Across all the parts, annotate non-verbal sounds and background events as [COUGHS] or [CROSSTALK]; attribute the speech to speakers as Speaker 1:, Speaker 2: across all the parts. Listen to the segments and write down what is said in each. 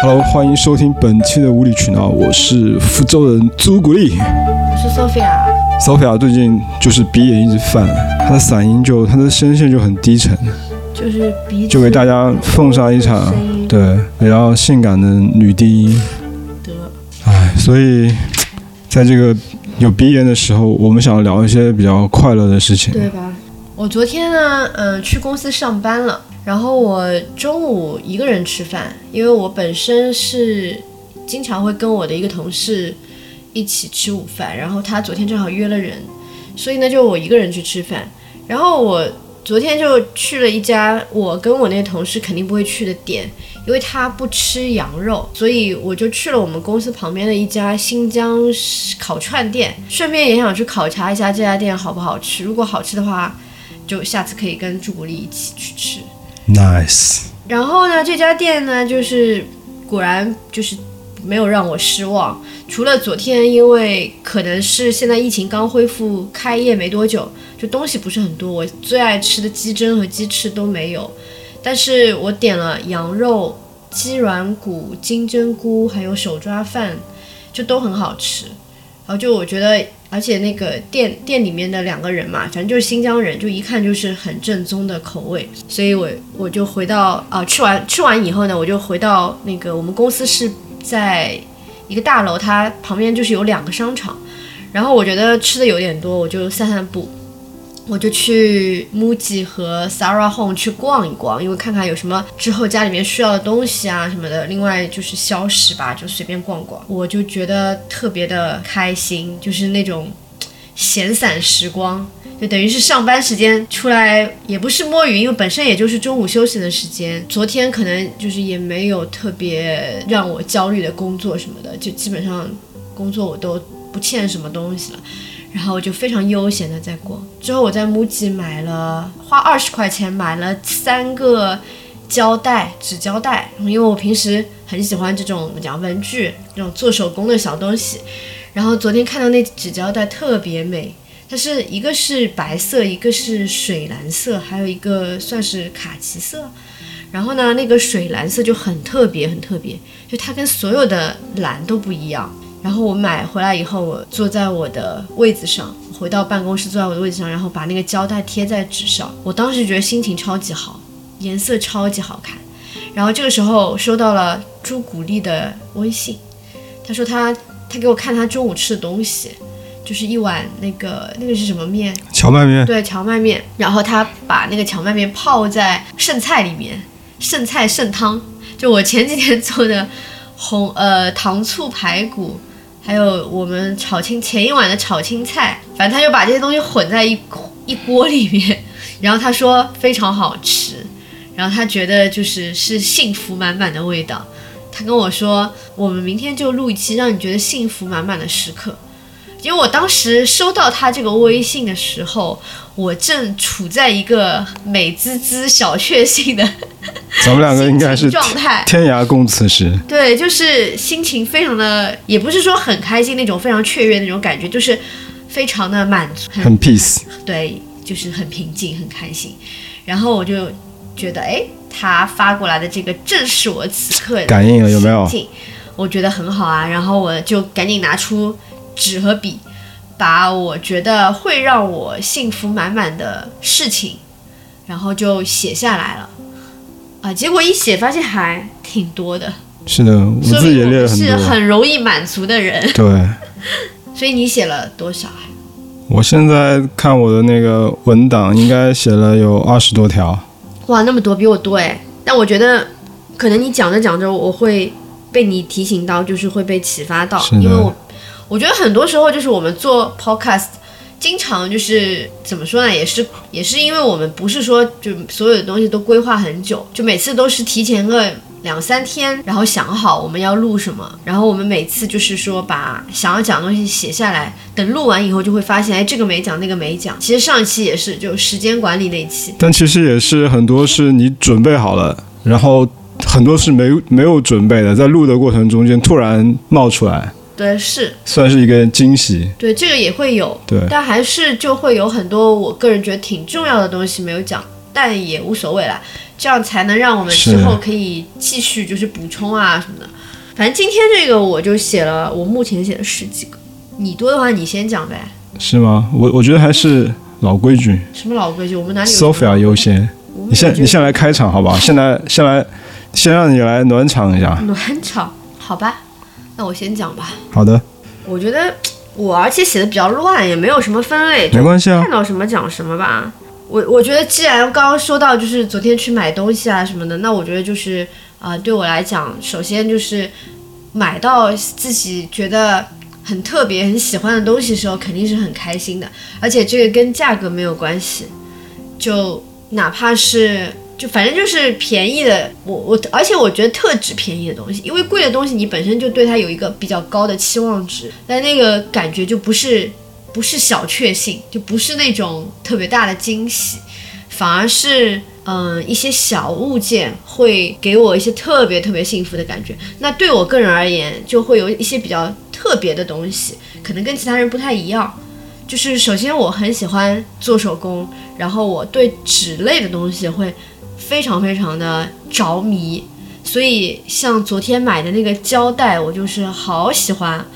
Speaker 1: Hello，欢迎收听本期的无理取闹，我是福州人朱古力。
Speaker 2: 我是 Sophia，
Speaker 1: Sophia 最近就是鼻炎一直犯，她的嗓音就她的声线就很低沉，
Speaker 2: 就是鼻子
Speaker 1: 就给大家奉上一场
Speaker 2: 声音
Speaker 1: 对比较性感的女低音。嗯
Speaker 2: 得
Speaker 1: 唉，所以在这个有鼻炎的时候，我们想要聊一些比较快乐的事情。
Speaker 2: 对吧？我昨天呢，嗯、去公司上班了，然后我中午一个人吃饭，因为我本身是经常会跟我的一个同事一起吃午饭，然后他昨天正好约了人，所以呢就我一个人去吃饭，然后我昨天就去了一家我跟我那个同事肯定不会去的店，因为他不吃羊肉，所以我就去了我们公司旁边的一家新疆烤串店，顺便也想去考察一下这家店好不好吃。如果好吃的话，就下次可以跟朱古力一起去吃。
Speaker 1: Nice，
Speaker 2: 然后呢，这家店呢，就是果然就是没有让我失望。除了昨天，因为可能是现在疫情刚恢复开业没多久，就东西不是很多，我最爱吃的鸡胗和鸡翅都没有。但是我点了羊肉、鸡软骨、金针菇，还有手抓饭，就都很好吃。然后就我觉得，而且那个店店里面的两个人嘛，反正就是新疆人，就一看就是很正宗的口味，所以我我就回到啊、吃完吃完以后呢，我就回到那个我们公司是在一个大楼，它旁边就是有两个商场，然后我觉得吃的有点多，我就散散步。我就去 MUJI 和 Sarah Home 去逛一逛，因为看看有什么之后家里面需要的东西啊什么的。另外就是消食吧，就随便逛逛，我就觉得特别的开心，就是那种闲散时光，就等于是上班时间出来，也不是摸鱼，因为本身也就是中午休息的时间。昨天可能就是也没有特别让我焦虑的工作什么的，就基本上工作我都不欠什么东西了。然后我就非常悠闲的在逛。之后我在 MUJI 买了，花二十块钱买了三个胶带、纸胶带，因为我平时很喜欢这种怎么讲文具，这种做手工的小东西。然后昨天看到那纸胶带特别美，它是一个是白色，一个是水蓝色，还有一个算是卡其色。然后呢，那个水蓝色就很特别，很特别，就它跟所有的蓝都不一样。然后我买回来以后，我坐在我的位子上，回到办公室坐在我的位子上，然后把那个胶带贴在纸上。我当时觉得心情超级好，颜色超级好看。然后这个时候收到了朱古力的微信，他说他他给我看他中午吃的东西，就是一碗那个那个是什么面？
Speaker 1: 荞麦面，
Speaker 2: 对，荞麦面。然后他把那个荞麦面泡在剩菜里面，剩菜剩汤，就我前几天做的红呃糖醋排骨，还有我们炒青前一晚的炒青菜，反正他就把这些东西混在一一锅里面。然后他说非常好吃，然后他觉得就是是幸福满满的味道。他跟我说，我们明天就录一期让你觉得幸福满满的时刻。因为我当时收到他这个微信的时候，我正处在一个美滋滋、小确幸的
Speaker 1: 咱们两个应该是
Speaker 2: 心情状态
Speaker 1: 天涯共此时。
Speaker 2: 对，就是心情非常的，也不是说很开心那种，非常雀跃那种感觉，就是非常的满足，很
Speaker 1: 很 peace，
Speaker 2: 对，就是很平静，很开心。然后我就觉得，哎，他发过来的这个正是我此刻的
Speaker 1: 感应了有没有
Speaker 2: 心境我觉得很好啊。然后我就赶紧拿出纸和笔，把我觉得会让我幸福满满的事情，然后就写下来了。啊，结果一写发现还挺多的，
Speaker 1: 是的，我
Speaker 2: 说
Speaker 1: 自己也
Speaker 2: 明
Speaker 1: 列
Speaker 2: 我
Speaker 1: 了很
Speaker 2: 是
Speaker 1: 多。
Speaker 2: 很容易满足的人。 [LAUGHS]
Speaker 1: 对，
Speaker 2: 所以你写了多少啊？
Speaker 1: 我现在看我的那个文档，应该写了有二十多条。
Speaker 2: 哇，那么多比我多哎！但我觉得，可能你讲着讲着，我会被你提醒到，就是会被启发到，
Speaker 1: 是的
Speaker 2: 因为我我觉得很多时候就是我们做 podcast，经常就是怎么说呢，也是也是因为我们不是说就所有的东西都规划很久，就每次都是提前个。两三天，然后想好我们要录什么，然后我们每次就是说把想要讲的东西写下来，等录完以后就会发现，哎，这个没讲，那个没讲。其实上一期也是，就时间管理那一期，
Speaker 1: 但其实也是很多是你准备好了，然后很多是没没有准备的，在录的过程中间突然冒出来，
Speaker 2: 对，是
Speaker 1: 算是一个惊喜。
Speaker 2: 对，这个也会有，
Speaker 1: 对
Speaker 2: 但还是就会有很多我个人觉得挺重要的东西没有讲，但也无所谓啦。这样才能让我们
Speaker 1: 是
Speaker 2: 之后可以继续就是补充啊什么的。反正今天这个我就写了，我目前写了十几个，你多的话你先讲呗。
Speaker 1: 是吗？我我觉得还是老规矩
Speaker 2: 什么老规矩，我们哪里哎有
Speaker 1: ，Sophia 优先。
Speaker 2: 我们
Speaker 1: 你先
Speaker 2: 有
Speaker 1: 你先来开场好吧？先来先来，先让你来暖场一下。
Speaker 2: [LAUGHS] 暖场，好吧？那我先讲吧。
Speaker 1: 好的，
Speaker 2: 我觉得我而且写的比较乱，也没有什么分类，
Speaker 1: 没关系啊
Speaker 2: 看。到什么讲什么吧。我我觉得，既然刚刚说到就是昨天去买东西啊什么的，那我觉得就是啊、呃对我来讲，首先就是买到自己觉得很特别、很喜欢的东西的时候，肯定是很开心的。而且这个跟价格没有关系，就哪怕是就反正就是便宜的，我我而且我觉得特指便宜的东西，因为贵的东西你本身就对它有一个比较高的期望值，但那个感觉就不是不是小确幸，就不是那种特别大的惊喜，反而是嗯一些小物件会给我一些特别特别幸福的感觉。那对我个人而言，就会有一些比较特别的东西，可能跟其他人不太一样。就是首先我很喜欢做手工，然后我对纸类的东西会非常非常的着迷。所以，像昨天买的那个胶带，我就是好喜欢，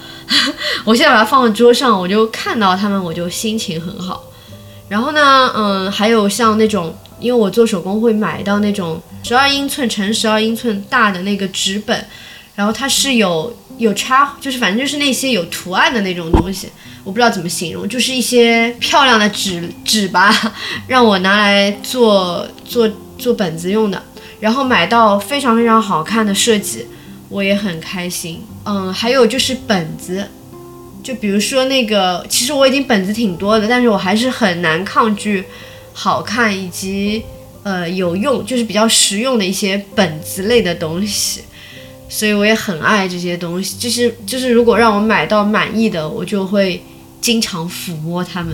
Speaker 2: 我现在把它放在桌上，我就看到它们，我就心情很好。然后呢，嗯，还有像那种，因为我做手工会买到那种十二英寸乘十二英寸大的那个纸本，然后它是有有插，就是反正就是那些有图案的那种东西，我不知道怎么形容，就是一些漂亮的纸纸吧，让我拿来做做做本子用的。然后买到非常非常好看的设计，我也很开心。嗯，还有就是本子，就比如说那个，其实我已经本子挺多的，但是我还是很难抗拒好看以及呃有用，就是比较实用的一些本子类的东西。所以我也很爱这些东西，就是就是如果让我买到满意的，我就会经常抚摸它们，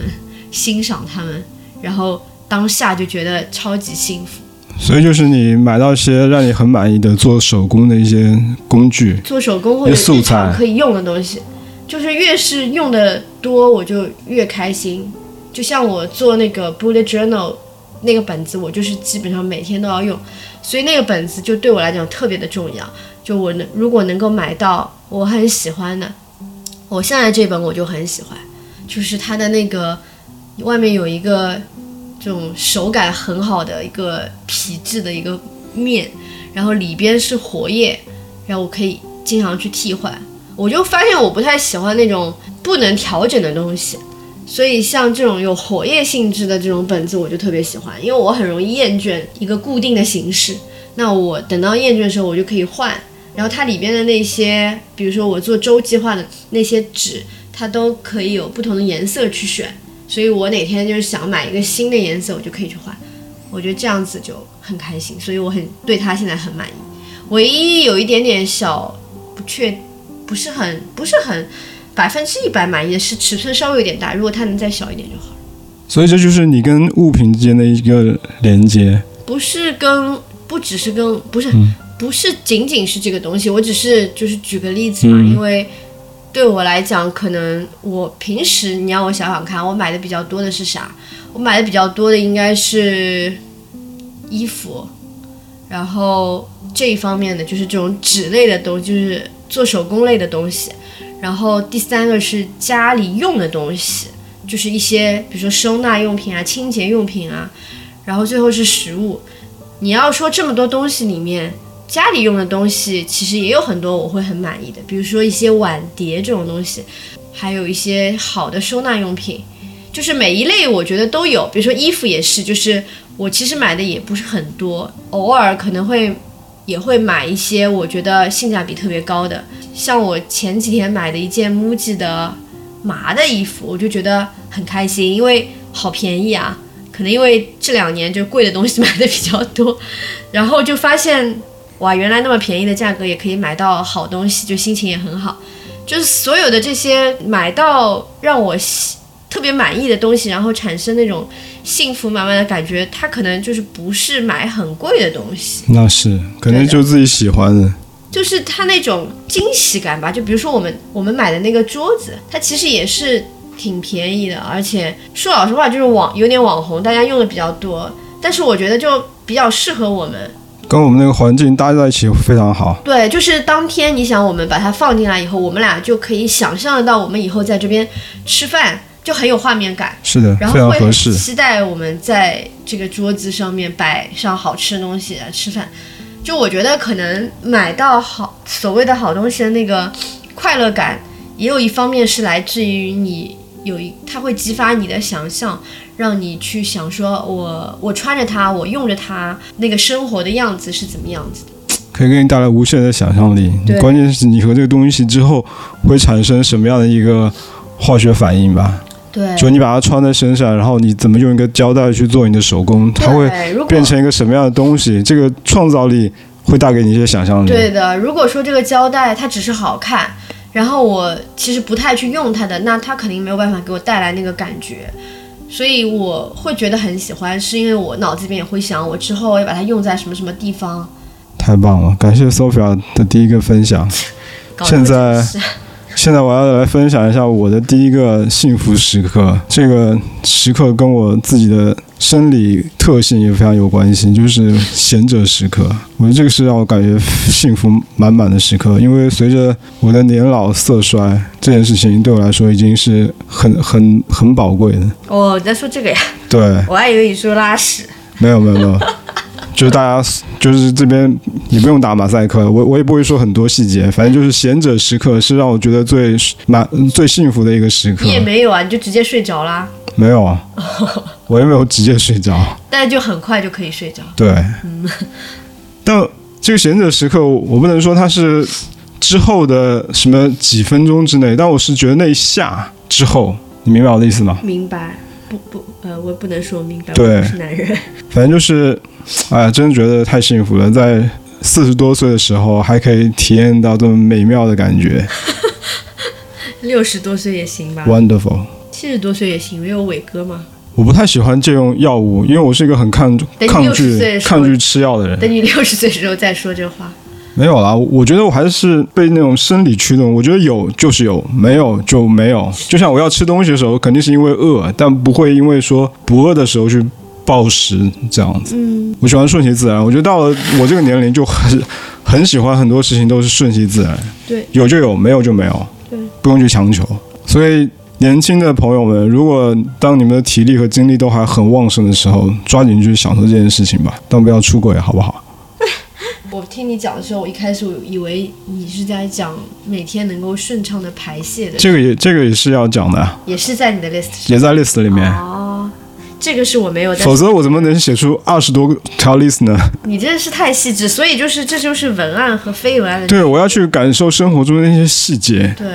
Speaker 2: 欣赏它们，然后当下就觉得超级幸福。
Speaker 1: 所以就是你买到一些让你很满意的做手工的一些工具，
Speaker 2: 做手工或者
Speaker 1: 一些素
Speaker 2: 日常
Speaker 1: 材
Speaker 2: 可以用的东西，就是越是用的多，我就越开心。就像我做那个 bullet journal 那个本子，我就是基本上每天都要用，所以那个本子就对我来讲特别的重要。就我能如果能够买到我很喜欢的，我现在这本我就很喜欢，就是它的那个外面有一个这种手感很好的一个皮质的一个面，然后里边是活页，然后我可以经常去替换。我就发现我不太喜欢那种不能调整的东西，所以像这种有活页性质的这种本子，我就特别喜欢，因为我很容易厌倦一个固定的形式。那我等到厌倦的时候，我就可以换。然后它里边的那些，比如说我做周计划的那些纸，它都可以有不同的颜色去选。所以我哪天就是想买一个新的颜色，我就可以去换。我觉得这样子就很开心，所以我很对它现在很满意。唯一有一点点小不确，不是很不是很百分之一百满意的是尺寸稍微有点大，如果它能再小一点就好了。
Speaker 1: 所以这就是你跟物品之间的一个连接。
Speaker 2: 不是跟不只是跟不是、不是仅仅是这个东西，我只是就是举个例子嘛，因为对我来讲，可能我平时你让我想想看，我买的比较多的是啥？我买的比较多的应该是衣服，然后这一方面的就是这种纸类的东西，就是做手工类的东西。然后第三个是家里用的东西，就是一些比如说收纳用品啊、清洁用品啊。然后最后是食物。你要说这么多东西里面，家里用的东西其实也有很多我会很满意的，比如说一些碗碟这种东西，还有一些好的收纳用品，就是每一类我觉得都有。比如说衣服也是，就是我其实买的也不是很多，偶尔可能会也会买一些我觉得性价比特别高的，像我前几天买的一件 MUJI 的麻的衣服，我就觉得很开心，因为好便宜啊。可能因为这两年就贵的东西买的比较多， [LAUGHS] 然后就发现哇，原来那么便宜的价格也可以买到好东西，就心情也很好。就是所有的这些买到让我喜特别满意的东西，然后产生那种幸福满满的感觉，它可能就是不是买很贵的东西，
Speaker 1: 那是，可能就自己喜欢的。
Speaker 2: 就是它那种惊喜感吧。就比如说我们我们买的那个桌子，它其实也是挺便宜的，而且说老实话，就是网有点网红，大家用的比较多。但是我觉得就比较适合我们。
Speaker 1: 跟我们那个环境搭在一起非常好。
Speaker 2: 对，就是当天你想我们把它放进来以后，我们俩就可以想象得到我们以后在这边吃饭就很有画面感。
Speaker 1: 是的，
Speaker 2: 然
Speaker 1: 非
Speaker 2: 后
Speaker 1: 常
Speaker 2: 会
Speaker 1: 合
Speaker 2: 很
Speaker 1: 适。
Speaker 2: 期待我们在这个桌子上面摆上好吃的东西来吃饭。就我觉得可能买到好所谓的好东西的那个快乐感，也有一方面是来自于你有一，它会激发你的想象，让你去想说我我穿着它，我用着它，那个生活的样子是怎么样子的。
Speaker 1: 可以给你带来无限的想象力
Speaker 2: 对。
Speaker 1: 关键是你和这个东西之后会产生什么样的一个化学反应吧？
Speaker 2: 对，
Speaker 1: 就你把它穿在身上，然后你怎么用一个胶带去做你的手工，它会
Speaker 2: 对如果
Speaker 1: 变成一个什么样的东西？这个创造力会带给你一些想象力。
Speaker 2: 对的，如果说这个胶带它只是好看，然后我其实不太去用它的，那它肯定没有办法给我带来那个感觉。所以我会觉得很喜欢，是因为我脑子里面也会想，我之后要把它用在什么什么地方。
Speaker 1: 太棒了，感谢 Sophia 的第一个分享。
Speaker 2: 搞得
Speaker 1: 现
Speaker 2: 我真
Speaker 1: 在
Speaker 2: 是 [LAUGHS]
Speaker 1: 现在我要来分享一下我的第一个幸福时刻。这个时刻跟我自己的生理特性也非常有关系，就是贤者时刻。我觉得这个是让我感觉幸福满满的时刻，因为随着我的年老色衰，这件事情对我来说已经是很很很宝贵的。
Speaker 2: 哦，你在说这个呀？
Speaker 1: 对，
Speaker 2: 我还以为你说拉屎。
Speaker 1: 没有没有没有， [LAUGHS] 就是大家就是这边也不用打马赛克，我我也不会说很多细节，反正就是贤者时刻是让我觉得最满最幸福的一个时刻
Speaker 2: 你。也没有啊，你就直接睡着啦， [LAUGHS]
Speaker 1: 没有啊，我也没有直接睡着。
Speaker 2: 但就很快就可以睡着。
Speaker 1: 对，
Speaker 2: 嗯
Speaker 1: 但这个贤者时刻，我我不能说它是之后的什么几分钟之内，但我是觉得那一下之后，你明白我的意思吗？
Speaker 2: 明白？不不，呃，我不能说明白，
Speaker 1: 对
Speaker 2: 我不是男人。 [LAUGHS]
Speaker 1: 反正就是，哎呀，真觉得太幸福了，在四十多岁的时候还可以体验到这么美妙的感觉
Speaker 2: 六十多岁也行吧，
Speaker 1: ，wonderful。
Speaker 2: 七十多岁也行，因为我伟哥嘛。
Speaker 1: 我不太喜欢借用药物，因为我是一个很抗
Speaker 2: 你
Speaker 1: 抗
Speaker 2: 60岁
Speaker 1: 拒
Speaker 2: 的时候
Speaker 1: 抗拒吃药的人。
Speaker 2: 等你六十岁的时候再说这话。
Speaker 1: 没有啦，我我觉得我还是被那种生理驱动，我觉得有就是有，没有就没有。就像我要吃东西的时候，肯定是因为饿，但不会因为说不饿的时候去暴食这样子。嗯，我喜欢顺其自然。我觉得到了我这个年龄，就很很喜欢很多事情都是顺其自然。
Speaker 2: 对，
Speaker 1: 有就有，没有就没有，
Speaker 2: 对，
Speaker 1: 不用去强求。所以。年轻的朋友们，如果当你们的体力和精力都还很旺盛的时候，抓紧去享受这件事情吧，但不要出轨，好不好？
Speaker 2: 我听你讲的时候，我一开始我以为你是在讲每天能够顺畅的排泄的，
Speaker 1: 这个也这个也是要讲的啊，
Speaker 2: 也是在你的 list
Speaker 1: 也在 list 里面，
Speaker 2: 上。哦，这个是我没有，但
Speaker 1: 否则我怎么能写出二十多条 list 呢？
Speaker 2: 你真的是太细致，所以就是这就是文案和非文案的。
Speaker 1: 对，我要去感受生活中的那些细节。
Speaker 2: 对，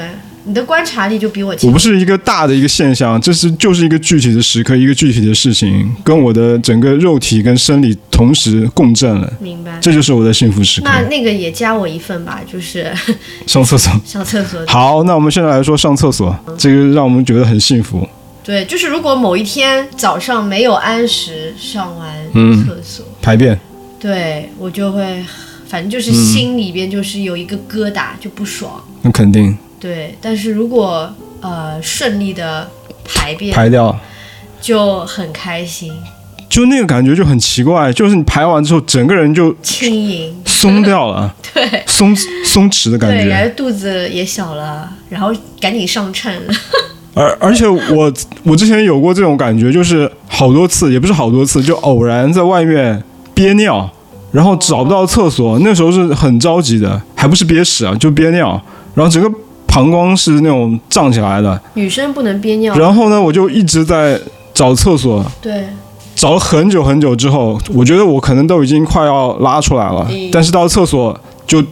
Speaker 2: 你的观察力就比我
Speaker 1: 我
Speaker 2: 强
Speaker 1: 不。是一个大的一个现象，这是就是一个具体的时刻，一个具体的事情，跟我的整个肉体跟生理同时共振了，
Speaker 2: 明白。
Speaker 1: 这就是我的幸福时刻。
Speaker 2: 那那个也加我一份吧，就是 [LAUGHS]
Speaker 1: 上厕所。
Speaker 2: 上厕所。
Speaker 1: 好，那我们现在来说上厕所，这个让我们觉得很幸福。
Speaker 2: 对，就是如果某一天早上没有按时上完
Speaker 1: 嗯
Speaker 2: 厕所，
Speaker 1: 排便，
Speaker 2: 对我就会，反正
Speaker 1: 嗯
Speaker 2: 就是心里边就是有一个疙瘩，就不爽。
Speaker 1: 那肯定
Speaker 2: 对，但是如果呃顺利的排便，
Speaker 1: 排掉。
Speaker 2: 就很开心，
Speaker 1: 就那个感觉就很奇怪，就是你排完之后，整个人就
Speaker 2: 轻盈。
Speaker 1: 松掉了，
Speaker 2: [LAUGHS] 对
Speaker 1: 松松弛的感觉。
Speaker 2: 对，然后肚子也小了，然后赶紧上秤。
Speaker 1: 而而且我我之前有过这种感觉，就是好多次，也不是好多次，就偶然在外面憋尿，然后找不到厕所，那时候是很着急的，还不是憋屎啊，就憋尿，然后整个膀胱是那种胀起来的，
Speaker 2: 女生不能憋尿。
Speaker 1: 然后呢，我就一直在找厕所，
Speaker 2: 对，
Speaker 1: 找了很久很久之后，我觉得我可能都已经快要拉出来了
Speaker 2: 嗯，
Speaker 1: 但是到厕所就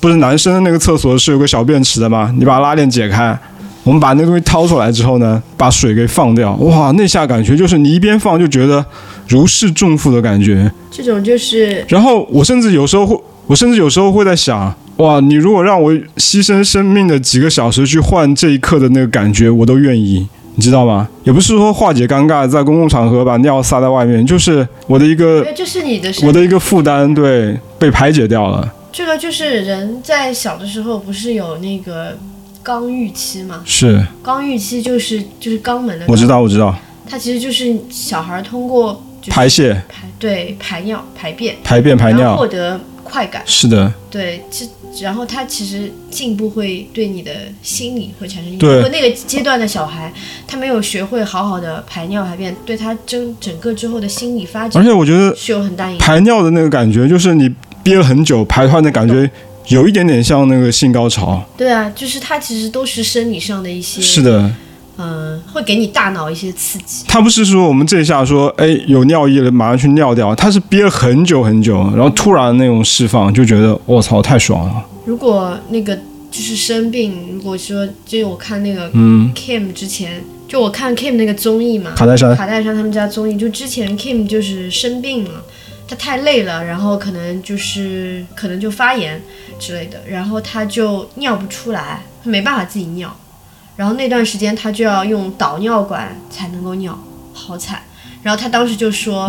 Speaker 1: 不是男生的那个厕所是有个小便池的嘛，你把拉链解开，我们把那东西掏出来之后呢，把水给放掉，哇，那下感觉就是你一边放就觉得如释重负的感觉，
Speaker 2: 这种就是
Speaker 1: 然后我甚至有时候会，我甚至有时候会在想，哇，你如果让我牺牲生命的几个小时去换这一刻的那个感觉，我都愿意，你知道吗？也不是说化解尴尬，在公共场合把尿撒在外面，就是我的一个
Speaker 2: 对，这是你的身
Speaker 1: 呃我的一个负担，对，被排解掉了。
Speaker 2: 这个就是人在小的时候不是有那个刚预期嘛？
Speaker 1: 是，
Speaker 2: 刚预期就是就是肛门的，
Speaker 1: 我知道，我知道，
Speaker 2: 它其实就是小孩通过就是
Speaker 1: 排泄、
Speaker 2: 排对排尿排便，
Speaker 1: 排便、排
Speaker 2: 然后
Speaker 1: 尿
Speaker 2: 获，得快感。
Speaker 1: 是的，
Speaker 2: 对，这然后他其实进步会对你的心理会产生影响。
Speaker 1: 对
Speaker 2: 如果那个阶段的小孩他没有学会好好的排尿排便，对他整整个之后的心理发
Speaker 1: 而
Speaker 2: 展
Speaker 1: 且我觉得
Speaker 2: 是有很大影响。
Speaker 1: 排尿的那个感觉，就是你憋了很久排出来的感觉，有一点点像那个性高潮。
Speaker 2: 对啊，就是他其实都是生理上的一些，
Speaker 1: 是的，
Speaker 2: 嗯、会给你大脑一些刺激。
Speaker 1: 他不是说我们这一下说，哎，有尿意了，马上去尿掉，他是憋了很久很久，然后突然那种释放，就觉得我操，太爽了。
Speaker 2: 如果那个就是生病，如果说就我看那个
Speaker 1: 嗯，
Speaker 2: Kim 之前，就我看 Kim 那个综艺嘛，
Speaker 1: 卡戴珊，
Speaker 2: 卡戴珊他们家综艺，就之前 Kim 就是生病了，他太累了，然后可能就是可能就发炎之类的，然后他就尿不出来，他没办法自己尿，然后那段时间他就要用导尿管才能够尿，好惨。然后他当时就说，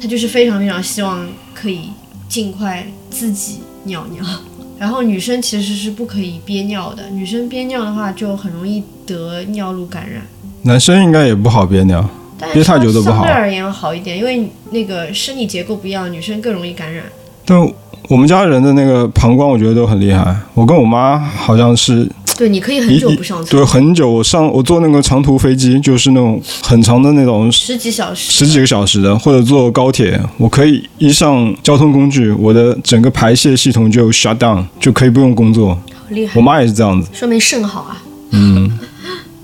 Speaker 2: 他就是非常非常希望可以尽快自己尿尿。 [LAUGHS] 然后女生其实是不可以憋尿的，女生憋尿的话就很容易得尿路感染。
Speaker 1: 男生应该也不好憋尿。
Speaker 2: 但
Speaker 1: 憋
Speaker 2: 是
Speaker 1: 太久都不好
Speaker 2: 相对而言好一点，因为那个生理结构不一样，女生更容易感染。
Speaker 1: 但我们家人的那个膀胱，我觉得都很厉害。我跟我妈好像是
Speaker 2: 对，你可以很
Speaker 1: 一
Speaker 2: 久
Speaker 1: 一
Speaker 2: 不上厕
Speaker 1: 对
Speaker 2: 所，
Speaker 1: 很久，我上我坐那个长途飞机，就是那种很长的那种
Speaker 2: 十几小时，
Speaker 1: 十几个小时的，或者坐高铁，我可以一上交通工具，我的整个排泄系统就 shut down，就可以不用工作。
Speaker 2: 好厉害
Speaker 1: 我，妈也是这样子，
Speaker 2: 说明肾好啊。
Speaker 1: 嗯，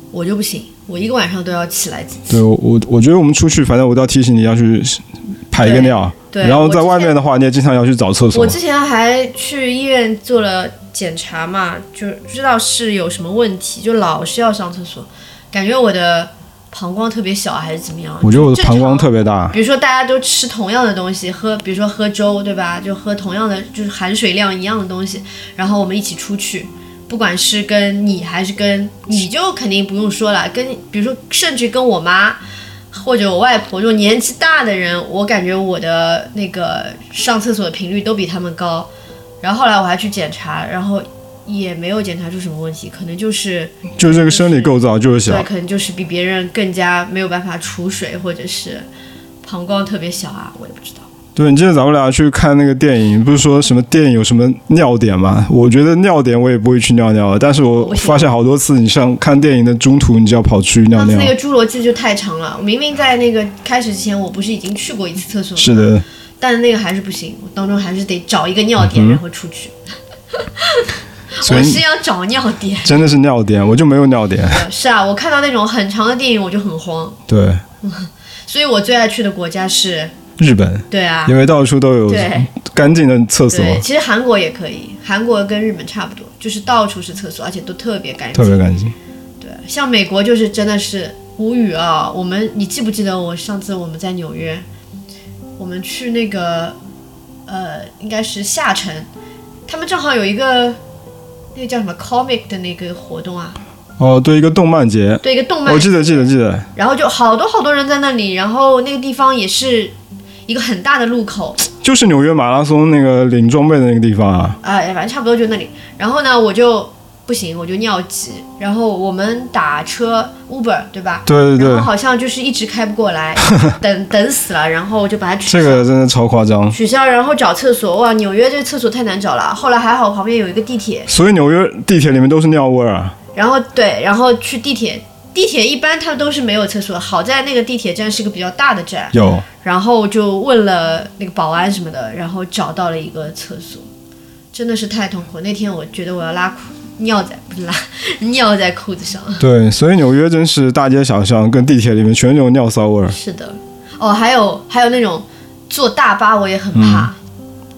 Speaker 2: [LAUGHS] 我就不行，我一个晚上都要起来几次。
Speaker 1: 对我我我觉得我们出去，反正我都要提醒你要去排个尿，
Speaker 2: 对，
Speaker 1: 然后在
Speaker 2: 我之
Speaker 1: 外
Speaker 2: 前
Speaker 1: 面的话，你也经常要去找厕所
Speaker 2: 我。之前还去医院做了检查嘛，就不知道是有什么问题，就老是要上厕所，感觉我的膀胱特别小还是怎么样。
Speaker 1: 我觉得我的
Speaker 2: 就
Speaker 1: 膀胱
Speaker 2: 正常
Speaker 1: 特别大，
Speaker 2: 比如说大家都吃同样的东西，喝比如说喝粥，对吧？就喝同样的就是含水量一样的东西，然后我们一起出去，不管是跟你还是跟你就肯定不用说了，跟比如说甚至跟我妈或者我外婆这种年纪大的人，我感觉我的那个上厕所的频率都比他们高。然后后来我还去检查，然后也没有检查出什么问题，可能就是
Speaker 1: 就是这个生理构造就是
Speaker 2: 对，
Speaker 1: 小。
Speaker 2: 可能就是比别人更加没有办法储水，或者是膀胱特别小啊，我也不知道。
Speaker 1: 对，你记得咱们俩去看那个电影，不是说什么电影有什么尿点吗？我觉得尿点我也不会去尿尿的，但是我
Speaker 2: 我也
Speaker 1: 发现好多次，你像看电影的中途，你就要跑去尿
Speaker 2: 上次
Speaker 1: 尿
Speaker 2: 啊那。个侏罗纪就太长了，明明在那个开始之前，我不是已经去过一次厕所吗？
Speaker 1: 是的，
Speaker 2: 但那个还是不行，我当中还是得找一个尿点，然后出去。
Speaker 1: 所
Speaker 2: 我
Speaker 1: 嗯以
Speaker 2: 是要找尿点
Speaker 1: 真的是尿点，我就没有尿点。
Speaker 2: 的，是啊，我看到那种很长的电影我就很慌，
Speaker 1: 对，
Speaker 2: 所以我最爱去的国家是，
Speaker 1: 日本，
Speaker 2: 对啊，
Speaker 1: 因为到处都有
Speaker 2: 对
Speaker 1: 干净的厕所，
Speaker 2: 对，其实韩国也可以，韩国跟日本差不多，就是到处是厕所，而且都特别干净
Speaker 1: 特。别干净。
Speaker 2: 对，像美国就是真的是无语啊！我们你记不记得我上次我们在纽约，我们去那个呃，应该是下城，他们正好有一个那个叫什么 comic 的那个活动啊，
Speaker 1: 哦，对，一个动漫节，
Speaker 2: 对一个动漫
Speaker 1: 我，哦记得，记得，记得。
Speaker 2: 然后就好多好多人在那里，然后那个地方也是一个很大的路口，
Speaker 1: 就是纽约马拉松那个领装备的那个地方啊，
Speaker 2: 啊、反正差不多就那里。然后呢，我就不行，我就尿急，然后我们打车 Uber 对吧？
Speaker 1: 对对
Speaker 2: 然后
Speaker 1: 对，
Speaker 2: 好像就是一直开不
Speaker 1: [LAUGHS]
Speaker 2: 过来，等等死了，然后我就把它取消。
Speaker 1: 这个真的超夸张。
Speaker 2: 取消，然后找厕所，哇，纽约这厕所太难找了。后来还好旁边有一个地铁，
Speaker 1: 所以纽约地铁里面都是尿味儿啊，
Speaker 2: 然后对，然后去地铁，地铁一般它都是没有厕所，好在那个地铁站是个比较大的站， [LAUGHS]
Speaker 1: 有。
Speaker 2: 然后就问了那个保安什么的，然后找到了一个厕所，真的是太痛苦。那天我觉得我要拉裤尿在不是拉尿在裤子上，
Speaker 1: 对，所以纽约真是大街小巷跟地铁里面全是有尿骚味儿。嗯
Speaker 2: 是的，哦，还有还有那种坐大巴我也很怕，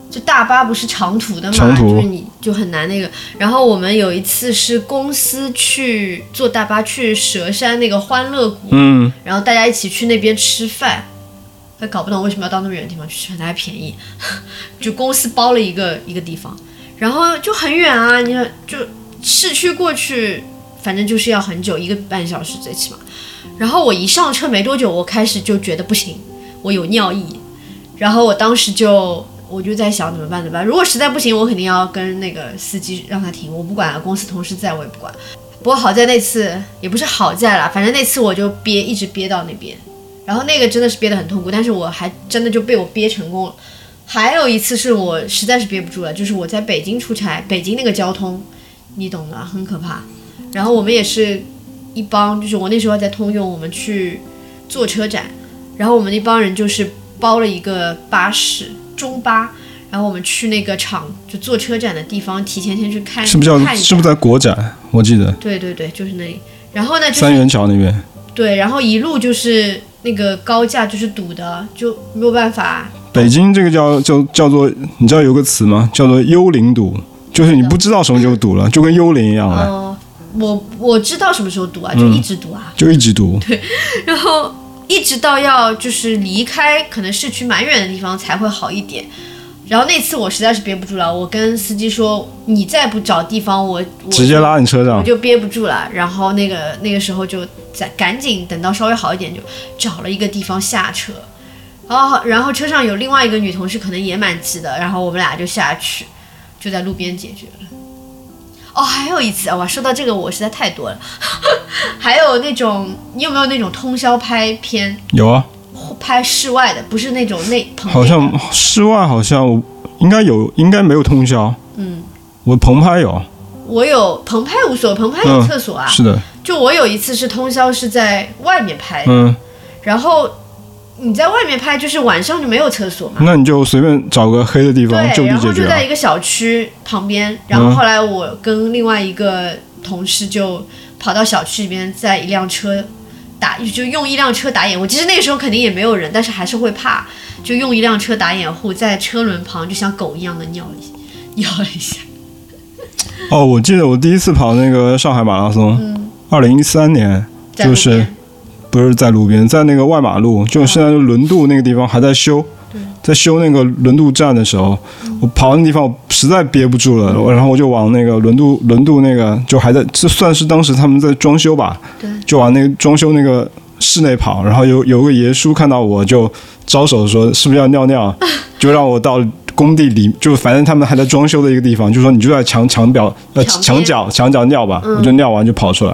Speaker 2: 就大巴不是长途的嘛，
Speaker 1: 嗯长途
Speaker 2: 就是你就很难那个。然后我们有一次是公司去坐大巴去佘山那个欢乐谷，
Speaker 1: 嗯，
Speaker 2: 然后大家一起去那边吃饭。还搞不懂为什么要到那么远的地方去吃饭，它还便宜， [LAUGHS] 就公司包了一个一个地方，然后就很远啊，你看就市区过去，反正就是要很久，一个半小时最起码。然后我一上车没多久，我开始就觉得不行，我有尿意，然后我当时就我就在想怎么办怎么办，如果实在不行，我肯定要跟那个司机让他停，我不管啊，公司同事在我也不管。不过好在那次也不是好在啦，反正那次我就憋一直憋到那边，然后那个真的是憋得很痛苦，但是我还真的就被我憋成功了。还有一次是我实在是憋不住了，就是我在北京出差，北京那个交通，你懂的，很可怕。然后我们也是一帮，就是我那时候还在通用，我们去坐车展，然后我们那帮人就是包了一个巴士，中巴，然后我们去那个场，就坐车展的地方，提前先去看，
Speaker 1: 是不是叫
Speaker 2: 看一下
Speaker 1: 是不是在国展？我记得
Speaker 2: 对对对，就是那里。然后呢，就是
Speaker 1: 三元桥那边，
Speaker 2: 对，然后一路就是那个高架就是堵的，就没有办法。
Speaker 1: 北京这个叫叫叫做，你知道有个词吗？叫做幽灵堵，就是你不知道什么时候堵了，就跟幽灵一样啊了，
Speaker 2: 嗯、我我知道什么时候堵啊，就
Speaker 1: 嗯
Speaker 2: 一直堵啊，
Speaker 1: 就一直堵。
Speaker 2: 然后一直到要就是离开可能市区蛮远的地方才会好一点。然后那次我实在是憋不住了，我跟司机说：“你再不找地方，我我
Speaker 1: 直接拉你车
Speaker 2: 我
Speaker 1: 上，
Speaker 2: 就憋不住了，然后那个那个时候就在赶紧等到稍微好一点，就找了一个地方下车。然后然后车上有另外一个女同事，可能也蛮急的，然后我们俩就下去，就在路边解决了。哦，还有一次啊，哇，说到这个我实在太多了。 [LAUGHS] 还有那种，你有没有那种通宵拍片，
Speaker 1: 有啊，
Speaker 2: 拍室外的，不是那种内棚内
Speaker 1: 好像室外好像我应该有，应该没有通宵。
Speaker 2: 嗯，啊
Speaker 1: 我棚拍有，
Speaker 2: 我有棚拍无所谓，棚拍有厕所啊。
Speaker 1: 嗯是的，
Speaker 2: 就我有一次是通宵是在外面拍的，
Speaker 1: 嗯，
Speaker 2: 然后你在外面拍，就是晚上就没有厕所嘛。
Speaker 1: 那你就随便找个黑的地方
Speaker 2: 对，
Speaker 1: 就
Speaker 2: 然
Speaker 1: 地解
Speaker 2: 后就
Speaker 1: 决
Speaker 2: 在
Speaker 1: 啊。
Speaker 2: 一个小区旁边，然后后来我跟另外一个同事就跑到小区里面，在一辆车打，就用一辆车打掩护。其实那个时候肯定也没有人，但是还是会怕，就用一辆车打掩护，在车轮旁就像狗一样的尿一下，尿了一下。
Speaker 1: 哦，我记得我第一次跑那个上海马拉
Speaker 2: 嗯
Speaker 1: 松，二零一三年，
Speaker 2: 在路
Speaker 1: 就
Speaker 2: 边
Speaker 1: 是不是在路边，在那个外马路，就现在就轮渡那个地方还在修，在修那个轮渡站的时候，我跑那地方我实在憋不住了，
Speaker 2: 嗯
Speaker 1: 我然后我就往那个轮渡轮渡那个就还在，这算是当时他们在装修吧
Speaker 2: 对，
Speaker 1: 就往那个装修那个室内跑，然后有有个爷叔看到我就招手说是不是要尿
Speaker 2: [LAUGHS]
Speaker 1: 尿，就让我到。工地里就反正他们还在装修的一个地方，就说你就在墙墙表呃
Speaker 2: 墙边嗯
Speaker 1: 墙角墙角尿吧，我就尿完就跑出来，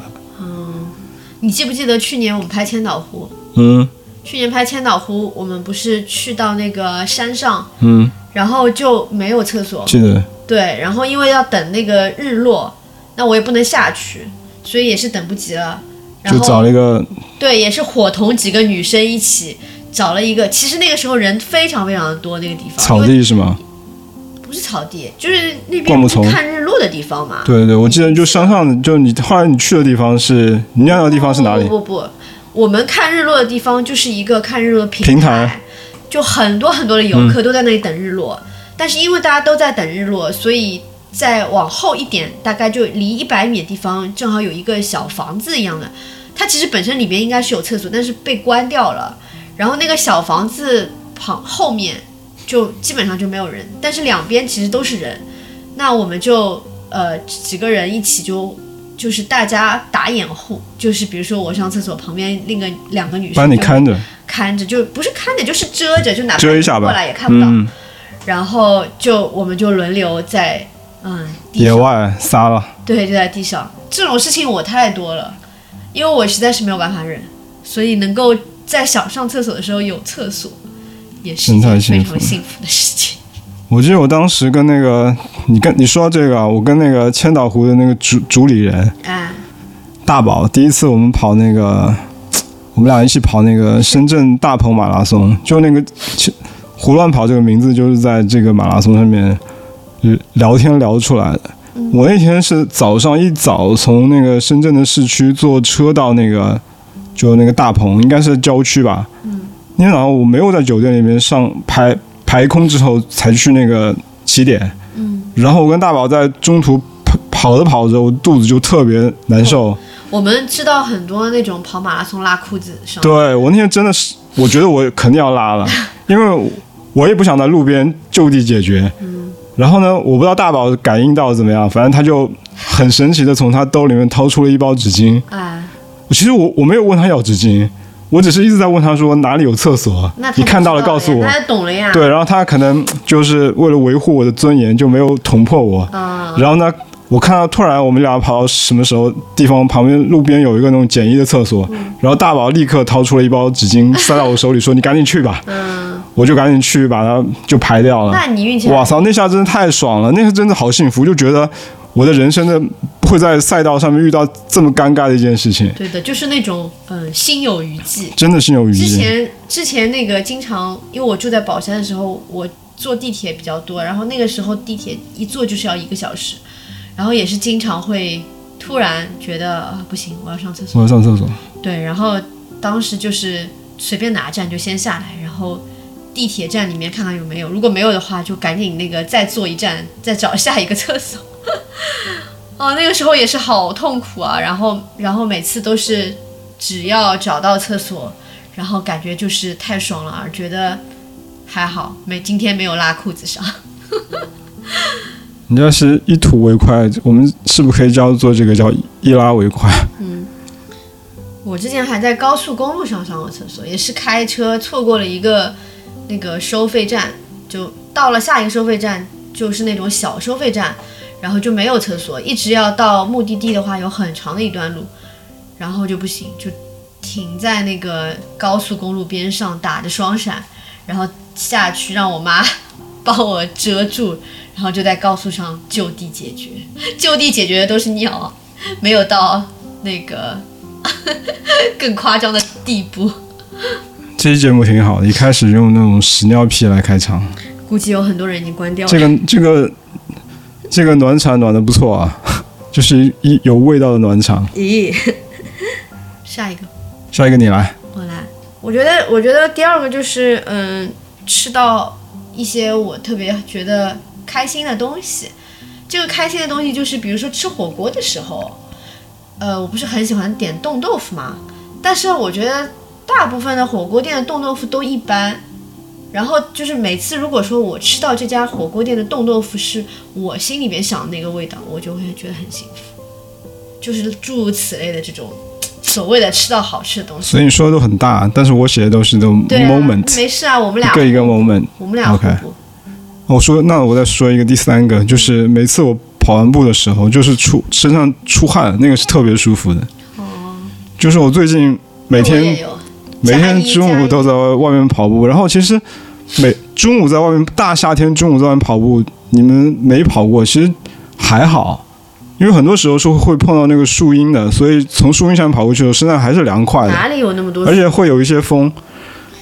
Speaker 2: 你记不记得去年我们拍千岛湖？
Speaker 1: 嗯
Speaker 2: 去年拍千岛湖，我们不是去到那个山上，
Speaker 1: 嗯，
Speaker 2: 然后就没有厕所，
Speaker 1: 记得
Speaker 2: 对，然后因为要等那个日落，那我也不能下去，所以也是等不及了。然
Speaker 1: 就找
Speaker 2: 后
Speaker 1: 了一个
Speaker 2: 对，也是伙同几个女生一起找了一个，其实那个时候人非常非常的多，那个地方
Speaker 1: 草
Speaker 2: 因为
Speaker 1: 地是吗？
Speaker 2: 不是草地，就是那
Speaker 1: 灌
Speaker 2: 边
Speaker 1: 木
Speaker 2: 不是
Speaker 1: 丛
Speaker 2: 看日落的地方嘛。
Speaker 1: 对对对，我记得就山上，就你后来你去的地方是你尿尿的地方是哪里？
Speaker 2: 不不不，我们看日落的地方就是一个看日落的平
Speaker 1: 平台
Speaker 2: 就很多很多的游客都在那里等日落。但是因为大家都在等日落，所以再往后一点，大概就离一百米的地方，正好有一个小房子一样的。它其实本身里面应该是有厕所，但是被关掉了。然后那个小房子旁后面就基本上就没有人，但是两边其实都是人。那我们就呃几个人一起就就是大家打掩护，就是比如说我上厕所，旁边另个两个女生
Speaker 1: 帮你
Speaker 2: 就
Speaker 1: 看着，
Speaker 2: 看着，就不是看着就是遮着，就哪怕
Speaker 1: 遮一下吧
Speaker 2: 过来也看不到。
Speaker 1: 嗯，
Speaker 2: 然后就我们就轮流在嗯地
Speaker 1: 野
Speaker 2: 上，
Speaker 1: 外撒了，
Speaker 2: 对，就在地上。这种事情我太多了，因为我实在是没有办法忍，所以能够在想上厕所的时候有厕所，也是一
Speaker 1: 真
Speaker 2: 件
Speaker 1: 太幸
Speaker 2: 非
Speaker 1: 福
Speaker 2: 常幸福的事情。
Speaker 1: 我记得我当时跟那个你跟你说到这个啊，我跟那个千岛湖的那个主主理人
Speaker 2: 哎，
Speaker 1: 大宝，第一次我们跑那个，我们俩一起跑那个深圳大鹏马拉松，就那个其“胡乱跑”这个名字就是在这个马拉松上面呃聊天聊出来的。我那天是早上一早从那个深圳的市区坐车到那个，就那个大鹏，应该是郊区吧。嗯。那天早上我没有在酒店里面上排排空之后才去那个起点。嗯。然后我跟大宝在中途跑跑着跑着，我肚子就特别难受。
Speaker 2: 我们知道很多那种跑马拉松拉裤子上，
Speaker 1: 对我那天真的是，我觉得我肯定要拉
Speaker 2: [LAUGHS]
Speaker 1: 了，因为我也不想在路边就地解决。然后呢，我不知道大宝感应到怎么样，反正他就很神奇的从他兜里面掏出了一包纸巾。
Speaker 2: 哎，
Speaker 1: 其实我我没有问他要纸巾，我只是一直在问他说哪里有厕所
Speaker 2: 那，他
Speaker 1: 你
Speaker 2: 就
Speaker 1: 看
Speaker 2: 知
Speaker 1: 到
Speaker 2: 道哎
Speaker 1: 了告诉我
Speaker 2: 呀。他就懂了呀。
Speaker 1: 对，然后他可能就是为了维护我的尊严，就没有捅破我。
Speaker 2: 啊，
Speaker 1: 然后呢，我看到突然我们俩跑到什么时候地方旁边路边有一个那种简易的厕所，
Speaker 2: 嗯
Speaker 1: 然后大宝立刻掏出了一包纸巾塞到我手里，说：“你 [LAUGHS] 赶紧去吧。”我就赶紧去把它就排掉了。
Speaker 2: 嗯那你运气
Speaker 1: 啊哇
Speaker 2: 好，
Speaker 1: 操，那下真的太爽了，那下真的好幸福，就觉得我的人生的不会在赛道上面遇到这么尴尬的一件事情，
Speaker 2: 对的，就是那种嗯、呃心有余悸。
Speaker 1: 真的心有余
Speaker 2: 之
Speaker 1: 悸。
Speaker 2: 前之前那个经常，因为我住在宝山的时候，我坐地铁比较多，然后那个时候地铁一坐就是要一个小时，然后也是经常会突然觉得啊不行，我要上厕所。
Speaker 1: 我要上厕所，
Speaker 2: 对，然后当时就是随便哪站就先下来，然后地铁站里面看看有没有，如果没有的话就赶紧那个再坐一站，再找下一个厕所。 [LAUGHS] 哦，那个时候也是好痛苦啊，然后然后每次都是只要找到厕所，然后感觉就是太爽了，觉得还好没今天没有拉裤子上。
Speaker 1: 你要是一吐为快，我们是不是可以叫做这个叫一拉为快？
Speaker 2: 我之前还在高速公路上上过厕所，也是开车错过了一个那个收费站，就到了下一个收费站，就是那种小收费站，然后就没有厕所，一直要到目的地的话有很长的一段路，然后就不行，就停在那个高速公路边上打着双闪，然后下去让我妈 [LAUGHS] 帮我遮住，然后就在高速上就地解决，就地解决的都是尿啊，没有到那个更夸张的地步，
Speaker 1: 这期节目挺好的，一开始用那种屎尿屁来开场，
Speaker 2: 估计有很多人已经关掉了。
Speaker 1: 这个这个这个暖场暖的不错啊， [LAUGHS] 就是一有味道的暖场。
Speaker 2: 咦， [LAUGHS] 下一个
Speaker 1: 下一个你来，
Speaker 2: 我来。我觉得，我觉得第二个就是，嗯，吃到一些我特别觉得开心的东西。这个开心的东西就是，比如说吃火锅的时候，呃，我不是很喜欢点冻豆腐嘛，但是我觉得大部分的火锅店的冻豆腐都一般。然后就是每次如果说我吃到这家火锅店的冻豆腐是我心里面想的那个味道，我就会觉得很幸福。就是诸如此类的这种所谓的吃到好吃的东西。
Speaker 1: 所以你说的都很大，啊但是我写的都是那种
Speaker 2: 对啊
Speaker 1: moment，、
Speaker 2: 没事啊，我们俩
Speaker 1: 一个一个 moment。
Speaker 2: 我们俩
Speaker 1: OK
Speaker 2: 互补
Speaker 1: 我说，那我再说一个第三个，就是每次我跑完步的时候，就是出身上出汗，那个是特别舒服的。
Speaker 2: 哦
Speaker 1: 就是我最近每
Speaker 2: 那我
Speaker 1: 天
Speaker 2: 也有
Speaker 1: 每
Speaker 2: 加
Speaker 1: 天
Speaker 2: 一
Speaker 1: 中
Speaker 2: 加
Speaker 1: 午
Speaker 2: 一
Speaker 1: 都在外面跑步，然后其实每中午在外面大夏天中午在外面跑步，你们没跑过，其实还好，因为很多时候是会碰到那个树荫的，所以从树荫上跑过去的时候，身上还是凉快的，
Speaker 2: 哪里有那么多？
Speaker 1: 哎而且会有一些风。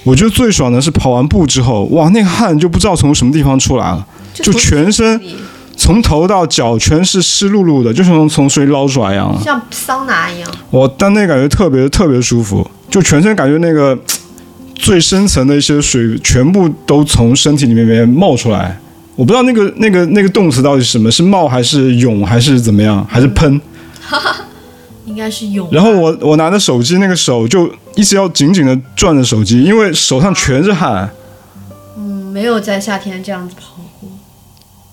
Speaker 1: 我觉得最爽的是跑完步之后，哇，那个汗就不知道从什么地方出来了，就
Speaker 2: 从
Speaker 1: 全身
Speaker 2: 里
Speaker 1: 从头到脚全是湿漉漉的，就像从水里捞出来一样了。
Speaker 2: 像桑拿一样，
Speaker 1: 我但那感觉特别特别舒服，就全身感觉那个最深层的一些水全部都从身体里面面冒出来。我不知道那个那个那个动词到底是什么，是冒还是涌还是怎么样，还是喷？
Speaker 2: 应该是涌。
Speaker 1: 然后我我拿着手机，那个手就一直要紧紧的攥着手机，因为手上全是汗，
Speaker 2: 嗯，没有在夏天这样子跑过，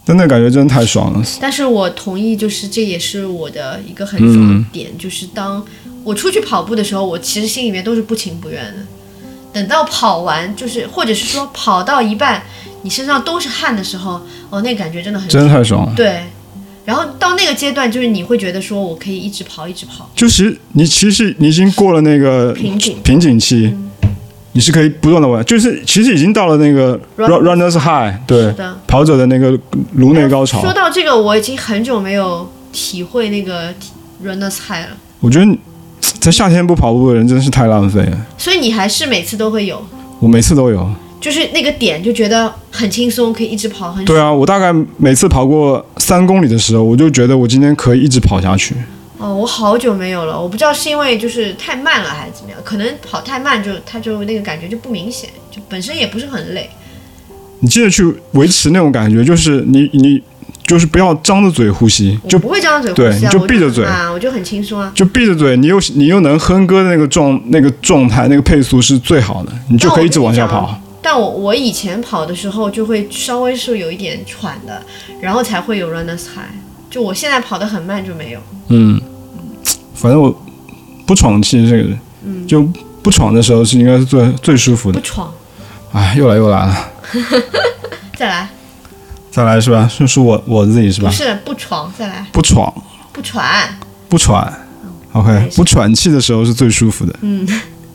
Speaker 1: 真的感觉真的太爽了。
Speaker 2: 但是我同意，就是这也是我的一个很爽的点，就是当我出去跑步的时候，我其实心里面都是不情不愿的。等到跑完，就是或者是说跑到一半，你身上都是汗的时候，哦，那感觉真的很
Speaker 1: 真的太爽了。
Speaker 2: 对。然后到那个阶段，就是你会觉得说我可以一直跑，一直跑。
Speaker 1: 就其实你其实你已经过了那个
Speaker 2: 瓶颈嗯
Speaker 1: 瓶颈期，你是可以不断的玩，就是其实已经到了那个
Speaker 2: Run-
Speaker 1: run- runners high，对
Speaker 2: 是，的。
Speaker 1: 跑者的那个颅内高潮
Speaker 2: 说。到这个，我已经很久没有体会那个 runner's high 了，
Speaker 1: 我觉得你在夏天不跑步的人真是太浪费了。
Speaker 2: 所以你还是每次都会有，
Speaker 1: 我每次都有。
Speaker 2: 就是那个点就觉得很轻松，可以一直跑很。
Speaker 1: 对啊，我大概每次跑过三公里的时候，我就觉得我今天可以一直跑下去。
Speaker 2: 哦，我好久没有了，我不知道是因为就是太慢了还是怎么样，可能跑太慢就它就那个感觉就不明显，就本身也不是很累。
Speaker 1: 你记得去维持那种感觉，就是你你就是不要张着嘴呼吸，
Speaker 2: 我
Speaker 1: 就
Speaker 2: 不会张着嘴
Speaker 1: 对
Speaker 2: 呼吸啊，
Speaker 1: 你就
Speaker 2: 我
Speaker 1: 闭着嘴
Speaker 2: 啊，我就很轻松啊。
Speaker 1: 就闭着嘴，你又你又能哼歌的那个状那个状态那个配速是最好的，你就可以一直往下
Speaker 2: 那我跟你
Speaker 1: 跑
Speaker 2: 讲。啊但我我以前跑的时候就会稍微是有一点喘的，然后才会有 runner's high。就我现在跑得很慢就没有。
Speaker 1: 嗯，反正我不喘气这个，嗯、就不喘的时候是应该是最最舒服的
Speaker 2: 不。闯，
Speaker 1: 哎，又来又来了。
Speaker 2: 再来。
Speaker 1: 再来是吧？是是我我自己是吧
Speaker 2: 不？是不床，再来
Speaker 1: 不闯，
Speaker 2: 不喘，
Speaker 1: 不喘
Speaker 2: 还
Speaker 1: ，OK，
Speaker 2: 是
Speaker 1: 不喘气的时候是最舒服的。
Speaker 2: 嗯，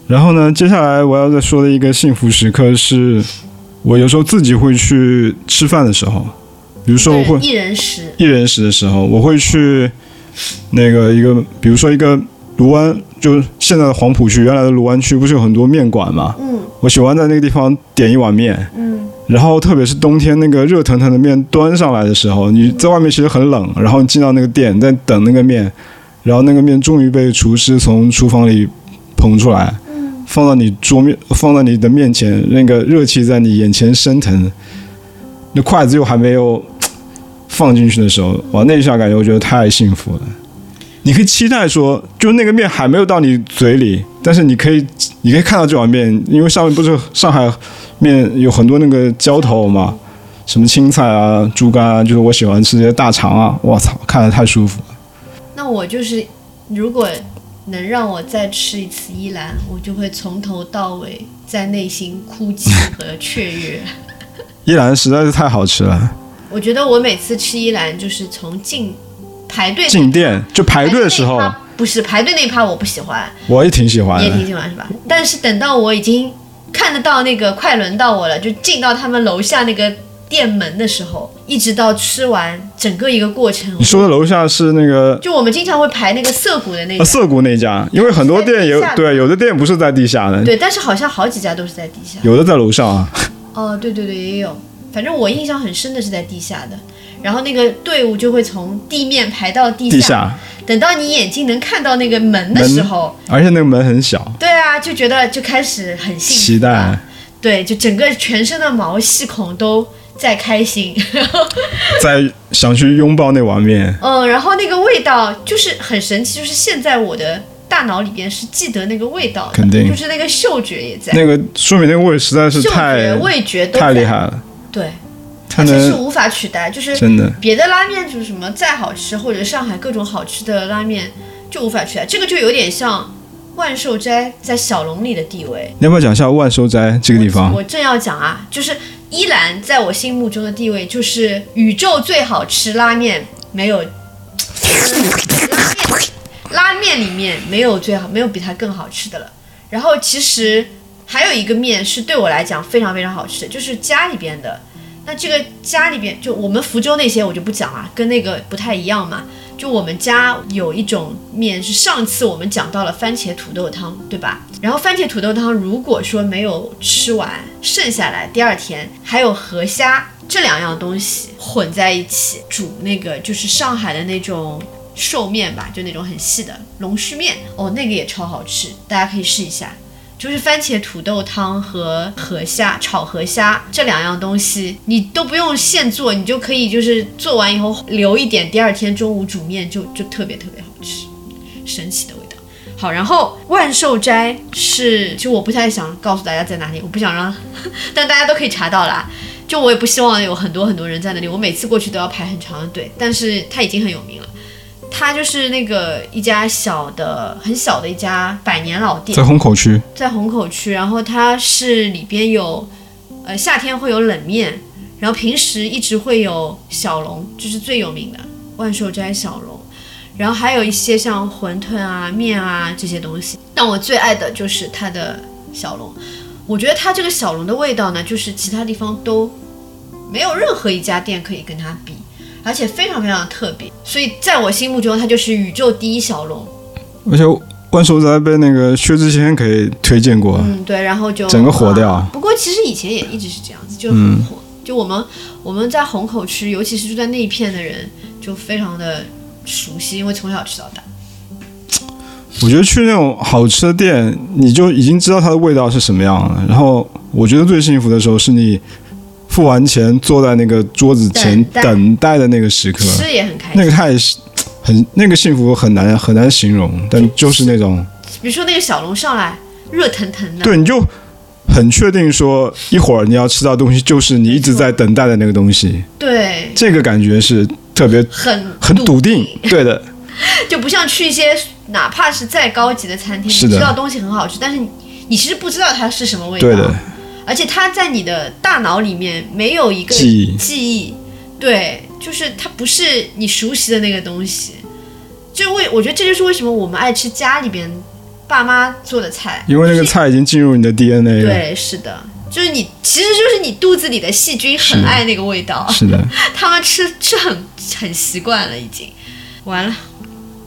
Speaker 1: 然后呢，接下来我要再说的一个幸福时刻是，我有时候自己会去吃饭的时候，比如说我会
Speaker 2: 一人食，
Speaker 1: 一人食的时候，我会去那个一个，比如说一个卢湾，就是现在的黄浦区，原来的卢湾区不是有很多面馆嘛？
Speaker 2: 嗯
Speaker 1: 我喜欢在那个地方点一碗面，
Speaker 2: 嗯，
Speaker 1: 然后特别是冬天那个热腾腾的面端上来的时候，你在外面其实很冷，然后你进到那个店在等那个面，然后那个面终于被厨师从厨房里捧出来，
Speaker 2: 嗯
Speaker 1: 放到你桌面，放到你的面前，那个热气在你眼前升腾，那筷子又还没有放进去的时候，哇，那一下感觉我觉得太幸福了。你可以期待说，就那个面还没有到你嘴里，但是你可以，你可以看到这碗面，因为上面不是上海面有很多那个浇头嘛，什么青菜啊、猪肝啊，就是我喜欢吃这些大肠啊，我操，看着太舒服了。
Speaker 2: 那我就是如果能让我再吃一次依兰，我就会从头到尾在内心哭泣和雀跃。 [LAUGHS]
Speaker 1: 依然实在是太好吃了，
Speaker 2: 我觉得我每次吃依兰就是从进排队
Speaker 1: 进店就排队的时候
Speaker 2: 那一，趴不是排队那一趴我不喜欢，
Speaker 1: 我也挺喜欢
Speaker 2: 你也
Speaker 1: 的。
Speaker 2: 挺喜欢是吧？但是等到我已经看得到那个快轮到我了，就进到他们楼下那个店门的时候，一直到吃完整个一个过程
Speaker 1: 你，说的楼下是那个
Speaker 2: 就我们经常会排那个涩谷的那
Speaker 1: 呃
Speaker 2: 个。
Speaker 1: 涩谷那家，因为很多店有
Speaker 2: 在地下
Speaker 1: 对有的店不是在地下的，
Speaker 2: 对，但是好像好几家都是在地下。
Speaker 1: 有的在楼上啊。
Speaker 2: 哦，对对对，也有。反正我印象很深的是在地下的，然后那个队伍就会从地面排到地下，
Speaker 1: 地下，
Speaker 2: 等到你眼睛能看到那个门的
Speaker 1: 门
Speaker 2: 时候，
Speaker 1: 而且那个门很小，
Speaker 2: 对啊，就觉得就开始很兴奋
Speaker 1: 期待
Speaker 2: 了对，就整个全身的毛细孔都在开心， [LAUGHS]
Speaker 1: 在想去拥抱那碗面，
Speaker 2: 嗯，然后那个味道就是很神奇，就是现在我的大脑里边是记得那个味道的，
Speaker 1: 肯定
Speaker 2: 就是那个嗅觉也在，
Speaker 1: 那个说明那个味实在是
Speaker 2: 嗅觉、
Speaker 1: 太
Speaker 2: 味觉都
Speaker 1: 太厉
Speaker 2: 在，
Speaker 1: 害了，
Speaker 2: 对，
Speaker 1: 它
Speaker 2: 而且是
Speaker 1: 能
Speaker 2: 无法取代，就是
Speaker 1: 真的
Speaker 2: 别的拉面就是什么再好吃，或者上海各种好吃的拉面就无法取代，这个就有点像万寿斋在小龙里的地位。
Speaker 1: 你要不要讲一下万寿斋这个地方？
Speaker 2: 我正要讲啊，就是依兰在我心目中的地位就是宇宙最好吃拉面，没有， [COUGHS] 拉面拉面里面没有最好，没有比它更好吃的了。然后其实还有一个面是对我来讲非常非常好吃的，就是家里边的。那这个家里边就我们福州那些我就不讲了，跟那个不太一样嘛。就我们家有一种面是上次我们讲到了番茄土豆汤，对吧？然后番茄土豆汤如果说没有吃完，剩下来第二天还有河虾这两样东西混在一起煮那个就是上海的那种寿面吧，就那种很细的龙须面哦，那个也超好吃，大家可以试一下。就是番茄土豆汤和河虾炒河虾这两样东西，你都不用现做，你就可以就是做完以后留一点，第二天中午煮面就就特别特别好吃，神奇的味道。好，然后万寿斋是，就我不太想告诉大家在哪里，我不想让， [LAUGHS] 但大家都可以查到啦。就我也不希望有很多很多人在那里，我每次过去都要排很长的队，但是它已经很有名了。它就是那个一家小的、很小的一家百年老店
Speaker 1: 在，虹口区，
Speaker 2: 在虹口区，然后它是里边有，呃，夏天会有冷面，然后平时一直会有小笼，这、是最有名的万寿斋小笼，然后还有一些像馄饨啊、面啊这些东西。但我最爱的就是它的小笼，我觉得它这个小笼的味道呢，就是其他地方都没有任何一家店可以跟它比，而且非常非常特别，所以在我心目中它就是宇宙第一小笼。
Speaker 1: 而且万寿斋被那个薛之谦给推荐过，
Speaker 2: 嗯，对，然后就
Speaker 1: 整个火掉
Speaker 2: 啊不过其实以前也一直是这样子，就很
Speaker 1: 嗯
Speaker 2: 火。就我们我们在虹口区，尤其是住在那一片的人，就非常的熟悉，因为从小吃到大。
Speaker 1: 我觉得去那种好吃的店，你就已经知道它的味道是什么样了。然后我觉得最幸福的时候是你付完钱坐在那个桌子前
Speaker 2: 等待
Speaker 1: 等待的那个时刻，
Speaker 2: 吃也很开心。
Speaker 1: 那个太是很那个幸福很难很难形容，但就是那种
Speaker 2: 比如说那个小笼上来，热腾腾的，
Speaker 1: 对你就很确定说一会儿你要吃到的东西就是你一直在等待的那个东西，
Speaker 2: 对，
Speaker 1: 这个感觉是特别
Speaker 2: 很
Speaker 1: 很笃定，对的，
Speaker 2: [LAUGHS] 就不像去一些哪怕是再高级的餐厅，
Speaker 1: 是
Speaker 2: 你
Speaker 1: 的
Speaker 2: 知道东西很好吃，但是你你其实不知道它是什么味道。
Speaker 1: 对的。
Speaker 2: 而且它在你的大脑里面没有一个
Speaker 1: 记忆
Speaker 2: 记忆对，就是它不是你熟悉的那个东西。就为我觉得这就是为什么我们爱吃家里边爸妈做的菜，
Speaker 1: 因为那
Speaker 2: 就
Speaker 1: 个
Speaker 2: 是
Speaker 1: 菜已经进入你的 DNA 了。
Speaker 2: 对，是的，就是你，其实就是你肚子里的细菌很
Speaker 1: 是
Speaker 2: 爱那个味道，
Speaker 1: 是的，
Speaker 2: [LAUGHS] 他们吃吃很很习惯了，已经。完了，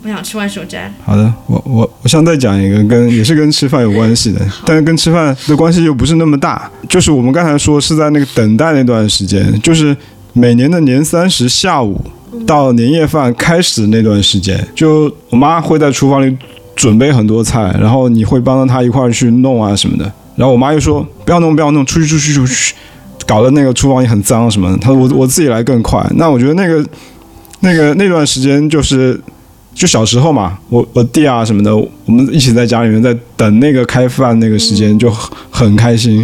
Speaker 2: 我想吃万寿斋。
Speaker 1: 好的，我我我想再讲一个跟也是跟吃饭有关系的，但是跟吃饭的关系又不是那么大。就是我们刚才说是在那个等待那段时间，就是每年的年三十下午到年夜饭开始那段时间，就我妈会在厨房里准备很多菜，然后你会帮着她一块儿去弄啊什么的。然后我妈又说不要弄不要弄，出去出去出去，搞得那个厨房也很脏什么的。她说我我自己来更快。那我觉得那个那个那段时间就是就小时候嘛，我我弟啊什么的，我们一起在家里面在等那个开饭那个时间，就很很开心。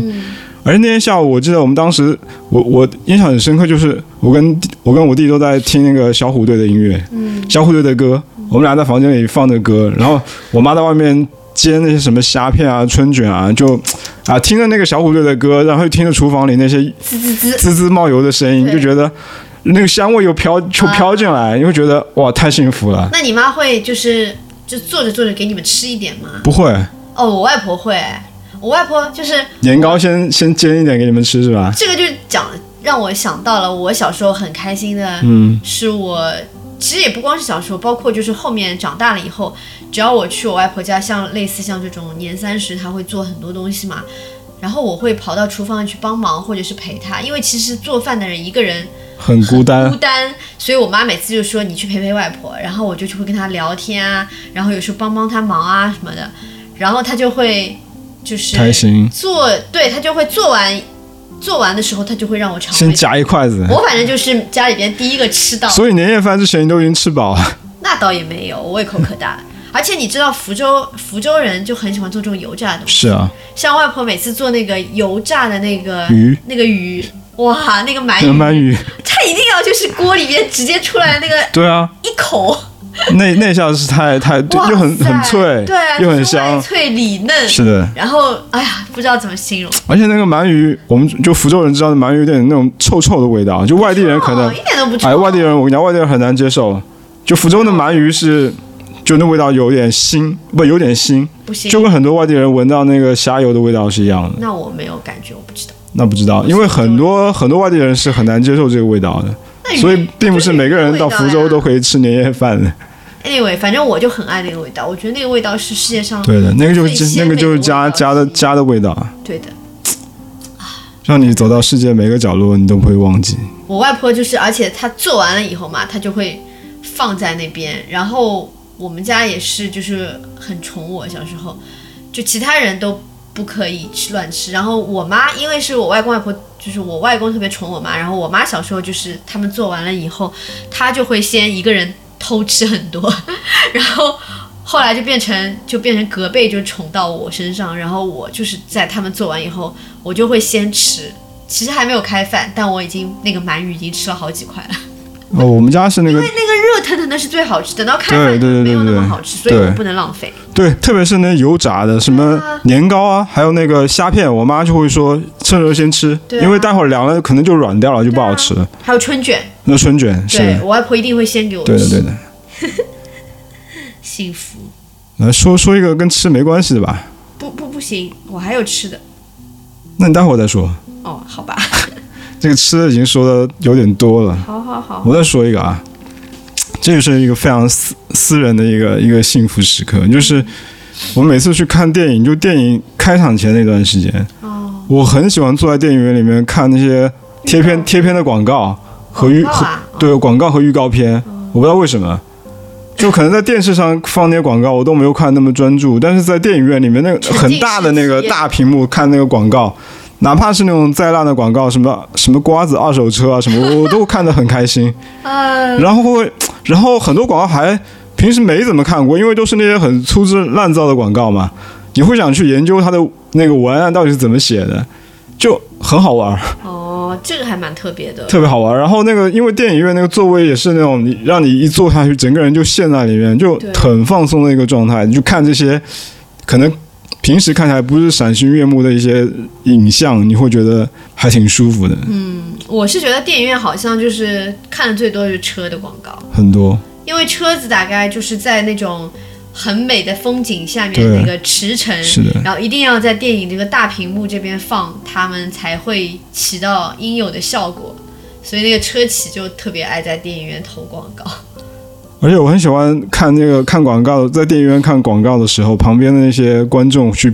Speaker 1: 而且那天下午，我记得我们当时，我我印象很深刻，就是我跟弟我跟我弟都在听那个小虎队的音乐，小虎队的歌，我们俩在房间里放着歌，然后我妈在外面煎那些什么虾片啊、春卷啊，就啊听着那个小虎队的歌，然后又听着厨房里那些
Speaker 2: 滋滋滋，
Speaker 1: 滋滋冒油的声音，
Speaker 2: 对
Speaker 1: 就觉得那个香味又飘就飘进来，你会觉得哇太幸福了。
Speaker 2: 那你妈会就是就做着做着给你们吃一点吗？
Speaker 1: 不会，
Speaker 2: 哦，我外婆会，我外婆就是
Speaker 1: 年糕先先煎一点给你们吃是吧？
Speaker 2: 这个就讲让我想到了我小时候很开心的，是我其实也不光是小时候，包括就是后面长大了以后，只要我去我外婆家，像类似像这种年三十，她会做很多东西嘛，然后我会跑到厨房去帮忙或者是陪她，因为其实做饭的人一个人
Speaker 1: 很孤单
Speaker 2: 孤，单，所以我妈每次就说你去陪陪外婆，然后我就去会跟她聊天啊，然后有时候帮帮她忙啊什么的，然后她就会就是
Speaker 1: 开心。
Speaker 2: 做，对她就会做完，做完的时候她就会让我尝
Speaker 1: 先
Speaker 2: 味。
Speaker 1: 夹一筷子。
Speaker 2: 我反正就是家里边第一个吃到，
Speaker 1: 所以年夜饭之前你都已经吃饱了，
Speaker 2: 那倒也没有，我胃口可
Speaker 1: [LAUGHS]
Speaker 2: 大。而且你知道福州福州人就很喜欢做这种油炸的东西，
Speaker 1: 是啊，
Speaker 2: 像外婆每次做那个油炸的那个
Speaker 1: 鱼
Speaker 2: 那个鱼，哇，那个鳗
Speaker 1: 那
Speaker 2: 鱼，
Speaker 1: 鳗鱼，
Speaker 2: 它一定要就是锅里面直接出来那个
Speaker 1: 对啊，
Speaker 2: 一口。
Speaker 1: 那那一下是太太对
Speaker 2: 哇
Speaker 1: 又很
Speaker 2: 塞
Speaker 1: 很脆，
Speaker 2: 对啊，
Speaker 1: 又很
Speaker 2: 就是外
Speaker 1: 香，
Speaker 2: 脆里嫩。
Speaker 1: 是的。
Speaker 2: 然后，哎呀，不知道怎么形容，
Speaker 1: 而且那个鳗鱼，我们就福州人知道的鳗鱼有点那种臭臭的味道，就外地人可能
Speaker 2: 哦、一点都不臭。
Speaker 1: 哎，外地人，我跟你讲，外地人很难接受。就福州的鳗鱼是，就那味道有点腥，不有点腥，
Speaker 2: 不行，
Speaker 1: 就跟很多外地人闻到那个虾油的味道是一样的。
Speaker 2: 那我没有感觉，我不知道。
Speaker 1: 那不知道，因为很多很多外地人是很难接受这个味道的，
Speaker 2: 那鱼
Speaker 1: 所以并不是每个人到福州都
Speaker 2: 就
Speaker 1: 可以吃年夜饭的。
Speaker 2: 是那个味道呀 Anyway，反正我就很爱那个味道，我觉得那个味道是世界上
Speaker 1: 对的，那个就
Speaker 2: 最
Speaker 1: 是
Speaker 2: 鲜
Speaker 1: 那
Speaker 2: 美
Speaker 1: 个就是家
Speaker 2: 味道
Speaker 1: 家的家的味道，
Speaker 2: 对的。
Speaker 1: 让你走到世界每个角落，你都不会忘记。
Speaker 2: 我外婆就是，而且她做完了以后嘛，她就会放在那边。然后我们家也是，就是很宠我，小时候就其他人都不可以吃乱吃。然后我妈因为是我外公外婆，就是我外公特别宠我妈，然后我妈小时候就是他们做完了以后，她就会先一个人偷吃很多， [LAUGHS] 然后。后来就变成就变成隔辈就宠到我身上，然后我就是在他们做完以后，我就会先吃，其实还没有开饭，但我已经那个鳗鱼已经吃了好几块了。 [LAUGHS]
Speaker 1: 哦，我们家是那个
Speaker 2: 那个热腾腾的是最好吃，等到
Speaker 1: 对
Speaker 2: 开
Speaker 1: 对
Speaker 2: 饭
Speaker 1: 对
Speaker 2: 没有那
Speaker 1: 对
Speaker 2: 么
Speaker 1: 对
Speaker 2: 好吃，所以
Speaker 1: 对
Speaker 2: 我不能浪费。
Speaker 1: 对，特别是那油炸的，什么
Speaker 2: 啊
Speaker 1: 年糕啊，还有那个虾片，我妈就会说趁热先吃，
Speaker 2: 对啊
Speaker 1: 因为待会儿凉了可能就软掉了，就不好吃了。
Speaker 2: 还有春卷，
Speaker 1: 那春卷是
Speaker 2: 对
Speaker 1: 的，
Speaker 2: 我外婆一定会先给我吃。
Speaker 1: 对的对的。
Speaker 2: 幸福
Speaker 1: 来说说一个跟吃没关系的吧，
Speaker 2: 不不不行，我还有吃的
Speaker 1: 那你待会儿再说。
Speaker 2: 哦，好吧，
Speaker 1: 这个吃的已经说的有点多了，
Speaker 2: [LAUGHS] 好好好，
Speaker 1: 我再说一个啊，这个是一个非常私私人的一个一个幸福时刻，就是我每次去看电影，就电影开场前那段时间，
Speaker 2: 哦，
Speaker 1: 我很喜欢坐在电影院里面看那些贴片贴片的广告和预
Speaker 2: 广告
Speaker 1: 和
Speaker 2: 啊，哦
Speaker 1: 对广告和预告片，我不知道为什么。就可能在电视上放那些广告，我都没有看那么专注，但是在电影院里面那个
Speaker 2: 沉浸
Speaker 1: 很大的那个
Speaker 2: 式体验
Speaker 1: 大屏幕看那个广告，哪怕是那种再烂的广告，什么什么瓜子二手车啊什么，我我都看得很开心。
Speaker 2: 呃，
Speaker 1: 然后会，然后很多广告还平时没怎么看过，因为都是那些很粗制滥造的广告嘛，你会想去研究它的那个文案到底是怎么写的，就很好玩儿，
Speaker 2: 哦，这个还蛮特别的，
Speaker 1: 特别好玩儿。然后那个因为电影院那个座位也是那种你让你一坐下去，整个人就陷在里面，就
Speaker 2: 对
Speaker 1: 很放松的一个状态，你就看这些可能。平时看起来不是赏心悦目的一些影像，你会觉得还挺舒服的，
Speaker 2: 我是觉得电影院好像就是看的最多的就是车的广告，
Speaker 1: 很多。
Speaker 2: 因为车子大概就是在那种很美的风景下面
Speaker 1: 对
Speaker 2: 那个驰骋，
Speaker 1: 是的
Speaker 2: 然后一定要在电影这个大屏幕这边放，他们才会起到应有的效果。所以那个车企就特别爱在电影院投广
Speaker 1: [LAUGHS]
Speaker 2: 告。
Speaker 1: 而且我很喜欢看那个看广告，在电影院看广告的时候，旁边的那些观众去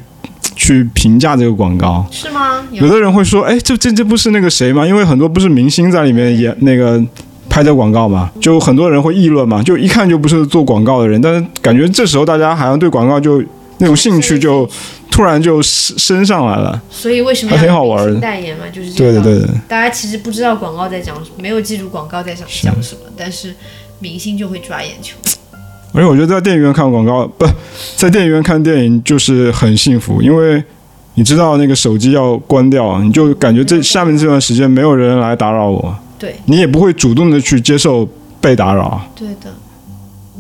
Speaker 1: 去评价这个广告。
Speaker 2: 是吗？有
Speaker 1: 有的人会说：“哎，这这这不是那个谁吗？”因为很多不是明星在里面演那个拍的广告嘛，就很多人会议论嘛，就一看就不是做广告的人，但是感觉这时候大家好像对广告就那种兴趣就突然就升升上来了。
Speaker 2: 所以为什么
Speaker 1: 还
Speaker 2: 要
Speaker 1: 挺好玩的
Speaker 2: 明星代言嘛？就是这
Speaker 1: 对
Speaker 2: 个
Speaker 1: 的
Speaker 2: 道理
Speaker 1: 对的，
Speaker 2: 大家其实不知道广告在讲什么，没有记住广告在讲讲什么，但是明星就会抓眼球。
Speaker 1: 而且我觉得在电影院看广告，不在电影院看电影就是很幸福，因为你知道那个手机要关掉，你就感觉这下面这段时间没有人来打扰我，
Speaker 2: 对
Speaker 1: 你也不会主动的去接受被打扰。
Speaker 2: 对的，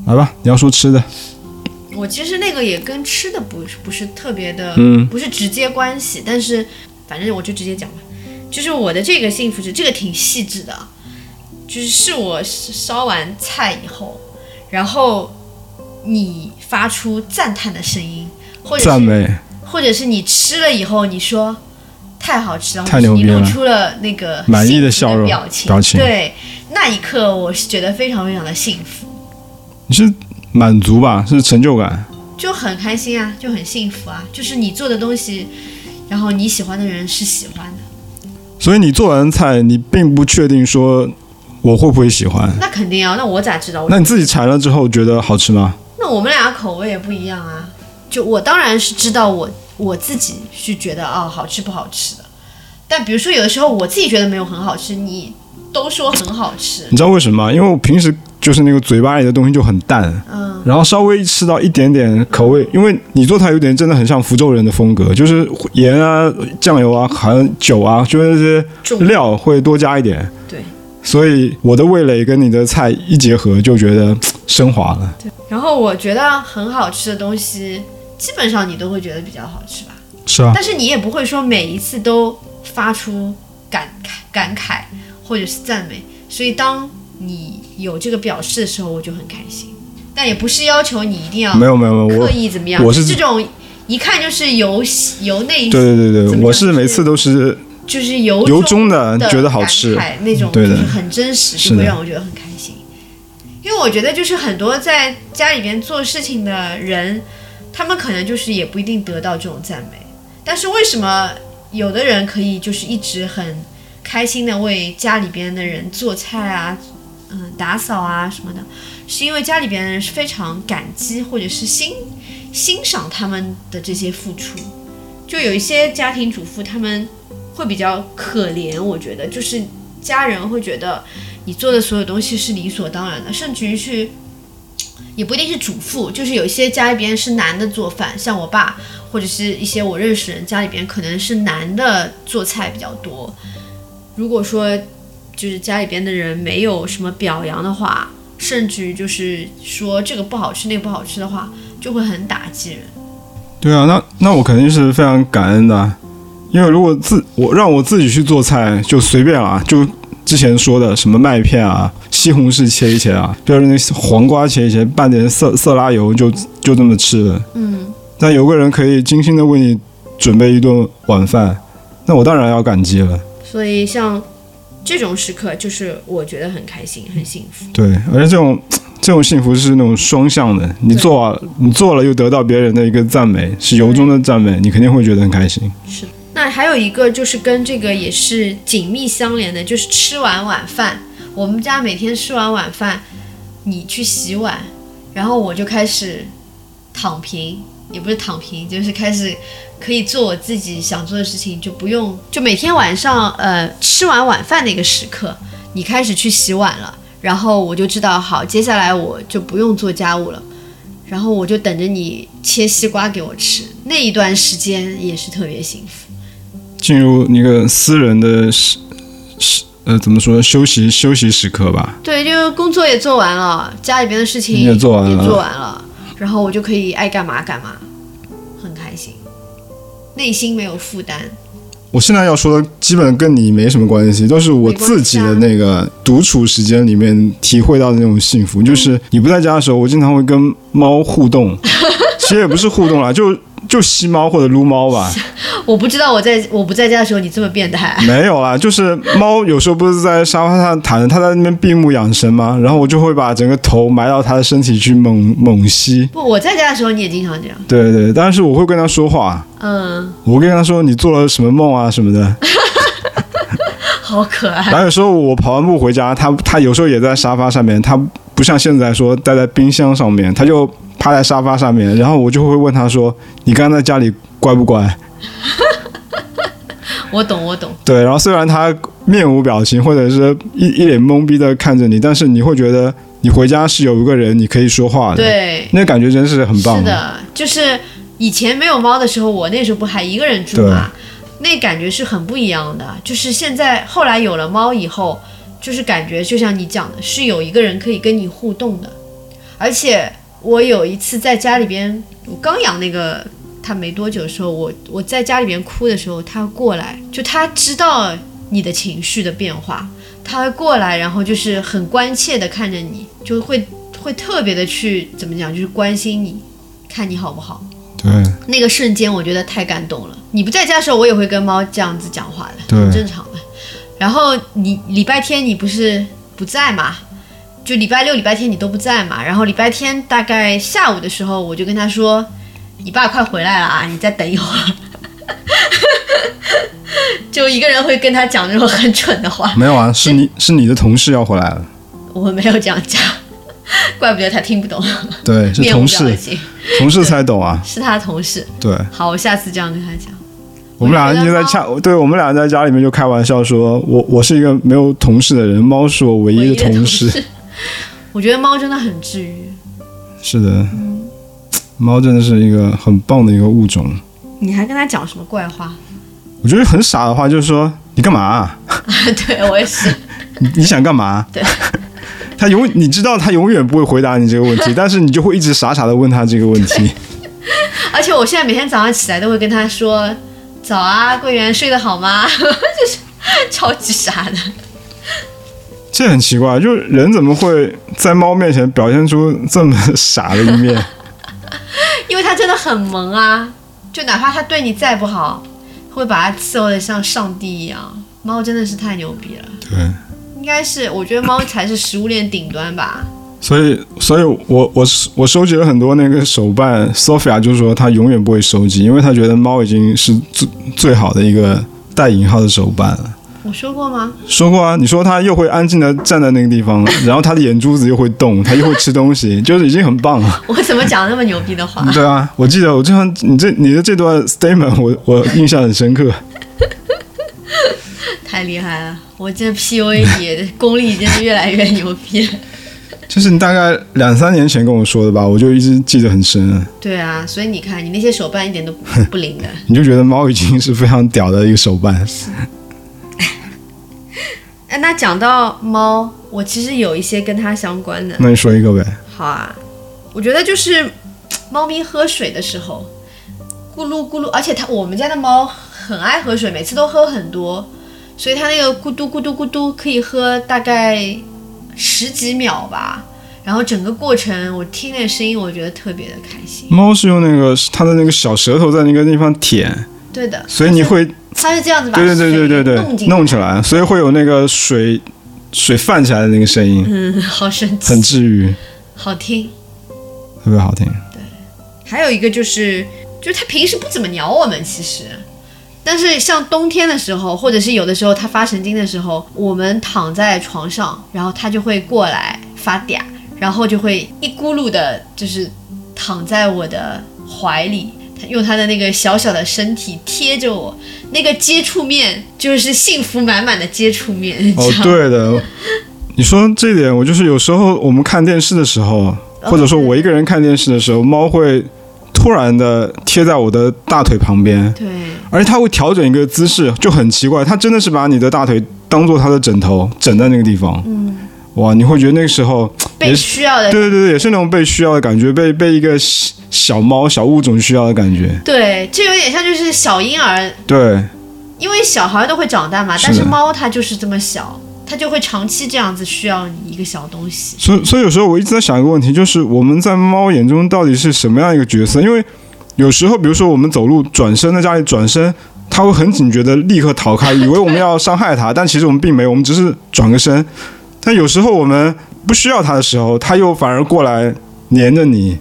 Speaker 1: 来吧，你要说吃的，
Speaker 2: 我其实那个也跟吃的不是不是特别的，
Speaker 1: 嗯
Speaker 2: 不是直接关系，但是反正我就直接讲吧，就是我的这个幸福值，这个挺细致的啊，就是是我烧完菜以后，然后你发出赞叹的声音，或者是
Speaker 1: 赞美，
Speaker 2: 或者是你吃了以后你说太好吃了，
Speaker 1: 太牛逼了
Speaker 2: 你露出了那个
Speaker 1: 满意的
Speaker 2: 幸
Speaker 1: 笑
Speaker 2: 福
Speaker 1: 容
Speaker 2: 表情，
Speaker 1: 表情
Speaker 2: 对，那一刻我是觉得非常非常的幸福，
Speaker 1: 你是满足吧？是成就感。
Speaker 2: 就很开心啊，就很幸福啊，就是你做的东西，然后你喜欢的人是喜欢的，
Speaker 1: 所以你做完菜，你并不确定说我会不会喜欢。
Speaker 2: 那肯定啊，那我咋知道？我
Speaker 1: 那你自己馋了之后觉得好吃吗？
Speaker 2: 那我们俩口味也不一样啊，就我当然是知道我我自己是觉得啊、好吃不好吃的，但比如说有的时候我自己觉得没有很好吃，你都说很好吃，
Speaker 1: [LAUGHS] 你知道为什么吗？因为我平时就是那个嘴巴里的东西就很淡，
Speaker 2: 嗯，
Speaker 1: 然后稍微吃到一点点口味，因为你做菜有点真的很像福州人的风格，就是盐啊、酱油啊、含酒啊，就是这些
Speaker 2: 重
Speaker 1: 料会多加一点。
Speaker 2: 对。
Speaker 1: 所以我的味蕾跟你的菜一结合，就觉得升华了。
Speaker 2: 然后我觉得很好吃的东西，基本上你都会觉得比较好吃吧，
Speaker 1: 是啊，
Speaker 2: 但是你也不会说每一次都发出感慨、感慨或者是赞美，所以当你有这个表示的时候，我就很开心。但也不是要求你一定要
Speaker 1: 没有没有没有，我
Speaker 2: 刻意怎么样，
Speaker 1: 我是
Speaker 2: 这种一看就是由喜由内
Speaker 1: 对对对
Speaker 2: 怎么
Speaker 1: 对，
Speaker 2: 样
Speaker 1: 我是每次都是
Speaker 2: 就是由
Speaker 1: 由衷的
Speaker 2: 的
Speaker 1: 觉得好吃
Speaker 2: 感。慨那种
Speaker 1: 对
Speaker 2: 就
Speaker 1: 的
Speaker 2: 是很真实，
Speaker 1: 是
Speaker 2: 就会
Speaker 1: 的
Speaker 2: 让我觉得很开心。因为我觉得就是很多在家里边做事情的人，他们可能就是也不一定得到这种赞美，但是为什么有的人可以就是一直很开心的为家里边的人做菜啊，嗯，打扫啊什么的，是因为家里边的人是非常感激或者是欣欣赏他们的这些付出。就有一些家庭主妇，他们会比较可怜，我觉得就是家人会觉得你做的所有东西是理所当然的，甚至于去。也不一定是主妇，就是有一些家里边是男的做饭，像我爸或者是一些我认识人家里边可能是男的做菜比较多。如果说就是家里边的人没有什么表扬的话，甚至于就是说这个不好吃那个不好吃的话，就会很打击人。
Speaker 1: 对啊，那那我肯定是非常感恩的啊，因为如果自我让我自己去做菜，就随便啦，就之前说的什么麦片啊、西红柿切一切啊，比如那个黄瓜切一切，拌点色色拉油就就这么吃了。
Speaker 2: 嗯，
Speaker 1: 那有个人可以精心的为你准备一顿晚饭，那我当然要感激了。
Speaker 2: 所以像这种时刻，就是我觉得很开心、很幸福。
Speaker 1: 对，而且这种这种幸福是那种双向的，你
Speaker 2: 对
Speaker 1: 做啊你做了又得到别人的一个赞美，是由衷的赞美，你肯定会觉得很开心。
Speaker 2: 是的。那还有一个就是跟这个也是紧密相连的，就是吃完晚饭，我们家每天吃完晚饭，你去洗碗，然后我就开始躺平，也不是躺平，就是开始可以做我自己想做的事情，就不用就每天晚上呃吃完晚饭那个时刻，你开始去洗碗了，然后我就知道好，接下来我就不用做家务了。然后我就等着你切西瓜给我吃，那一段时间也是特别幸福。
Speaker 1: 进入一个私人的时时呃怎么说休息休息时刻吧。
Speaker 2: 对，就是工作也做完了，家里边的事情
Speaker 1: 也做完了
Speaker 2: 也做完了然后我就可以爱干嘛干嘛，很开心。内心没有负担。
Speaker 1: 我现在要说的基本跟你没什么关系，都是我自己的那个独处时间里面体会到的那种幸福。就是你不在家的时候，我经常会跟猫互动，其实也不是互动啦，就就吸猫或者撸猫吧，
Speaker 2: 我不知道我在我不在家的时候你这么变态， [LAUGHS]
Speaker 1: 没有啦，就是猫有时候不是在沙发上躺着，它在那边闭目养神吗？然后我就会把整个头埋到它的身体去猛猛吸，
Speaker 2: 不我在家的时候你也经常这样。
Speaker 1: 对对，但是我会跟它说话，
Speaker 2: 嗯，
Speaker 1: 我会跟它说你做了什么梦啊什么
Speaker 2: [LAUGHS]
Speaker 1: 的。
Speaker 2: 好可爱。
Speaker 1: 然后有时候我跑完步回家，它它有时候也在沙发上面，它不像现在说待在冰箱上面，它就趴在沙发上面，然后我就会问它说你刚刚在家里乖不乖？
Speaker 2: 我懂，我懂。
Speaker 1: 对，然后虽然他面无表情，或者是一一脸懵逼的看着你，但是你会觉得你回家是有一个人你可以说话的，，
Speaker 2: 对，
Speaker 1: 那感觉真是很棒。
Speaker 2: 是，的，就是以前没有猫的时候，我那时候不还一个人住嘛，那感觉是很不一样的。就是现在后来有了猫以后，就是感觉就像你讲的，是有一个人可以跟你互动的。而且我有一次在家里边，我刚养那个它没多久的时候，我我在家里边哭的时候，它过来，就它知道你的情绪的变化，它会过来，然后就是很关切的看着你，就会会特别的去怎么讲，就是关心你，看你好不好。
Speaker 1: 对
Speaker 2: 那个瞬间，我觉得太感动了。你不在家的时候，我也会跟猫这样子讲话的，
Speaker 1: 对
Speaker 2: 很正常的。然后你礼拜天你不是不在嘛？就礼拜六、礼拜天你都不在嘛？然后礼拜天大概下午的时候，我就跟他说：“你爸快回来了啊，你再等一会儿。” [LAUGHS] 就一个人会跟他讲这种很蠢的话，
Speaker 1: 没有啊，是你是你的同事要回来了，
Speaker 2: 我没有这样讲，怪不得他听不懂，
Speaker 1: 对，是
Speaker 2: 面无
Speaker 1: 同事，
Speaker 2: 表情，
Speaker 1: 同事才懂啊。
Speaker 2: 是他的同事。
Speaker 1: 对，
Speaker 2: 好，我下次这样跟他讲。
Speaker 1: 我们俩就在家，对我们俩在家里面就开玩笑说，我我是一个没有同事的人，猫是我唯
Speaker 2: 唯
Speaker 1: 一
Speaker 2: 一
Speaker 1: 的
Speaker 2: 同
Speaker 1: 事。。
Speaker 2: [LAUGHS] 我觉得猫真的很治愈。
Speaker 1: 是的，猫真的是一个很棒的一个物种。
Speaker 2: 你还跟它讲什么怪话？
Speaker 1: 我觉得很傻的话就是说，你干嘛啊、
Speaker 2: [LAUGHS] 对我也是，
Speaker 1: 你你想干嘛？啊
Speaker 2: 对，
Speaker 1: [LAUGHS] 他永你知道他永远不会回答你这个问题，但是你就会一直傻傻的问他这个问题。
Speaker 2: [LAUGHS] 而且我现在每天早上起来都会跟它说：“早啊，桂圆，睡得好吗？” [LAUGHS] 就是超级傻的。
Speaker 1: 这很奇怪，就是人怎么会在猫面前表现出这么 [LAUGHS] 傻的一面？
Speaker 2: 因为它真的很萌啊，就哪怕它对你再不好，会把它伺候得像上帝一样。猫真的是太牛逼了，
Speaker 1: 对，
Speaker 2: 应该是我觉得猫才是食物链顶端吧。
Speaker 1: 所以，所以我我我收集了很多那个手办，Sophia 就说她永远不会收集，因为她觉得猫已经是最最好的一个带引号的手办了。
Speaker 2: 我说过吗？ [LAUGHS]
Speaker 1: 说过啊，你说它又会安静的站在那个地方， [LAUGHS] 然后它的眼珠子又会动，它又会吃东西，就是已经很棒了。
Speaker 2: 我怎么讲那么牛逼的话？
Speaker 1: 对啊，我记得我这样，你这你的这段 statement 我我印象很深刻。
Speaker 2: 太厉害了！我这 PUA 你的功力真的越来越牛逼了。
Speaker 1: 就是你大概两三年前跟我说的吧，我就一直记得很深。
Speaker 2: [LAUGHS] 对啊，所以你看，你那些手办一点都不 [LAUGHS] 不灵的。
Speaker 1: 你就觉得猫已经是非常屌的一个手办，
Speaker 2: 哎，那讲到猫，我其实有一些跟它相关的。
Speaker 1: 那你说一个呗？
Speaker 2: 好啊，我觉得就是嘖猫咪喝水的时候，咕噜咕噜，而且它我们家的猫很爱喝水，每次都喝很多，所以它那个咕嘟咕嘟咕嘟可以喝大概十几秒吧。然后整个过程，我听那个声音，我觉得特别的开心。
Speaker 1: 猫是用那个它的那个小舌头在那个地方舔，
Speaker 2: 对的，
Speaker 1: 所以你会
Speaker 2: 它是这样子把
Speaker 1: 对对对对对
Speaker 2: 水弄
Speaker 1: 对
Speaker 2: 进
Speaker 1: 弄起来，所以会有那个水水泛起来的那个声音，
Speaker 2: 嗯， [LAUGHS] 好神奇，
Speaker 1: 很治愈，
Speaker 2: 好听。
Speaker 1: 特别好听。
Speaker 2: 还有一个就是，就是它平时不怎么鸟我们，其实，但是像冬天的时候，或者是有的时候它发神经的时候，我们躺在床上，然后它就会过来发嗲，然后就会一咕噜的，就是躺在我的怀里。它用它的那个小小的身体贴着我，那个接触面就是幸福满满的接触面，你 [LAUGHS] 知
Speaker 1: 哦
Speaker 2: 道吗，？
Speaker 1: 对的，你说这点，我就是有时候我们看电视的时
Speaker 2: 哦
Speaker 1: 候，或者说我一个人看电视的时候，猫会突然的贴在我的大腿旁边，
Speaker 2: 对，
Speaker 1: 而且它会调整一个姿势，就很奇怪，它真的是把你的大腿当做它的枕头枕在那个地方。嗯，哇，你会觉得那个时候，
Speaker 2: 被
Speaker 1: 也
Speaker 2: 需要的
Speaker 1: 对对对，也是那种被需要的感觉，被被一个细小猫、小物种需要的感觉。
Speaker 2: 对，这有点像就是小婴儿，
Speaker 1: 对，
Speaker 2: 因为小孩都会长大嘛，
Speaker 1: 是的
Speaker 2: 但是猫它就是这么小，它就会长期这样子需要你一个小东西。
Speaker 1: 所以所以有时候我一直在想一个问题，就是我们在猫眼中到底是什么样一个角色？因为有时候，比如说我们走路转身，在家里转身，它会很警觉的立刻逃开，以为我们要伤害它，但其实我们并没有，我们只是转个身。但有时候我们不需要它的时候，它又反而过来黏着你，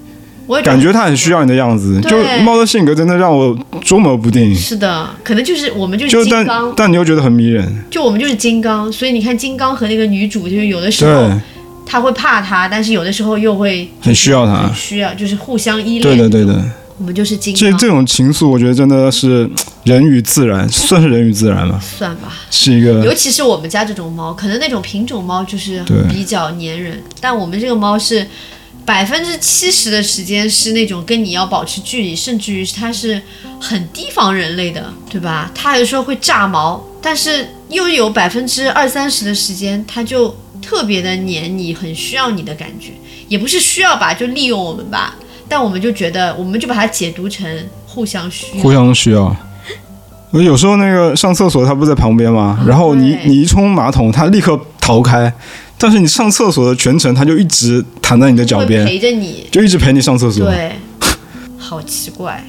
Speaker 2: 我也
Speaker 1: 感觉它很需。要你的样子。就
Speaker 2: 对
Speaker 1: 猫的性格真的让我捉摸不定。
Speaker 2: 是的，可能就是我们就
Speaker 1: 就是
Speaker 2: 金
Speaker 1: 但
Speaker 2: 刚，
Speaker 1: 但你又觉得很迷人，
Speaker 2: 就我们就是金刚，所以你看金刚和那个女主，就是有的时候
Speaker 1: 对，
Speaker 2: 他会怕她，但是有的时候又会
Speaker 1: 很需要它
Speaker 2: 很。需要，就是互相依恋。
Speaker 1: 对的，对的。
Speaker 2: 我们就是金
Speaker 1: 这
Speaker 2: 刚，
Speaker 1: 这种情愫，我觉得真的是嘖人与自然，算是人与自然吧，
Speaker 2: 算吧。
Speaker 1: 是一个
Speaker 2: 尤其是我们家这种猫，可能那种品种猫就是
Speaker 1: 嗯对
Speaker 2: 比较粘人，但我们这个猫是百分之七十的时间是那种跟你要保持距离，甚至于它是很提防人类的，对吧？它有时候会炸毛，但是又有百分之二三十的时间，它就特别的黏你，很需要你的感觉，也不是需要吧，就利用我们吧。但我们就觉得，我们就把它解读成互相需要。
Speaker 1: 互相需要。我有时候那个上厕所，它不是在旁边吗？然后你
Speaker 2: 啊对
Speaker 1: 你一冲马桶，它立刻逃开，但是你上厕所的全程，它就一直躺在你的脚
Speaker 2: 会
Speaker 1: 边，
Speaker 2: 陪着你，
Speaker 1: 就一直陪你上厕所，
Speaker 2: 对，好奇怪。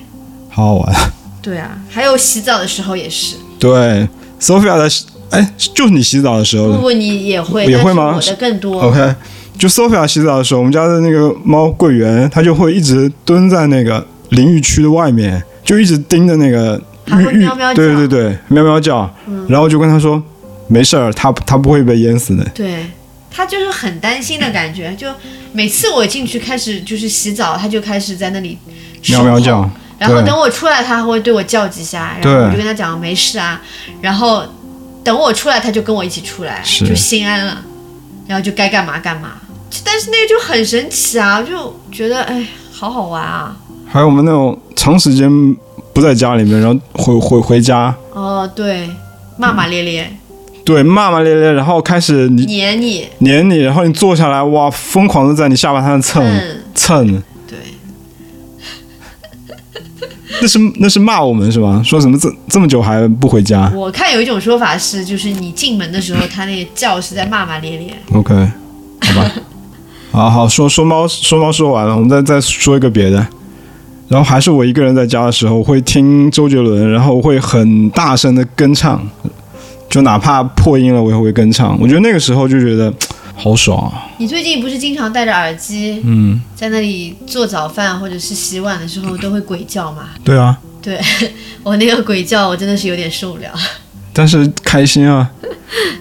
Speaker 1: 好好玩。
Speaker 2: 对啊，还有洗澡的时候也是，
Speaker 1: 对，Sophia 的，哎，就是你洗澡的时候
Speaker 2: 不不，你也会，
Speaker 1: 呃也会
Speaker 2: 但是
Speaker 1: 吗哦
Speaker 2: 我的更多，
Speaker 1: OK，就 Sophia 洗澡的时候，我们家的那个猫桂圆，它就会一直蹲在那个淋浴区的外面，就一直盯着那个
Speaker 2: 它
Speaker 1: 浴
Speaker 2: 会
Speaker 1: 浴
Speaker 2: 喵喵，叫
Speaker 1: 对
Speaker 2: 嗯
Speaker 1: 对对，喵喵叫。然后就跟它说，没事儿，它它不会被淹死的。
Speaker 2: 对。他就是很担心的感觉，就每次我进去开始就是洗澡，他就开始在那里
Speaker 1: 喵喵
Speaker 2: 守候
Speaker 1: 叫，
Speaker 2: 然后
Speaker 1: 对
Speaker 2: 等我出来，他还会对我叫几下，然
Speaker 1: 对
Speaker 2: 后我就跟他讲没事啊，然后等我出来，他就跟我一起出来，
Speaker 1: 是
Speaker 2: 就心安了，然后就该干嘛干嘛。但是那个就很神奇啊，就觉得哎，好好玩啊。
Speaker 1: 还有我们那种长时间不在家里面，然后回回回家，
Speaker 2: 哦，对，骂骂咧咧，
Speaker 1: 对，骂骂咧咧，然后开始你
Speaker 2: 黏你，
Speaker 1: 黏你，然后你坐下来，哇，疯狂的在你下巴上蹭
Speaker 2: 嗯，
Speaker 1: 蹭，
Speaker 2: 对，
Speaker 1: 那是那是骂我们是吧？说什么这这么久还不回家
Speaker 2: 我看有一种说法是，就是你进门的时候，它那个叫是在骂骂咧咧。
Speaker 1: ？OK，好 [LAUGHS] 吧，好好说说猫说猫说完了，我们再再说一个别的。然后还是我一个人在家的时候，我会听周杰伦，然后我会很大声的跟唱，就哪怕破音了，我也会跟唱。我觉得那个时候就觉得嗯好爽啊！
Speaker 2: 你最近不是经常戴着耳机，
Speaker 1: 嗯，
Speaker 2: 在那里做早饭或者是洗碗的时候都会鬼叫嘛？
Speaker 1: 对啊，
Speaker 2: [LAUGHS] 对我那个鬼叫，我真的是有点受不了。 [LAUGHS]
Speaker 1: 但是开心啊。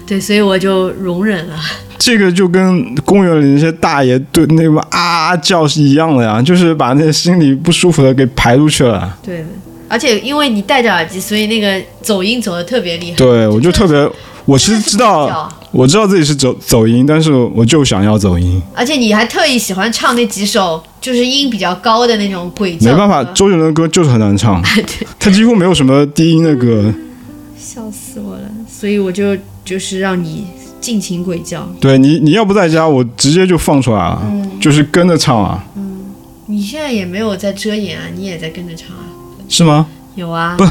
Speaker 2: 对，所以我就容忍了。 [LAUGHS]
Speaker 1: 这个就跟公园里那些大爷对那个啊啊叫是一样的呀，就是把那些心里不舒服的给排出去了。
Speaker 2: 对的，而且因为你戴着耳机，所以那个走音走的特别厉害。
Speaker 1: 对，我就特别，我其实知
Speaker 2: 真的是鬼
Speaker 1: 道，
Speaker 2: 叫
Speaker 1: 我知道自己是走走音，但是我就想要走音，
Speaker 2: 而且你还特意喜欢唱那几首就是音比较高的那种鬼叫
Speaker 1: 没
Speaker 2: 歌。
Speaker 1: 办法，周杰伦的歌就是很难唱，
Speaker 2: [LAUGHS] 对，
Speaker 1: 他几乎没有什么低音的歌。
Speaker 2: 笑死我了！所以我就就是让你尽情鬼叫。
Speaker 1: 对你，你要不在家，我直接就放出来了，
Speaker 2: 嗯
Speaker 1: 就是跟着唱啊，
Speaker 2: 你现在也没有在遮掩啊，你也在跟着唱啊？
Speaker 1: 是吗？
Speaker 2: 有啊，
Speaker 1: 不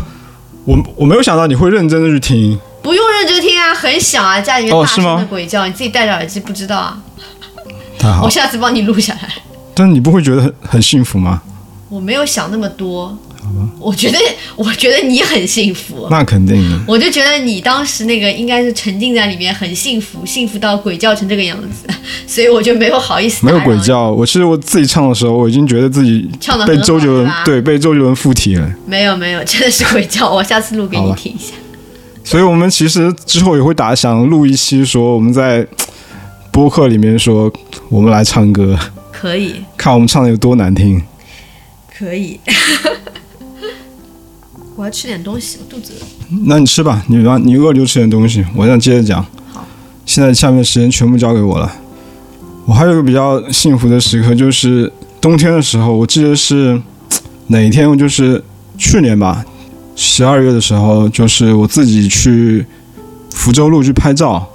Speaker 1: 我我没有想到你会认真的去听，
Speaker 2: 不用认真听啊，很响啊，家里面
Speaker 1: 哦
Speaker 2: 大
Speaker 1: 是
Speaker 2: 声
Speaker 1: 吗
Speaker 2: 的鬼叫，你自己戴着耳机不知道啊。
Speaker 1: 太
Speaker 2: 我
Speaker 1: 好，
Speaker 2: 下次帮你录下来。
Speaker 1: 但你不会觉得很很幸福吗？
Speaker 2: 我没有想那么多，我觉得我觉得你很幸福，
Speaker 1: 那肯定的。
Speaker 2: 我就觉得你当时那个应该是沉浸在里面，很幸福，幸福到鬼叫成这个样子，所以我就没有好意思
Speaker 1: 没有
Speaker 2: 打扰
Speaker 1: 鬼
Speaker 2: 你。
Speaker 1: 叫，我其实我自己唱的时候，我已经觉得自己
Speaker 2: 唱得
Speaker 1: 被
Speaker 2: 很好
Speaker 1: 周杰伦
Speaker 2: 是吧
Speaker 1: 对被周杰伦附体了。
Speaker 2: 没有没有，真的是鬼叫，我下次录给
Speaker 1: 好
Speaker 2: 你
Speaker 1: 吧
Speaker 2: 听一下。
Speaker 1: 所以我们其实之后也会打想录一期说我们在播客里面说我们来唱歌，
Speaker 2: 可以
Speaker 1: 看我们唱的有多难听。
Speaker 2: 可以， [LAUGHS] 我要吃点东西，我肚子饿。
Speaker 1: 那你吃吧，你完你饿了就吃点东西，我想接着讲。
Speaker 2: 好，
Speaker 1: 现在下面的时间全部交给我了。我还有一个比较幸福的时刻，就是冬天的时候，我记得是哪一天，就是去年吧，十二月的时候，就是我自己去福州路去拍照，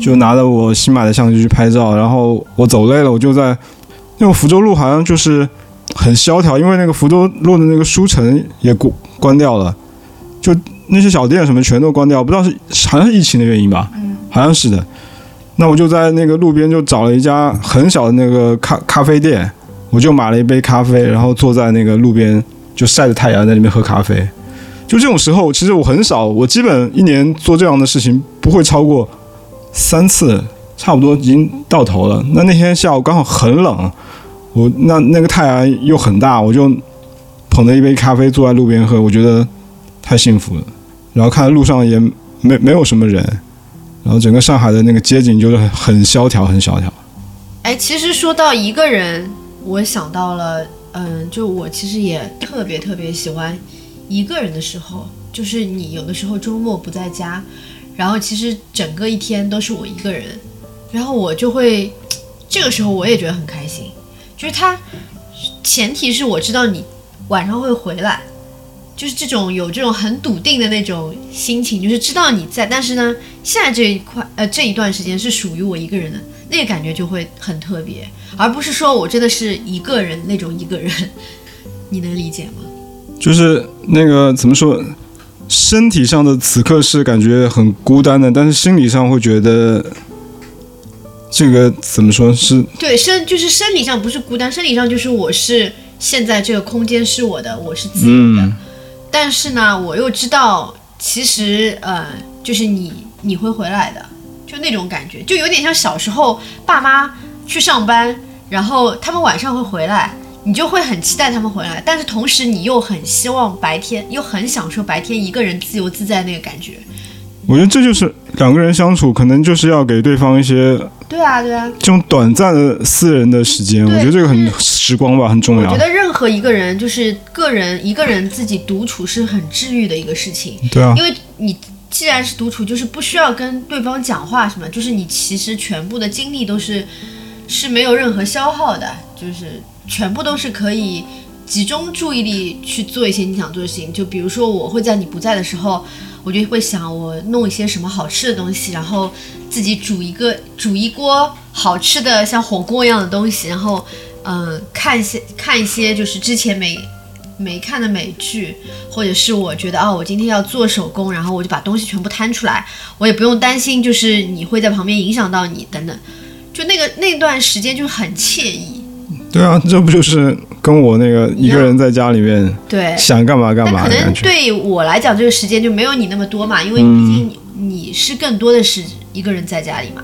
Speaker 1: 就拿着我新买的相机去拍照，然后我走累了，我就在那种福州路好像就是很萧条，因为那个福州路的那个书城也关关掉了，就那些小店什么全都关掉，不知道是好像是疫情的原因吧，好像是的。那我就在那个路边就找了一家很小的那个咖咖啡店，我就买了一杯咖啡，然后坐在那个路边就晒着太阳在那边喝咖啡。就这种时候，其实我很少，我基本一年做这样的事情不会超过三次，差不多已经到头了。那那天下午刚好很冷，我那那个太阳又很大，我就捧着一杯咖啡坐在路边喝，我觉得太幸福了。然后看路上也没没有什么人，然后整个上海的那个街景就是很很萧条，很萧条。
Speaker 2: 哎，其实说到一个人，我想到了，嗯，就我其实也特别特别喜欢一个人的时候，就是你有的时候周末不在家，然后其实整个一天都是我一个人，然后我就会，这个时候我也觉得很开心，就是他，前提是我知道你晚上会回来。就是这种有这种很笃定的那种心情，就是知道你在，但是呢，现在这一块呃这一段时间是属于我一个人的，那个感觉就会很特别，而不是说我真的是一个人那种一个人， [LAUGHS] 你能理解吗？
Speaker 1: 就是那个怎么说，身体上的此刻是感觉很孤单的，但是心理上会觉得这个怎么说是
Speaker 2: 对，生就是生理上不是孤单，生理上就是我是现在这个空间是我的，我是自己的，
Speaker 1: 嗯
Speaker 2: 但是呢，我又知道其实呃，就是你你会回来的，就那种感觉，就有点像小时候爸妈去上班，然后他们晚上会回来。你就会很期待他们回来，但是同时你又很希望白天，又很享受白天一个人自由自在那个感觉。
Speaker 1: 我觉得这就是两个人相处，可能就是要给对方一些
Speaker 2: 对啊，对啊，
Speaker 1: 这种短暂的私人的时间。我
Speaker 2: 对
Speaker 1: 觉得这个很时光吧，很重
Speaker 2: 我
Speaker 1: 要
Speaker 2: 觉。得任何一个人，就是个人一个人自己独处是很治愈的一个事情，
Speaker 1: 对啊
Speaker 2: 因，为你既然是独处，就是不需要跟对方讲话什么，就是你其实全部的精力都是是没有任何消耗的，就是全部都是可以集中注意力去做一些你想做的事情。就比如说，我会在你不在的时候，我就会想我弄一些什么好吃的东西，然后自己煮一个煮一锅好吃的像火锅一样的东西，然后嗯、呃看一些看一些就是之前没没看的美剧，或者是我觉得哦，我今天要做手工，然后我就把东西全部摊出来，我也不用担心就是你会在旁边影响到你等等，就那个那段时间就很惬意，
Speaker 1: 对啊，这不就是跟我那个一个人在家里面
Speaker 2: 对。
Speaker 1: 想干嘛干
Speaker 2: 但
Speaker 1: 嘛
Speaker 2: 可
Speaker 1: 的
Speaker 2: 能
Speaker 1: 感觉？
Speaker 2: 对我来讲，这个时间就没有你那么多嘛，因为毕竟你你是更多的是一个人在家里嘛。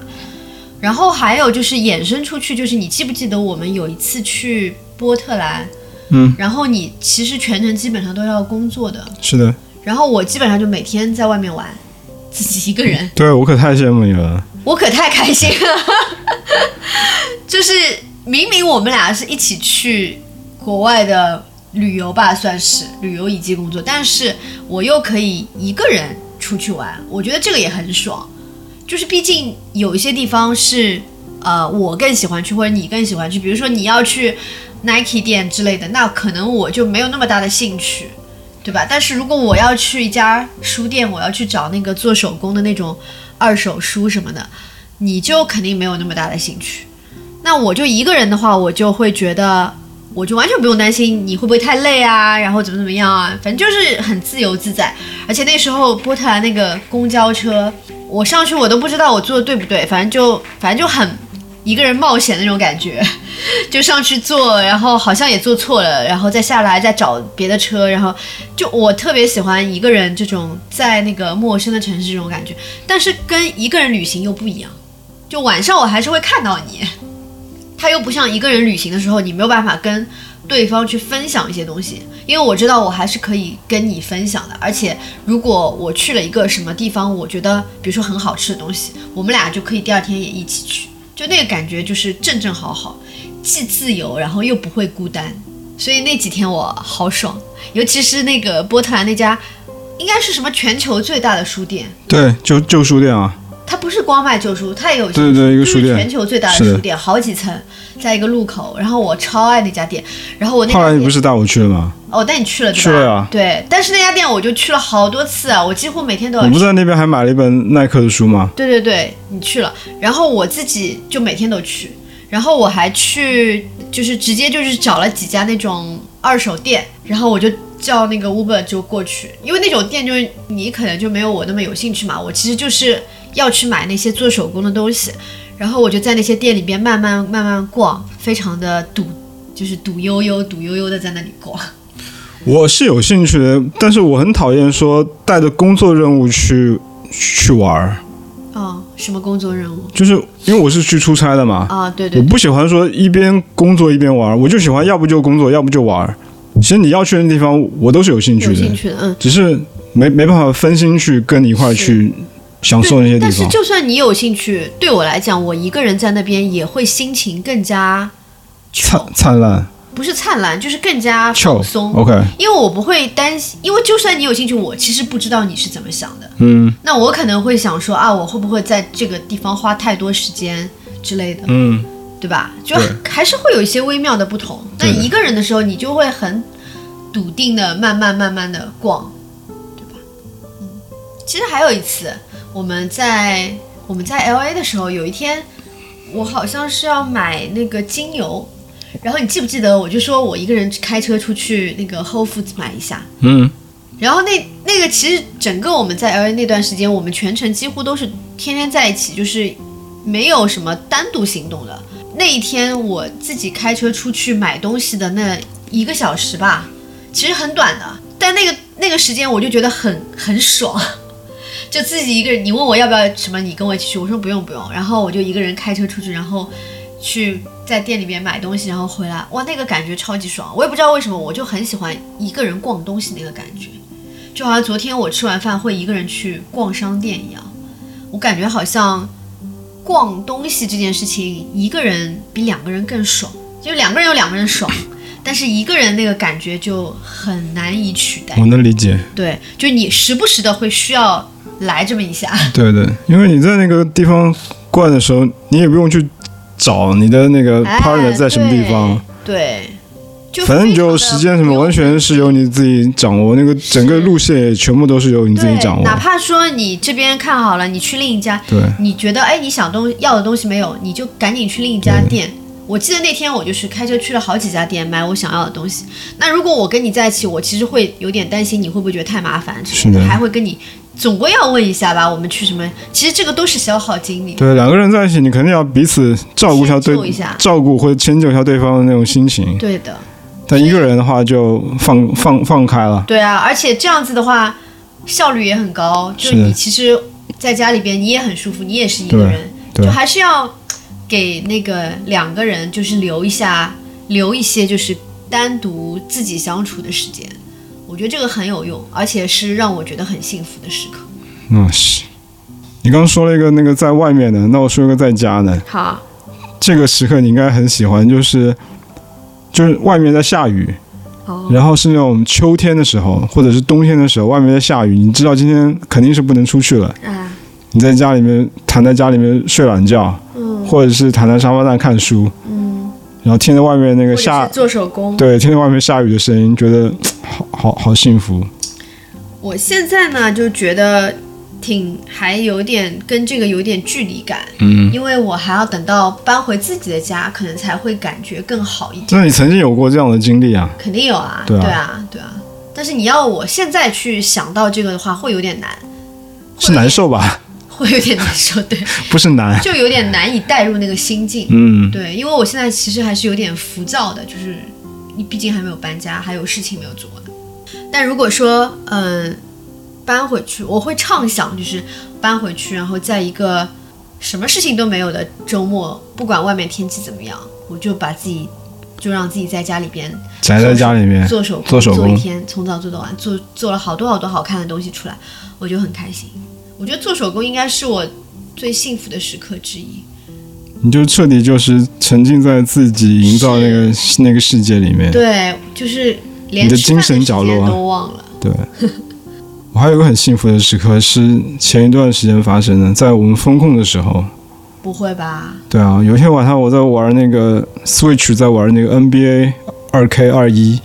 Speaker 2: 然后还有就是衍生出去，就是你记不记得我们有一次去波特兰，
Speaker 1: 嗯，
Speaker 2: 然后你其实全程基本上都要工作的，
Speaker 1: 是的，
Speaker 2: 然后我基本上就每天在外面玩，自己一个人，
Speaker 1: 对我可太羡慕你了。
Speaker 2: 我可太开心了。 [LAUGHS] 就是明明我们俩是一起去国外的旅游吧，算是旅游以及工作，但是我又可以一个人出去玩，我觉得这个也很爽。就是毕竟有一些地方是呃我更喜欢去，或者你更喜欢去，比如说你要去 Nike 店之类的，那可能我就没有那么大的兴趣。对吧？但是如果我要去一家书店，我要去找那个做手工的那种二手书什么的，你就肯定没有那么大的兴趣。那我就一个人的话，我就会觉得，我就完全不用担心你会不会太累啊，然后怎么怎么样啊，反正就是很自由自在。而且那时候波特兰那个公交车，我上去我都不知道我坐的对不对，反正就反正就很一个人冒险那种感觉， [LAUGHS] 就上去坐，然后好像也坐错了，然后再下来再找别的车，然后就我特别喜欢一个人这种在那个陌生的城市这种感觉，但是跟一个人旅行又不一样。就晚上我还是会看到你，他又不像一个人旅行的时候，你没有办法跟对方去分享一些东西，因为我知道我还是可以跟你分享的。而且如果我去了一个什么地方，我觉得比如说很好吃的东西，我们俩就可以第二天也一起去，就那个感觉就是正正好好，既自由，然后又不会孤单。所以那几天我好爽，尤其是那个波特兰那家，应该是什么全球最大的书店，
Speaker 1: 对，旧旧书店啊，
Speaker 2: 它不是光卖旧书，它也有一些
Speaker 1: 对对，一个
Speaker 2: 就
Speaker 1: 书
Speaker 2: 是
Speaker 1: 店
Speaker 2: 全。球最大
Speaker 1: 是
Speaker 2: 的
Speaker 1: 的
Speaker 2: 书店，好几层，在一个路口。然后我超爱那家店，然后我那
Speaker 1: 后来
Speaker 2: 家
Speaker 1: 你不
Speaker 2: 店
Speaker 1: 是带我去了吗？
Speaker 2: 哦，带你去了对吧？
Speaker 1: 去了呀
Speaker 2: 对，但是那家店我就去了好多次啊，我几乎每天都
Speaker 1: 我
Speaker 2: 要
Speaker 1: 不
Speaker 2: 去。
Speaker 1: 是在那边还买了一本耐克的书吗？
Speaker 2: 对对对，你去了，然后我自己就每天都去。然后我还去就是直接就是找了几家那种二手店，然后我就叫那个 Uber 就过去，因为那种店就是你可能就没有我那么有兴趣嘛，我其实就是要去买那些做手工的东西，然后我就在那些店里边慢慢慢慢逛，非常的堵，就是堵悠悠堵悠悠的在那里逛。
Speaker 1: 我是有兴趣的，但是我很讨厌说带着工作任务去去玩儿，
Speaker 2: 哦，什么工作任务
Speaker 1: 就是因为我是去出差的嘛，
Speaker 2: 啊？对对
Speaker 1: 我不喜欢说一边工作一边玩儿，我就喜欢要不就工作，要不就玩儿。其实你要去的地方，我都是有兴
Speaker 2: 对，
Speaker 1: 趣
Speaker 2: 有
Speaker 1: 的，
Speaker 2: 兴趣的，嗯。
Speaker 1: 只是没没办法分心去跟你一块儿去享受那些地
Speaker 2: 但是
Speaker 1: 方。
Speaker 2: 就算你有兴趣，对我来讲，我一个人在那边也会心情更加
Speaker 1: 灿
Speaker 2: 糗，
Speaker 1: 灿烂
Speaker 2: 不是灿烂，就是更加
Speaker 1: ，chill
Speaker 2: 放松。
Speaker 1: ，OK，
Speaker 2: 因为我不会担心，因为就算你有兴趣，我其实不知道你是怎么想的。
Speaker 1: 嗯
Speaker 2: 那我可能会想说啊，我会不会在这个地方花太多时间之类的，
Speaker 1: 嗯，
Speaker 2: 对吧？就
Speaker 1: 对
Speaker 2: 还是会有一些微妙的不同。那
Speaker 1: 对的
Speaker 2: 一个人的时候，你就会很笃定的慢慢慢慢的逛，对吧？嗯，其实还有一次，我们在我们在 L A 的时候，有一天我好像是要买那个精油，然后你记不记得我就说我一个人开车出去那个 Whole Foods 买一下，
Speaker 1: 嗯，
Speaker 2: 然后那那个其实整个我们在 L A 那段时间，我们全程几乎都是天天在一起，就是没有什么单独行动的。那一天我自己开车出去买东西的那一个小时吧，其实很短的，但那个那个时间我就觉得很很爽。就自己一个人，你问我要不要什么，你跟我一起去，我说不用不用，然后我就一个人开车出去，然后去在店里面买东西，然后回来，哇，那个感觉超级爽，我也不知道为什么，我就很喜欢一个人逛东西那个感觉。就好像昨天我吃完饭会一个人去逛商店一样，我感觉好像逛东西这件事情，一个人比两个人更爽，就两个人有两个人爽，但是一个人那个感觉就很难以取代。
Speaker 1: 我能理解。
Speaker 2: 对，就你时不时的会需要来这么一下。
Speaker 1: 对对，因为你在那个地方逛的时候，你也不用去找你的那个
Speaker 2: 哎
Speaker 1: partner 呃在什么地方，
Speaker 2: 对，就
Speaker 1: 反正你
Speaker 2: 非常
Speaker 1: 就
Speaker 2: 地
Speaker 1: 时间什
Speaker 2: 不
Speaker 1: 么
Speaker 2: 用
Speaker 1: 完全是由你自己掌握，那个整个路线也全部都是由你自己
Speaker 2: 对
Speaker 1: 掌握
Speaker 2: 哪。怕说你这边看好了，你去另一家，
Speaker 1: 对，
Speaker 2: 你觉得哎，你想东要的东西没有，你就赶紧去另一家
Speaker 1: 嗯
Speaker 2: 店。我记得那天我就是开车去了好几家店买我想要的东西。那如果我跟你在一起，我其实会有点担心你会不会觉得太麻烦之类
Speaker 1: 是的
Speaker 2: 还会跟你总归要问一下吧，我们去什么？其实这个都是消耗精力。
Speaker 1: 对，两个人在一起，你肯定要彼此照顾一下对
Speaker 2: 迁就一下，
Speaker 1: 照顾或迁就一下对方的那种心情。
Speaker 2: 对的，
Speaker 1: 但一个人的话就放放放开了，
Speaker 2: 对啊，而且这样子的话，效率也很高。就是
Speaker 1: 的
Speaker 2: 你其实在家里边你也很舒服，你也是一个
Speaker 1: 对
Speaker 2: 人，
Speaker 1: 对
Speaker 2: 就还是要给那个两个人就是留一下，留一些就是单独自己相处的时间。我觉得这个很有用，而且是让我觉得很幸福的时刻。
Speaker 1: 嗯是。你刚说了一个那个在外面的，那我说一个在家的。
Speaker 2: 好，
Speaker 1: 这个时刻你应该很喜欢，就是就是外面在下雨，
Speaker 2: 哦，
Speaker 1: 然后是那种秋天的时候，或者是冬天的时候，外面在下雨，你知道今天肯定是不能出去了。
Speaker 2: 啊，
Speaker 1: 你在家里面躺在家里面睡懒觉，
Speaker 2: 嗯
Speaker 1: 或者是躺在沙发上看书，
Speaker 2: 嗯，
Speaker 1: 然后听着外面那
Speaker 2: 或
Speaker 1: 个
Speaker 2: 者
Speaker 1: 下
Speaker 2: 是，做手工。
Speaker 1: 对，听着外面下雨的声音，觉得好好好幸福。
Speaker 2: 我现在呢就觉得挺还有点跟这个有点距离感，
Speaker 1: 嗯，
Speaker 2: 因为我还要等到搬回自己的家，可能才会感觉更好一点。
Speaker 1: 那你曾经有过这样的经历啊？
Speaker 2: 肯定有啊，
Speaker 1: 对啊
Speaker 2: 对啊，对啊但是你要我现在去想到这个的话，会有点难，
Speaker 1: 是难受吧？
Speaker 2: 会有点难受，对，
Speaker 1: 不是难，
Speaker 2: 就有点难以带入那个心境。
Speaker 1: 嗯，
Speaker 2: 对，因为我现在其实还是有点浮躁的，就是你毕竟还没有搬家，还有事情没有做完。但如果说，嗯，搬回去，我会畅想，就是搬回去，然后在一个什么事情都没有的周末，不管外面天气怎么样，我就把自己就让自己在家里边
Speaker 1: 宅在家里面，
Speaker 2: 做手工
Speaker 1: 做手
Speaker 2: 一
Speaker 1: 工
Speaker 2: 天，从早做到晚，做做了好多好多好看的东西出来，我就很开心。我觉得做手工应该是我最幸福的时刻之一。
Speaker 1: 你就彻底就是沉浸在自己营造那个那个世界里面。
Speaker 2: 对，就是
Speaker 1: 嗯
Speaker 2: 连
Speaker 1: 你的
Speaker 2: 吃
Speaker 1: 精
Speaker 2: 饭
Speaker 1: 神角落啊
Speaker 2: 时间都忘了。
Speaker 1: 对， [LAUGHS] 我还有一个很幸福的时刻是前一段时间发生的，在我们风控的时候。
Speaker 2: 不会吧？
Speaker 1: 对啊，有一天晚上我在玩那个 Switch，在玩那个 NBA 二 K 二一，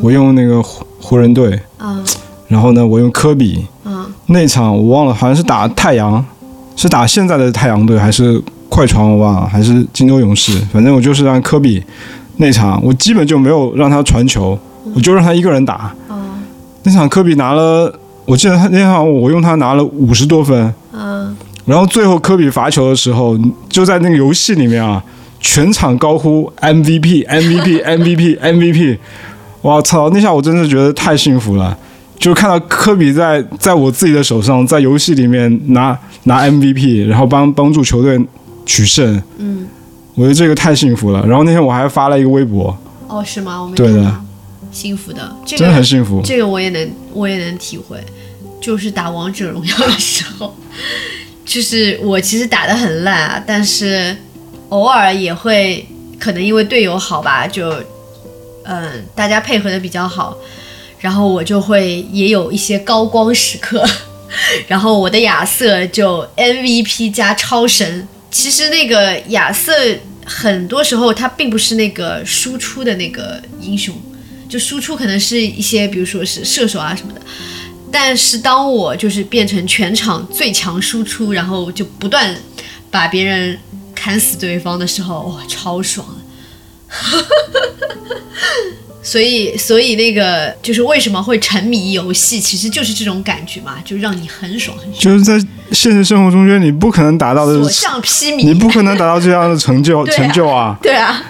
Speaker 1: 我用那个湖湖人队，
Speaker 2: 嗯
Speaker 1: 然后呢，我用科比。
Speaker 2: 嗯
Speaker 1: 那场我忘了，好像是打太阳，是打现在的太阳队还是快船我忘了，还是金州勇士，反正我就是让科比那场，我基本就没有让他传球，我就让他一个人打。
Speaker 2: 嗯
Speaker 1: 那场科比拿了，我记得他那场我用他拿了五十多分，
Speaker 2: 嗯
Speaker 1: 然后最后科比罚球的时候，就在那个游戏里面啊，全场高呼 MVP MVP MVP
Speaker 2: [LAUGHS]
Speaker 1: MVP，我操！那下我真是觉得太幸福了，就是看到科比在在我自己的手上，在游戏里面拿拿 MVP，然后帮帮助球队取胜，
Speaker 2: 嗯，
Speaker 1: 我觉得这个太幸福了。然后那天我还发了一个微博，
Speaker 2: 哦，是吗？我没
Speaker 1: 对的
Speaker 2: 看到，幸福的，这
Speaker 1: 真的很
Speaker 2: 个
Speaker 1: 幸福。
Speaker 2: 这个我也能我也能体会，就是打王者荣耀的时候， [LAUGHS] 就是我其实打得很烂啊，但是偶尔也会可能因为队友好吧，就嗯大家配合的比较好，然后我就会也有一些高光时刻， [LAUGHS] 然后我的亚瑟就 MVP 加超神。其实那个亚瑟很多时候他并不是那个输出的那个英雄，就输出可能是一些比如说是射手啊什么的。但是当我就是变成全场最强输出，然后就不断把别人砍死对方的时候，哇，超爽 [LAUGHS] 的！所以，所以那个就是为什么会沉迷游戏，其实就是这种感觉嘛，就让你很爽，很爽，
Speaker 1: 就是在现实生活中间，你不可能达到的，
Speaker 2: 所向披靡。
Speaker 1: 你不可能达到这样的成就
Speaker 2: 对啊
Speaker 1: 成就啊！
Speaker 2: 对啊，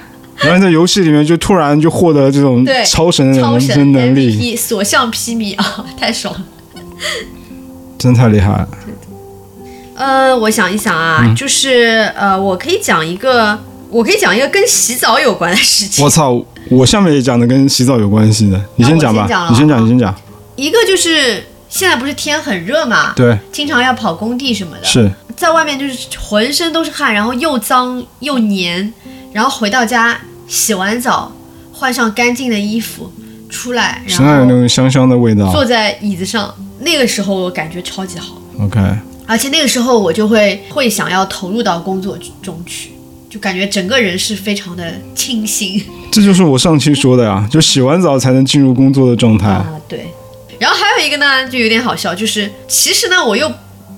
Speaker 1: 然后在游戏里面就突然就获得这种
Speaker 2: 对
Speaker 1: 超神的
Speaker 2: 超
Speaker 1: 能
Speaker 2: 神
Speaker 1: 真嗯能力，
Speaker 2: MVP 所向披靡啊，太爽了。
Speaker 1: 真太厉害了。
Speaker 2: 呃，我想一想啊，
Speaker 1: 嗯
Speaker 2: 就是呃，我可以讲一个，我可以讲一个跟洗澡有关的事情
Speaker 1: 我。操！我下面也讲的跟洗澡有关系的，你先讲吧，
Speaker 2: 那啊我
Speaker 1: 你
Speaker 2: 先
Speaker 1: 先
Speaker 2: 讲了
Speaker 1: 讲，你先讲。
Speaker 2: 一个就是现在不是天很热嘛，
Speaker 1: 对，
Speaker 2: 经常要跑工地什么的，
Speaker 1: 是
Speaker 2: 在外面就是浑身都是汗，然后又脏又黏，然后回到家洗完澡，换上干净的衣服出来，然
Speaker 1: 身上有那
Speaker 2: 后
Speaker 1: 种香香的味道。
Speaker 2: 坐在椅子上，那个时候我感觉超级好。
Speaker 1: OK，
Speaker 2: 而且那个时候我就会会想要投入到工作中去，就感觉整个人是非常的清新
Speaker 1: 这就是我上期说的呀、就洗完澡才能进入工作的状态。
Speaker 2: 啊，对。然后还有一个呢，就有点好笑，就是其实呢我又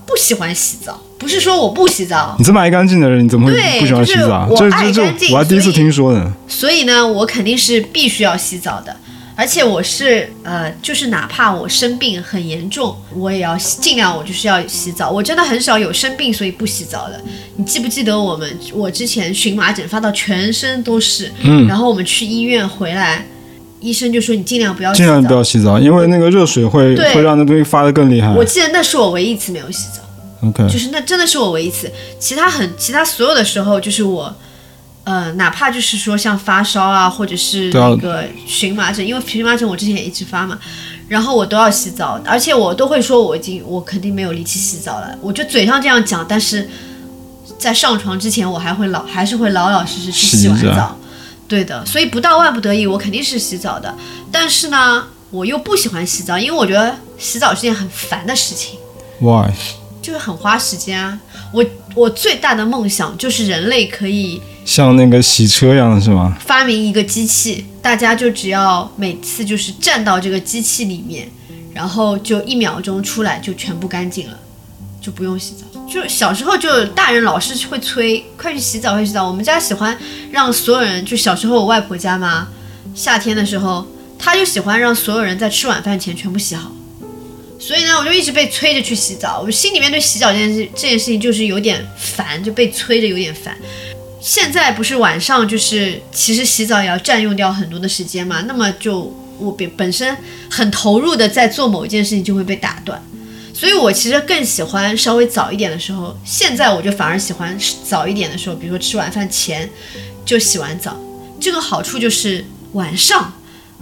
Speaker 2: 不喜欢洗澡，不是说我不洗澡，
Speaker 1: 你这么爱干净的人，你怎么
Speaker 2: 对
Speaker 1: 会不喜欢洗澡？
Speaker 2: 就是我
Speaker 1: 这
Speaker 2: 爱
Speaker 1: 这
Speaker 2: 干净
Speaker 1: 这，我还第一次
Speaker 2: 所以
Speaker 1: 听说呢。
Speaker 2: 所以呢我肯定是必须要洗澡的。而且我是呃，就是哪怕我生病很严重，我也要洗尽量我就是要洗澡。我真的很少有生病所以不洗澡的。你记不记得我们我之前荨麻疹发到全身都是，
Speaker 1: 嗯
Speaker 2: 然后我们去医院回来，医生就说你尽量不要洗
Speaker 1: 尽量不
Speaker 2: 澡。
Speaker 1: 要洗澡，因为那个热水会
Speaker 2: 对
Speaker 1: 会让那东西发的更厉害。
Speaker 2: 我记得那是我唯一一次没有洗澡，
Speaker 1: OK，
Speaker 2: 就是那真的是我唯一一次，其他很其他所有的时候就是我，呃，哪怕就是说像发烧啊，或者是
Speaker 1: 对啊
Speaker 2: 那个荨麻疹，因为荨麻疹我之前也一直发嘛，然后我都要洗澡，而且我都会说我已经我肯定没有力气洗澡了，我就嘴上这样讲，但是在上床之前我还会老还是会老老实实去洗完
Speaker 1: 洗一下
Speaker 2: 澡，对的，所以不到万不得已我肯定是洗澡的，但是呢，我又不喜欢洗澡，因为我觉得洗澡是件很烦的事情。
Speaker 1: Why？
Speaker 2: 就是很花时间啊。我我最大的梦想就是人类可以
Speaker 1: 像那个洗车一样的是吗？
Speaker 2: 发明一个机器，大家就只要每次就是站到这个机器里面，然后就一秒钟出来就全部干净了，就不用洗澡。就小时候就大人老是会催，快去洗澡，快去洗澡。我们家喜欢让所有人，就小时候我外婆家嘛，夏天的时候，她就喜欢让所有人在吃晚饭前全部洗好。所以呢，我就一直被催着去洗澡，我心里面对洗澡这件事这件事情就是有点烦，就被催着有点烦。现在不是晚上，就是其实洗澡也要占用掉很多的时间嘛，那么就我本本身很投入的在做某一件事情就会被打断，所以我其实更喜欢稍微早一点的时候。现在我就反而喜欢早一点的时候，比如说吃晚饭前就洗完澡，这个好处就是晚上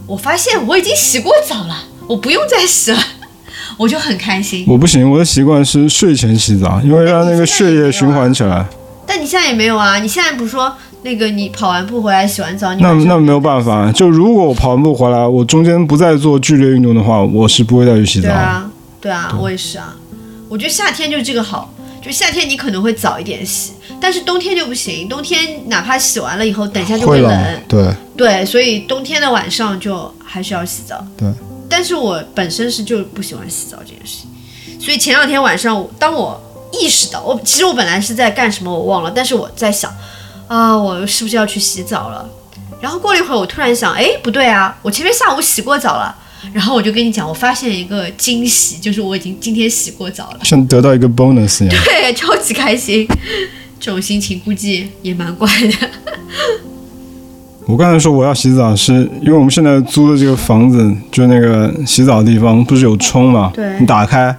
Speaker 2: 我发现我已经洗过澡了，我不用再洗了， [LAUGHS] 我就很开心。
Speaker 1: 我不行，我的习惯是睡前洗澡，因为让那个血液循环起来。
Speaker 2: 但你现在也没有啊，你现在不是说那个你跑完步回来洗完澡，你
Speaker 1: 那
Speaker 2: 晚上
Speaker 1: 那没有办法，就如果我跑完步回来，我中间不再做剧烈运动的话，我是不会再去洗澡的。
Speaker 2: 对啊，对啊，我也是啊。我觉得夏天就是这个好，就夏天你可能会早一点洗，但是冬天就不行，冬天哪怕洗完了以后，等一下就
Speaker 1: 会冷
Speaker 2: 冷。，
Speaker 1: 对，
Speaker 2: 对，所以冬天的晚上就还是要洗澡。
Speaker 1: 对，
Speaker 2: 但是我本身是就不喜欢洗澡这件事情，所以前两天晚上我，当我意识到，我其实我本来是在干什么我忘了，但是我在想，啊，我是不是要去洗澡了？然后过了一会儿，我突然想，哎，不对啊，我前面下午洗过澡了。然后我就跟你讲，我发现一个惊喜，就是我已经今天洗过澡了， [LAUGHS]
Speaker 1: 像得到一个 bonus 一样。
Speaker 2: 对，超级开心。这种心情估计也蛮怪的。
Speaker 1: 我刚才说我要洗澡，是因为我们现在租的这个房子，就那个洗澡的地方，不是有冲嘛？
Speaker 2: 对
Speaker 1: 你打开，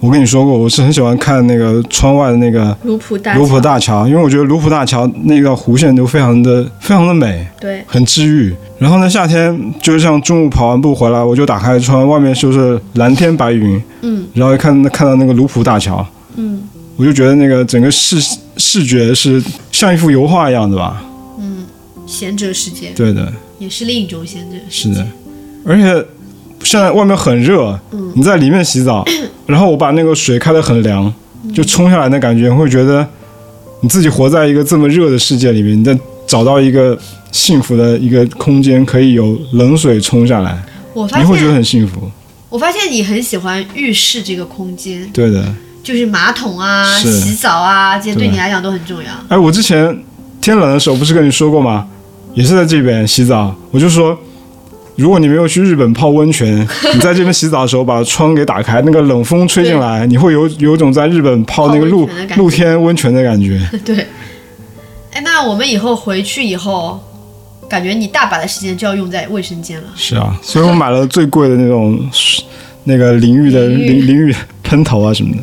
Speaker 1: 我跟你说过，我是很喜欢看那个窗外的那个
Speaker 2: 卢浦大
Speaker 1: 卢浦
Speaker 2: 桥
Speaker 1: 大桥，因为我觉得卢浦大桥那个弧线都非常的非常的美，
Speaker 2: 对，
Speaker 1: 很治愈。然后呢，夏天就是像中午跑完步回来，我就打开窗，外面就是蓝天白云，
Speaker 2: 嗯，
Speaker 1: 然后一看看到那个卢浦大桥，
Speaker 2: 嗯，
Speaker 1: 我就觉得那个整个视视觉是像一幅油画一样的吧？
Speaker 2: 贤者时间
Speaker 1: 对的，
Speaker 2: 也是另一种贤者时
Speaker 1: 是
Speaker 2: 间。
Speaker 1: 的，而且现在外面很热，
Speaker 2: 嗯
Speaker 1: 你在里面洗
Speaker 2: [COUGHS]
Speaker 1: 澡，然后我把那个水开得很凉，就冲下来的感觉，会觉得你自己活在一个这么热的世界里面，你再找到一个幸福的一个空间，可以有冷水冲下来，
Speaker 2: 我发
Speaker 1: 你会觉得
Speaker 2: 现，
Speaker 1: 很幸福。
Speaker 2: 我发现你很喜欢浴室这个空间，
Speaker 1: 对的，
Speaker 2: 就是马桶啊、
Speaker 1: 是
Speaker 2: 洗澡啊，这些对
Speaker 1: 对
Speaker 2: 你来讲都很重要。
Speaker 1: 哎，我之前天冷的时候不是跟你说过吗？也是在这边洗澡，我就说。如果你没有去日本泡温泉，你在这边洗澡的时候把窗给打开，那个冷风吹进来，你会有有种在日本泡那个
Speaker 2: 泡
Speaker 1: 露
Speaker 2: 温泉的感觉
Speaker 1: 露天温泉的感
Speaker 2: [LAUGHS]
Speaker 1: 觉。
Speaker 2: 对，哎，那我们以后回去以后，感觉你大把的时间就要用在卫生间了。
Speaker 1: 是啊，所以我买了最贵的那种那个淋浴的
Speaker 2: 淋浴
Speaker 1: 淋淋浴喷头啊什么的。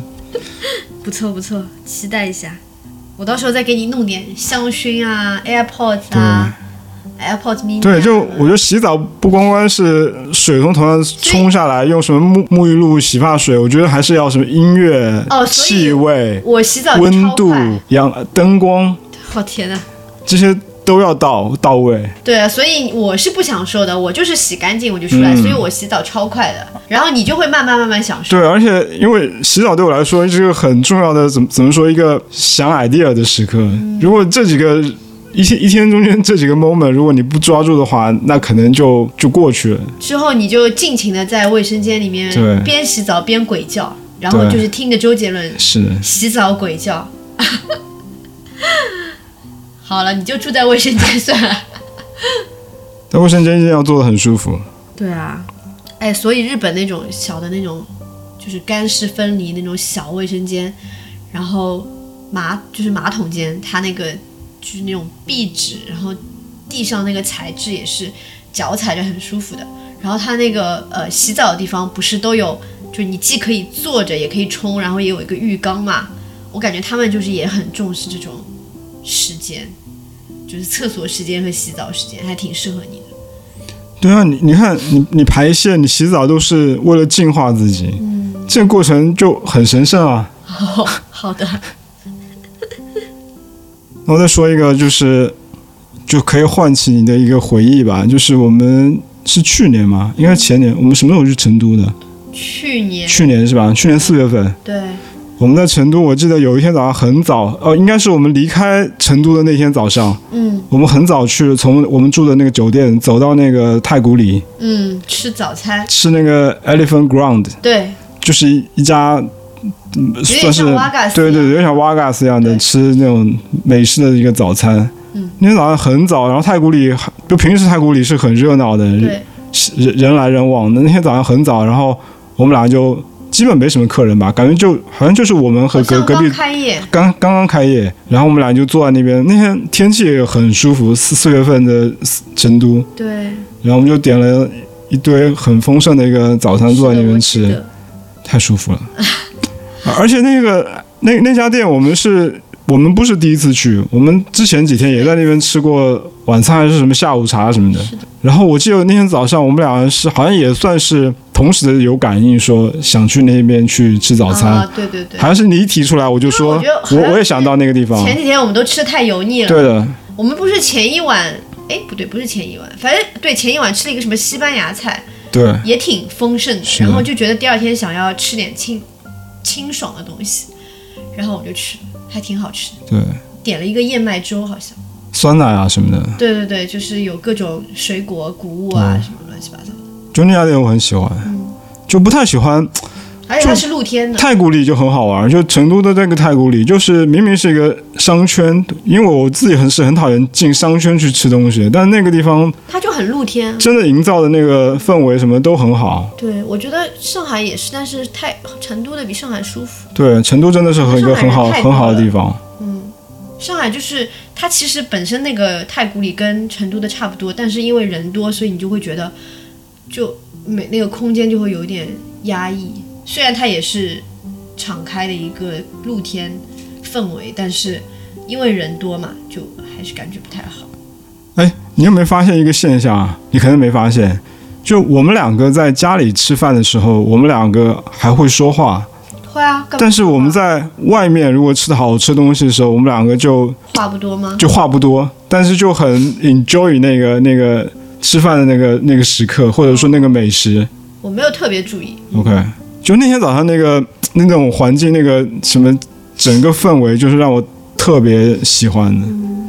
Speaker 2: 不错不错，期待一下。我到时候再给你弄点香薰啊、AirPods 啊、AirPods mini 啊。
Speaker 1: 对，就我觉得洗澡不光光是水从头上冲下来，用什么沐沐浴露、洗发水，我觉得还是要什么音乐、
Speaker 2: 哦所以
Speaker 1: 气味、
Speaker 2: 我洗澡就
Speaker 1: 温
Speaker 2: 超
Speaker 1: 度
Speaker 2: 快。、
Speaker 1: 阳灯光
Speaker 2: 我天呐。
Speaker 1: 这些都要到到位。
Speaker 2: 对啊，所以我是不享受的，我就是洗干净我就出
Speaker 1: 嗯
Speaker 2: 来，所以我洗澡超快的，然后你就会慢慢慢慢享受。
Speaker 1: 对，而且因为洗澡对我来说是个很重要的，怎么怎么说一个想 idea 的时刻。
Speaker 2: 嗯
Speaker 1: 如果这几个一天一天中间这几个 moment，如果你不抓住的话，那可能就就过去了。
Speaker 2: 之后你就尽情的在卫生间里面
Speaker 1: 对
Speaker 2: 边洗澡边鬼叫，然后
Speaker 1: 对
Speaker 2: 就是听着周杰伦
Speaker 1: 是的，
Speaker 2: 洗澡鬼叫。 [LAUGHS] 好了，你就住在卫生间算了。
Speaker 1: 但卫生间一定要做的很舒服。
Speaker 2: 对啊，哎，所以日本那种小的那种，就是干湿分离那种小卫生间，然后马就是马桶间，它那个就是那种壁纸，然后地上那个材质也是脚踩着很舒服的。然后它那个呃洗澡的地方不是都有，就你既可以坐着也可以冲，然后也有一个浴缸嘛。我感觉他们就是也很重视这种时间，就是厕所时间和洗澡时间，还挺适合你的。
Speaker 1: 对啊，你你看，你你排泄、你洗澡都是为了净化自己，
Speaker 2: 嗯
Speaker 1: 这个过程就很神圣啊。
Speaker 2: 哦，好的。
Speaker 1: 那我再说一个，就是就可以唤起你的一个回忆吧，就是我们是去年嘛，应该是前年，我们什么时候去成都的？
Speaker 2: 去年
Speaker 1: 去年是吧？去年四月份，
Speaker 2: 对，
Speaker 1: 我们在成都，我记得有一天早上很早，呃，应该是我们离开成都的那天早上，
Speaker 2: 嗯
Speaker 1: 我们很早去，从我们住的那个酒店走到那个太古里
Speaker 2: 嗯，吃早餐，
Speaker 1: 吃那个 Elephant Ground，
Speaker 2: 对，
Speaker 1: 就是一家。嗯
Speaker 2: 有
Speaker 1: 算是
Speaker 2: 点像瓦嘎斯
Speaker 1: 对对，有点像瓦嘎斯一样的
Speaker 2: 对
Speaker 1: 吃那种美式的一个早餐。
Speaker 2: 嗯，
Speaker 1: 那天早上很早，然后太古里就平时太古里是很热闹的，人
Speaker 2: 对
Speaker 1: 人人来人往的。那天早上很早，然后我们俩就基本没什么客人吧，感觉就好像就是我们和
Speaker 2: 好
Speaker 1: 隔
Speaker 2: 像
Speaker 1: 隔壁
Speaker 2: 刚开业，
Speaker 1: 刚刚刚开业，然后我们俩就坐在那边。那天天气也很舒服，四四月份的成都，
Speaker 2: 对，
Speaker 1: 然后我们就点了一堆很丰盛的一个早餐，坐在那边
Speaker 2: 是
Speaker 1: 吃，
Speaker 2: 的
Speaker 1: 太舒服了。啊 [LAUGHS] 而且那个那那家店，我们是我们不是第一次去，我们之前几天也在那边吃过晚餐还是什么下午茶什么的。然后我记得那天早上我们俩是好像也算是同时的有感应，说想去那边去吃早
Speaker 2: 我记得
Speaker 1: 餐。
Speaker 2: 啊，对对对。
Speaker 1: 好像是你一提出来，我就
Speaker 2: 因为
Speaker 1: 说
Speaker 2: 我觉得，好
Speaker 1: 我
Speaker 2: 像
Speaker 1: 我也
Speaker 2: 是
Speaker 1: 想到那个地方。
Speaker 2: 前几天我们都吃的太油腻了，
Speaker 1: 啊对的，
Speaker 2: 我们不是前一晚，哎，不对，不是前一晚，反正对前一晚吃了一个什么西班牙菜，
Speaker 1: 对
Speaker 2: 也挺丰盛的，
Speaker 1: 是的
Speaker 2: 然后就觉得第二天想要吃点清清爽的东西，然后我就吃了，还挺好吃的，
Speaker 1: 对，
Speaker 2: 点了一个燕麦粥，好像。
Speaker 1: 酸奶啊什么的，
Speaker 2: 对对对，就是有各种水
Speaker 1: 嗯
Speaker 2: 果、谷物啊，什么乱七八糟的。
Speaker 1: 就那家店我很喜欢，就不太喜欢。
Speaker 2: 而且它是露天的，
Speaker 1: 太古里就很好玩，就成都的那个太古里，就是明明是一个商圈，因为我自己很是很讨厌进商圈去吃东西，但那个地方
Speaker 2: 它就很露天。
Speaker 1: 真的营造的那个氛围什么都很好。
Speaker 2: 对，我觉得上海也是，但是太成都的比上海舒服。
Speaker 1: 对，成都真的是和一个
Speaker 2: 上海
Speaker 1: 很
Speaker 2: 人
Speaker 1: 好
Speaker 2: 太
Speaker 1: 很好
Speaker 2: 多
Speaker 1: 的
Speaker 2: 了
Speaker 1: 地方。
Speaker 2: 上海就是它其实本身那个太古里跟成都的差不多，但是因为人多，所以你就会觉得就每那个空间就会有一点压抑。虽然它也是敞开的一个露天氛围，但是因为人多嘛，就还是感觉不太好。
Speaker 1: 哎，你有没有发现一个现象啊？你可能没发现，就我们两个在家里吃饭的时候，我们两个还会说话，
Speaker 2: 会啊，干嘛
Speaker 1: 但是我们在外面如果吃的好吃东西的时候，我们两个就
Speaker 2: 话不多吗？
Speaker 1: 就话不多，但是就很 enjoy 那个那个吃饭的那个那个时刻，或者说那个美食。
Speaker 2: 我没有特别注意，
Speaker 1: OK，就那天早上那个那种环境，那个什么整个氛围，就是让我特别喜欢的，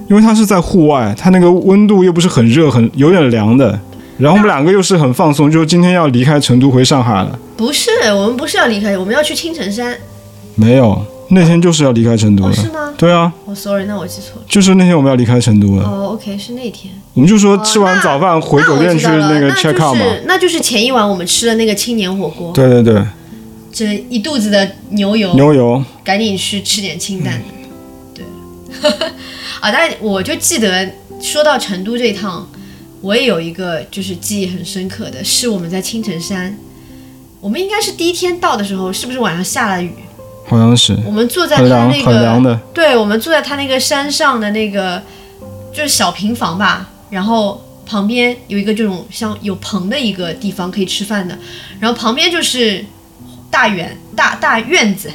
Speaker 1: 因为它是在户外，它那个温度又不是很热，很有点凉的。然后我们两个又是很放松，就是今天要离开成都回上海了。
Speaker 2: 不是，我们不是要离开，我们要去青城山。
Speaker 1: 没有，那天就是要离开成都
Speaker 2: 哦，
Speaker 1: 了。
Speaker 2: 是吗？
Speaker 1: 对啊，
Speaker 2: 哦、s o r r y 那我记错了。
Speaker 1: 就是那天我们要离开成都了。
Speaker 2: 哦，OK，是那天。
Speaker 1: 我们就说
Speaker 2: 哦
Speaker 1: 吃完
Speaker 2: 那
Speaker 1: 早饭回嗯
Speaker 2: 那
Speaker 1: 酒
Speaker 2: 我
Speaker 1: 店
Speaker 2: 知
Speaker 1: 去
Speaker 2: 道了，
Speaker 1: 个 check out 嘛。
Speaker 2: 那就是那就是前一晚我们吃的那个青年火锅，
Speaker 1: 对对对，
Speaker 2: 这一肚子的牛油，
Speaker 1: 牛嗯油。
Speaker 2: 赶紧去吃点清淡的。对， [LAUGHS] 啊，但我就记得说到成都这一趟，我也有一个就是记忆很深刻的，是我们在青城山，我们应该是第一天到的时候，是不是晚上下了雨？
Speaker 1: 好像是
Speaker 2: 我们坐在
Speaker 1: 很
Speaker 2: 他
Speaker 1: 凉
Speaker 2: 那
Speaker 1: 很凉
Speaker 2: 个，
Speaker 1: 的，
Speaker 2: 对，我们坐在他那个山上的那个就是小平房吧，然后旁边有一个这种像有棚的一个地方可以吃饭的，然后旁边就是大院大大院子，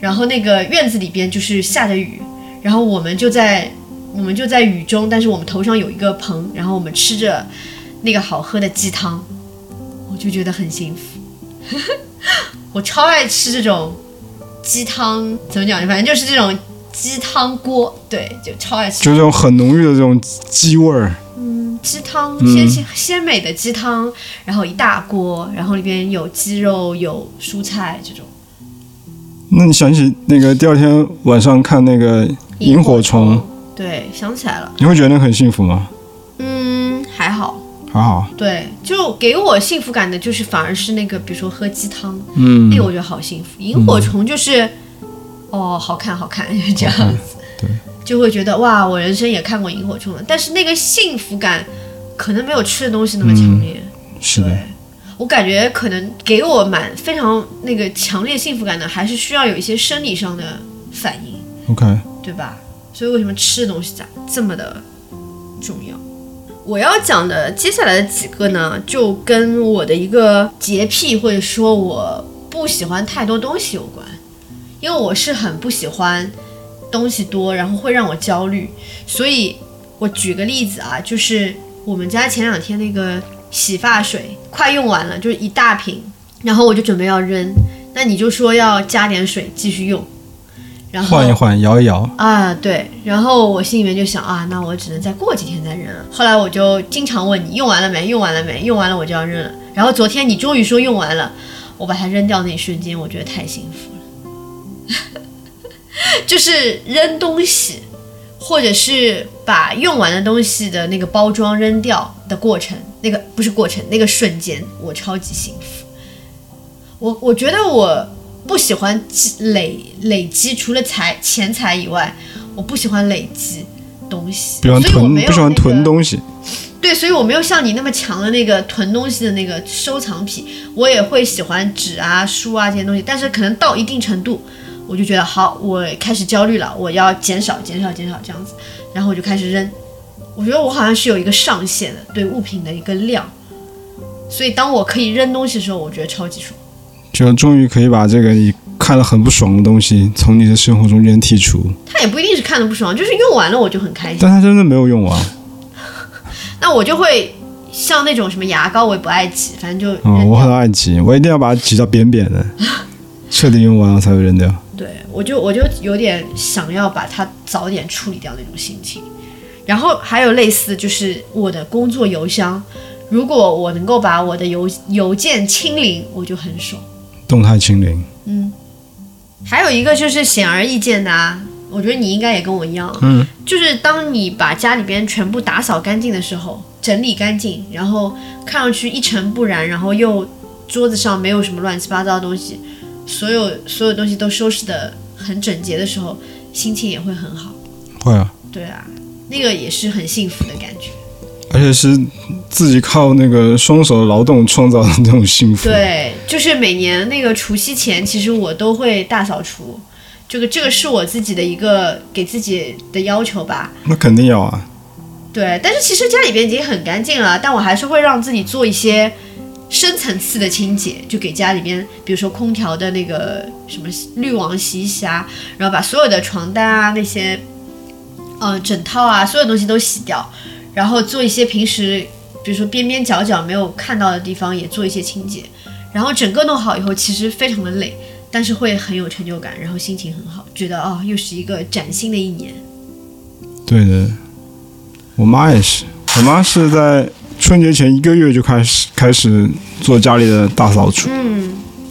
Speaker 2: 然后那个院子里边就是下着雨，然后我们就在我们就在雨中，但是我们头上有一个棚，然后我们吃着那个好喝的鸡汤，我就觉得很幸福。我超爱吃这种鸡汤，怎么讲呢？反正就是这种鸡汤锅，对，就超爱吃
Speaker 1: 就这种很浓郁的这种鸡味儿。
Speaker 2: 鸡汤，
Speaker 1: 嗯
Speaker 2: 鲜鲜鲜美的鸡汤，然后一大锅，然后里边有鸡肉、有蔬菜这种。
Speaker 1: 那你想起那个第二天晚上看那个《萤火虫》，
Speaker 2: 对，想起来了，
Speaker 1: 你会觉得那个很幸福吗？
Speaker 2: 嗯，还好。
Speaker 1: 还好，
Speaker 2: 对，就给我幸福感的，就是反而是那个，比如说喝鸡汤，哎
Speaker 1: 嗯
Speaker 2: 那个我觉得好幸福。萤火虫就是，哦，好看好看，就是这样
Speaker 1: 嗯
Speaker 2: 子，
Speaker 1: 对，
Speaker 2: [LAUGHS] 就会觉得哇，我人生也看过萤火虫了，但是那个幸福感可能没有吃的东西那么强烈。
Speaker 1: 是的
Speaker 2: 对，我感觉可能给我蛮非常那个强烈幸福感的，还是需要有一些生理上的反应，
Speaker 1: ，OK，
Speaker 2: 对吧？所以为什么吃的东西咋这么的重要？我要讲的接下来的几个呢，就跟我的一个洁癖或者说我不喜欢太多东西有关，因为我是很不喜欢东西多，然后会让我焦虑。所以我举个例子啊，就是我们家前两天那个洗发水快用完了，就是一大瓶，然后我就准备要扔，那你就说要加点水继续用，然后
Speaker 1: 换一换，摇一摇，
Speaker 2: 啊，对，然后我心里面就想啊，那我只能再过几天再扔了。后来我就经常问你用完了没，用完了没，用完了我就要扔了。然后昨天你终于说用完了，我把它扔掉那一瞬间，我觉得太幸福了。 [LAUGHS] 就是扔东西，或者是把用完的东西的那个包装扔掉的过程，那个不是过程，那个瞬间，我超级幸福。我我觉得我不喜欢积累累积，除了财钱财以外，我不喜欢累积东西，
Speaker 1: 不喜欢
Speaker 2: 所以我
Speaker 1: 囤，
Speaker 2: 没有
Speaker 1: 不喜欢
Speaker 2: 那个
Speaker 1: 囤东西。
Speaker 2: 对，所以我没有像你那么强的那个囤东西的那个收藏癖，我也会喜欢纸啊、书啊这些东西，但是可能到一定程度，我就觉得好，我开始焦虑了，我要减少、减少、减少这样子，然后我就开始扔。我觉得我好像是有一个上限的对物品的一个量，所以当我可以扔东西的时候，我觉得超级爽。
Speaker 1: 就终于可以把这个你看了很不爽的东西从你的生活中间剔除，
Speaker 2: 它也不一定是看的不爽，就是用完了我就很开心。
Speaker 1: 但它真的没有用完。
Speaker 2: 那我就会像那种什么牙膏，我也不爱挤，反正就扔
Speaker 1: 嗯，我
Speaker 2: 掉
Speaker 1: 很爱挤，我一定要把它挤到扁扁
Speaker 2: [LAUGHS]
Speaker 1: 的，彻底用完了才会扔掉。
Speaker 2: 对我就我就有点想要把它早点处理掉那种心情。然后还有类似就是我的工作邮箱，如果我能够把我的邮邮件清零，我就很爽。
Speaker 1: 动态清零。
Speaker 2: 还有一个就是显而易见的啊，我觉得你应该也跟我一样，
Speaker 1: 嗯，
Speaker 2: 就是当你把家里边全部打扫干净的时候，整理干净，然后看上去一尘不染，然后又桌子上没有什么乱七八糟的东西，所有所有东西都收拾的很整洁的时候，心情也会很好。
Speaker 1: 会啊，
Speaker 2: 对啊，那个也是很幸福的感觉。
Speaker 1: 而且是自己靠那个双手劳动创造的那种幸福。，
Speaker 2: 对，就是每年那个除夕前，其实我都会大扫除。这个这个是我自己的一个给自己的要求吧，
Speaker 1: 那肯定要啊。
Speaker 2: 对，但是其实家里边已经很干净了，但我还是会让自己做一些深层次的清洁，就给家里边，比如说空调的那个什么滤网洗一洗啊，然后把所有的床单啊那些，呃，枕套啊，所有东西都洗掉，然后做一些平时，比如说边边角角没有看到的地方也做一些清洁，然后整个弄好以后，其实非常的累，但是会很有成就感，然后心情很好，觉得哦，又是一个崭新的一年。
Speaker 1: 对的，我妈也是，我妈是在春节前一个月就开始开始做家里的大扫除。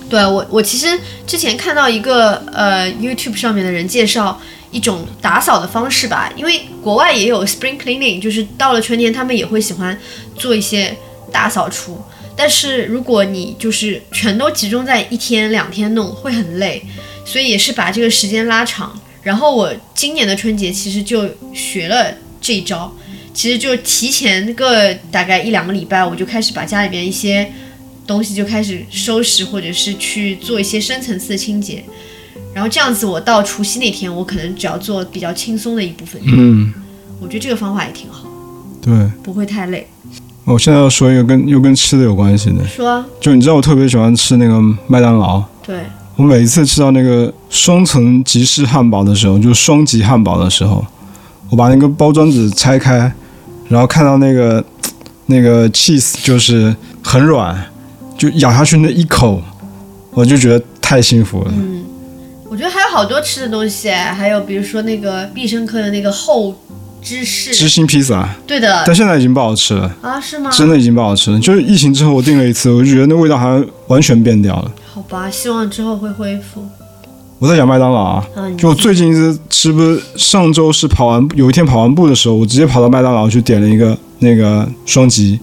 Speaker 2: 对我，我其实之前看到一个呃 YouTube 上面的人介绍一种打扫的方式吧，因为国外也有 spring cleaning，就是到了春天他们也会喜欢做一些大扫除。但是如果你就是全都集中在一天两天弄，会很累，所以也是把这个时间拉长。然后我今年的春节其实就学了这一招，其实就提前个大概一两个礼拜，我就开始把家里边一些东西就开始收拾，或者是去做一些深层次的清洁。然后这样子，我到除夕那天，我可能只要做比较轻松的一部分。
Speaker 1: 嗯，
Speaker 2: 我觉得这个方法也挺好，
Speaker 1: 对。哦
Speaker 2: 不会太累。
Speaker 1: 我现在要说一个跟又跟吃的有关系的，
Speaker 2: 说啊
Speaker 1: 就你知道我特别喜欢吃那个麦当劳。
Speaker 2: 对，
Speaker 1: 我每一次吃到那个双层吉士汉堡的时候，就双级汉堡的时候，我把那个包装纸拆开，然后看到那个那个 cheese 就是很软，就咬下去那一口，我就觉得太幸福了。
Speaker 2: 嗯我觉得还有好多吃的东西，还有比如说那个必胜客的那个厚
Speaker 1: 芝
Speaker 2: 芝士，
Speaker 1: 心披萨，
Speaker 2: 对的
Speaker 1: 但现在已经不好吃了，
Speaker 2: 啊，是吗？
Speaker 1: 真的已经不好吃了。就是疫情之后我订了一次，我就觉得那味道还完全变掉了。
Speaker 2: 好吧，希望之后会恢复。
Speaker 1: 我在讲麦当劳啊，
Speaker 2: 啊，你
Speaker 1: 就我最近一次吃不是上周是跑完有一天跑完步的时候，我直接跑到麦当劳去点了一个那个双极，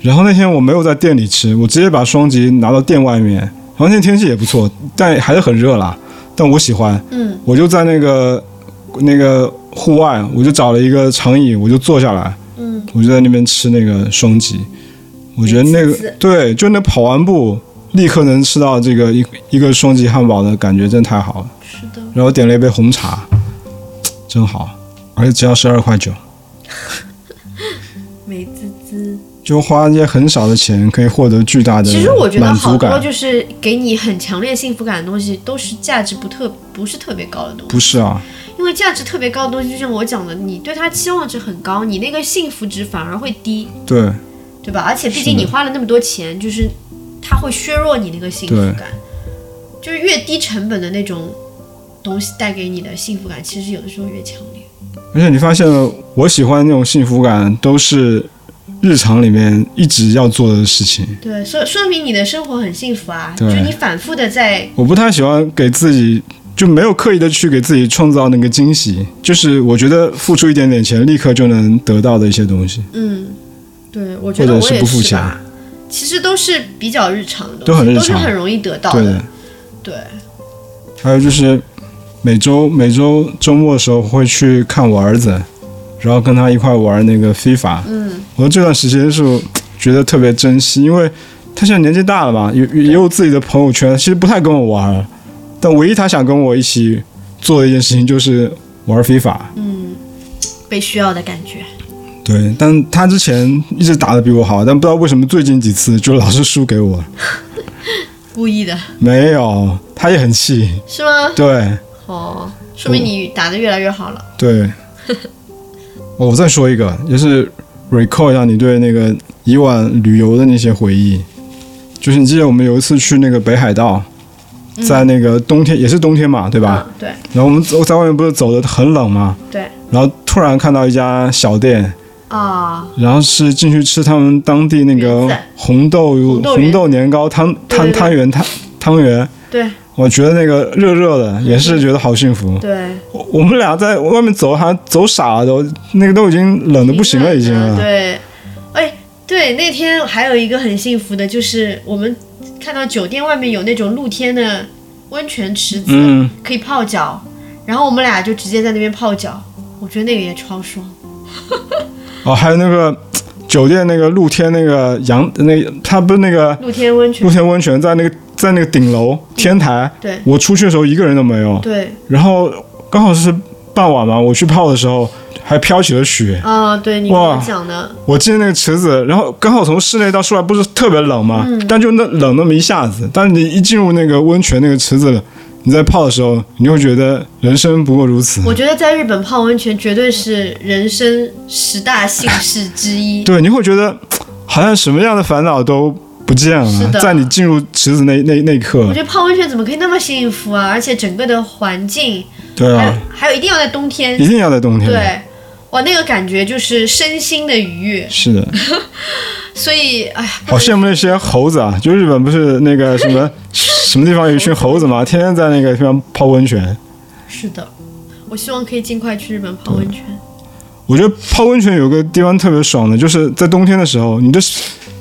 Speaker 1: 然后那天我没有在店里吃，我直接把双极拿到店外面，然后那天天气也不错，但还是很热啦，但我喜欢，
Speaker 2: 嗯，
Speaker 1: 我就在那个那个户外，我就找了一个长椅，我就坐下来，
Speaker 2: 嗯，
Speaker 1: 我就在那边吃那个双极，我觉得那
Speaker 2: 美
Speaker 1: 个
Speaker 2: 滋滋
Speaker 1: 对，就那跑完步立刻能吃到这个一一个双极汉堡的感觉，真太好了。
Speaker 2: 是的，
Speaker 1: 然后点了一杯红茶，真好，而且只要十二块九，
Speaker 2: 美滋滋。
Speaker 1: 就花一些很少的钱可以获得巨大的
Speaker 2: 其实我觉得
Speaker 1: 满
Speaker 2: 好
Speaker 1: 足
Speaker 2: 多
Speaker 1: 感。
Speaker 2: 就是给你很强烈幸福感的东西，都是价值不特不是特别高的东西。
Speaker 1: 不是啊，
Speaker 2: 因为价值特别高的东西，就像我讲的，你对它期望值很高，你那个幸福值反而会低，
Speaker 1: 对
Speaker 2: 对吧？而且毕
Speaker 1: 是
Speaker 2: 竟
Speaker 1: 的
Speaker 2: 你花了那么多钱，就是它会削弱你那个幸福
Speaker 1: 对
Speaker 2: 感。就是越低成本的那种东西带给你的幸福感，其实有的时候越强烈。
Speaker 1: 而且你发现了，我喜欢那种幸福感，都是日常里面一直要做的事情。
Speaker 2: 对，说说明你的生活很幸福啊，就
Speaker 1: 对
Speaker 2: 是你反复的在
Speaker 1: 我不太喜欢给自己就没有刻意的去给自己创造那个惊喜，就是我觉得付出一点点钱，立刻就能得到的一些东西，
Speaker 2: 嗯，对，我觉
Speaker 1: 或
Speaker 2: 得
Speaker 1: 者
Speaker 2: 我也
Speaker 1: 不付
Speaker 2: 是
Speaker 1: 钱。
Speaker 2: 吧。其实都是比较日常的东西，
Speaker 1: 都很日
Speaker 2: 是
Speaker 1: 常
Speaker 2: 很容易得到
Speaker 1: 对
Speaker 2: 的。
Speaker 1: 的。
Speaker 2: 对
Speaker 1: 还有就是每周每周周末的时候会去看我儿子，然后跟他一块玩那个 FIFA。
Speaker 2: 嗯，
Speaker 1: 我这段时间是我觉得特别珍惜，因为他现在年纪大了嘛，也也也有自己的朋友圈，其实不太跟我玩，但唯一他想跟我一起做的一件事情就是玩 FIFA。
Speaker 2: 被需要的感觉。
Speaker 1: 对，但他之前一直打得比我好，但不知道为什么最近几次就老是输给我。
Speaker 2: 故意的
Speaker 1: 没有，他也很气。
Speaker 2: 是吗？
Speaker 1: 对，
Speaker 2: 哦，说明你打得越来越好了。
Speaker 1: 对，
Speaker 2: [LAUGHS]
Speaker 1: 哦我再说一个，就是 recall 一下你对那个以往旅游的那些回忆。就是你记得我们有一次去那个北海道，在那个冬天、也是冬天嘛，对吧？
Speaker 2: 嗯，对
Speaker 1: 然后我们走在外面不是走的很冷嘛，
Speaker 2: 对
Speaker 1: 然后突然看到一家小店，
Speaker 2: 啊，
Speaker 1: 然后是进去吃他们当地那个
Speaker 2: 圆子
Speaker 1: 红豆
Speaker 2: 红豆圆
Speaker 1: 红豆年糕汤
Speaker 2: 对
Speaker 1: 汤
Speaker 2: 对对
Speaker 1: 汤圆汤汤圆，
Speaker 2: 对
Speaker 1: 我觉得那个热热的也
Speaker 2: 嗯
Speaker 1: 是觉得好幸福。
Speaker 2: 对，
Speaker 1: 我我们俩在外面走，好像走傻了都，那个都已经冷的不行了，已经啊
Speaker 2: 挺冷
Speaker 1: 了。
Speaker 2: 的对，哎，对，那天还有一个很幸福的，就是我们看到酒店外面有那种露天的温泉池子，
Speaker 1: 嗯，
Speaker 2: 可以泡脚，然后我们俩就直接在那边泡脚，我觉得那个也超爽。
Speaker 1: 哦，还有那个酒店那个露天那个阳，那它不是那个
Speaker 2: 露天温泉
Speaker 1: 露，天温泉在那个在那个顶楼天台，
Speaker 2: 对
Speaker 1: 我出去的时候一个人都没有，
Speaker 2: 对，
Speaker 1: 然后刚好是傍晚嘛，我去泡的时候还飘起了雪。
Speaker 2: 啊、对你跟
Speaker 1: 哇
Speaker 2: 我讲的，
Speaker 1: 我进那个池子，然后刚好从室内到室外不是特别冷嘛，
Speaker 2: 嗯
Speaker 1: 但就那冷那么一下子，但是你一进入那个温泉那个池子，你在泡的时候，你会觉得人生不过如此。
Speaker 2: 我觉得在日本泡温泉绝对是人生十大幸事之一。
Speaker 1: 对，你会觉得好像什么样的烦恼都不见
Speaker 2: 是
Speaker 1: 了，
Speaker 2: 的
Speaker 1: 在你进入池子那那那一刻
Speaker 2: 我，觉得泡温泉怎么可以那么幸福啊？而且整个的环境，
Speaker 1: 对
Speaker 2: 还
Speaker 1: 啊
Speaker 2: 有，还有一定要在冬天
Speaker 1: 一，定要在冬天。，
Speaker 2: 哎对，哇，那个感觉就是身心的愉悦。
Speaker 1: 是的，
Speaker 2: 所以，哎呀，不
Speaker 1: 好
Speaker 2: 能
Speaker 1: 羡慕那些猴子啊！就日本不是那个什么什么地方有一群猴子嘛，天天在那个地方泡温泉。
Speaker 2: 是的，我希望可以尽快去日本泡温泉。
Speaker 1: 我觉得泡温泉有个地方特别爽的，就是在冬天的时候，你的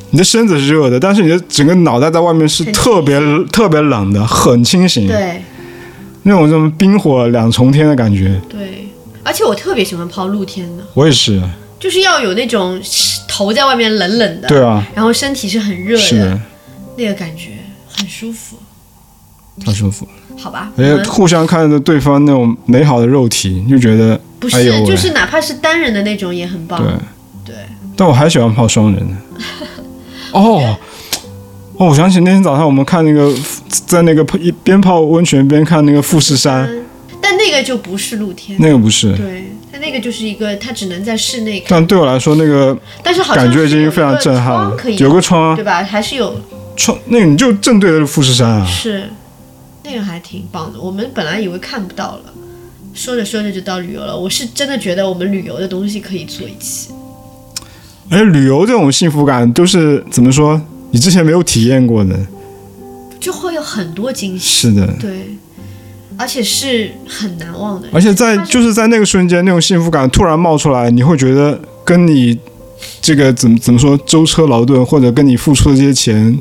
Speaker 1: 你的身子是热的，但是你的整个脑袋在外面是
Speaker 2: 很
Speaker 1: 特别特别冷的，很清醒，
Speaker 2: 对
Speaker 1: 那种什么冰火两重天的感觉。
Speaker 2: 对，而且我特别喜欢泡露天的，
Speaker 1: 我也是，
Speaker 2: 就是要有那种头在外面冷冷的，
Speaker 1: 对啊，
Speaker 2: 然后身体是很热
Speaker 1: 是
Speaker 2: 的，
Speaker 1: 的，
Speaker 2: 那个感觉很舒服。
Speaker 1: 好舒服。
Speaker 2: 好吧，
Speaker 1: 而
Speaker 2: 我
Speaker 1: 且
Speaker 2: 们
Speaker 1: 哎互相看着对方那种美好的肉体，就觉得
Speaker 2: 不
Speaker 1: 哎
Speaker 2: 是、
Speaker 1: 呦喂
Speaker 2: 就是哪怕是单人的那种也很棒
Speaker 1: 对。。
Speaker 2: 对
Speaker 1: 但我还喜欢泡双人的。
Speaker 2: [LAUGHS]
Speaker 1: 哦，哦，我想起那天早上我们看那个，在那个一边泡温泉边看那个富士山，
Speaker 2: 嗯，但那个就不是露天，
Speaker 1: 那个不是。
Speaker 2: 对，它那个就是一个它只能在室内看，
Speaker 1: 但对我来说，那个
Speaker 2: 但是好像
Speaker 1: 感觉
Speaker 2: 是
Speaker 1: 已经非
Speaker 2: 有一
Speaker 1: 常
Speaker 2: 个
Speaker 1: 震撼
Speaker 2: 窗
Speaker 1: 了
Speaker 2: 可以。
Speaker 1: 有个窗啊
Speaker 2: 对吧？还是有
Speaker 1: 窗，那个你就正对着富士山啊。
Speaker 2: 是，那个还挺棒的。我们本来以为看不到了，说着说着就到旅游了。我是真的觉得我们旅游的东西可以做一期，
Speaker 1: 而且哎旅游这种幸福感，都是怎么说，你之前没有体验过的。
Speaker 2: 就会有很多惊喜，
Speaker 1: 是的，
Speaker 2: 对，而且是很难忘的。
Speaker 1: 而且在
Speaker 2: 它是
Speaker 1: 就是在那个瞬间，那种幸福感突然冒出来，你会觉得跟你这个怎么怎么说舟车劳顿，或者跟你付出的这些钱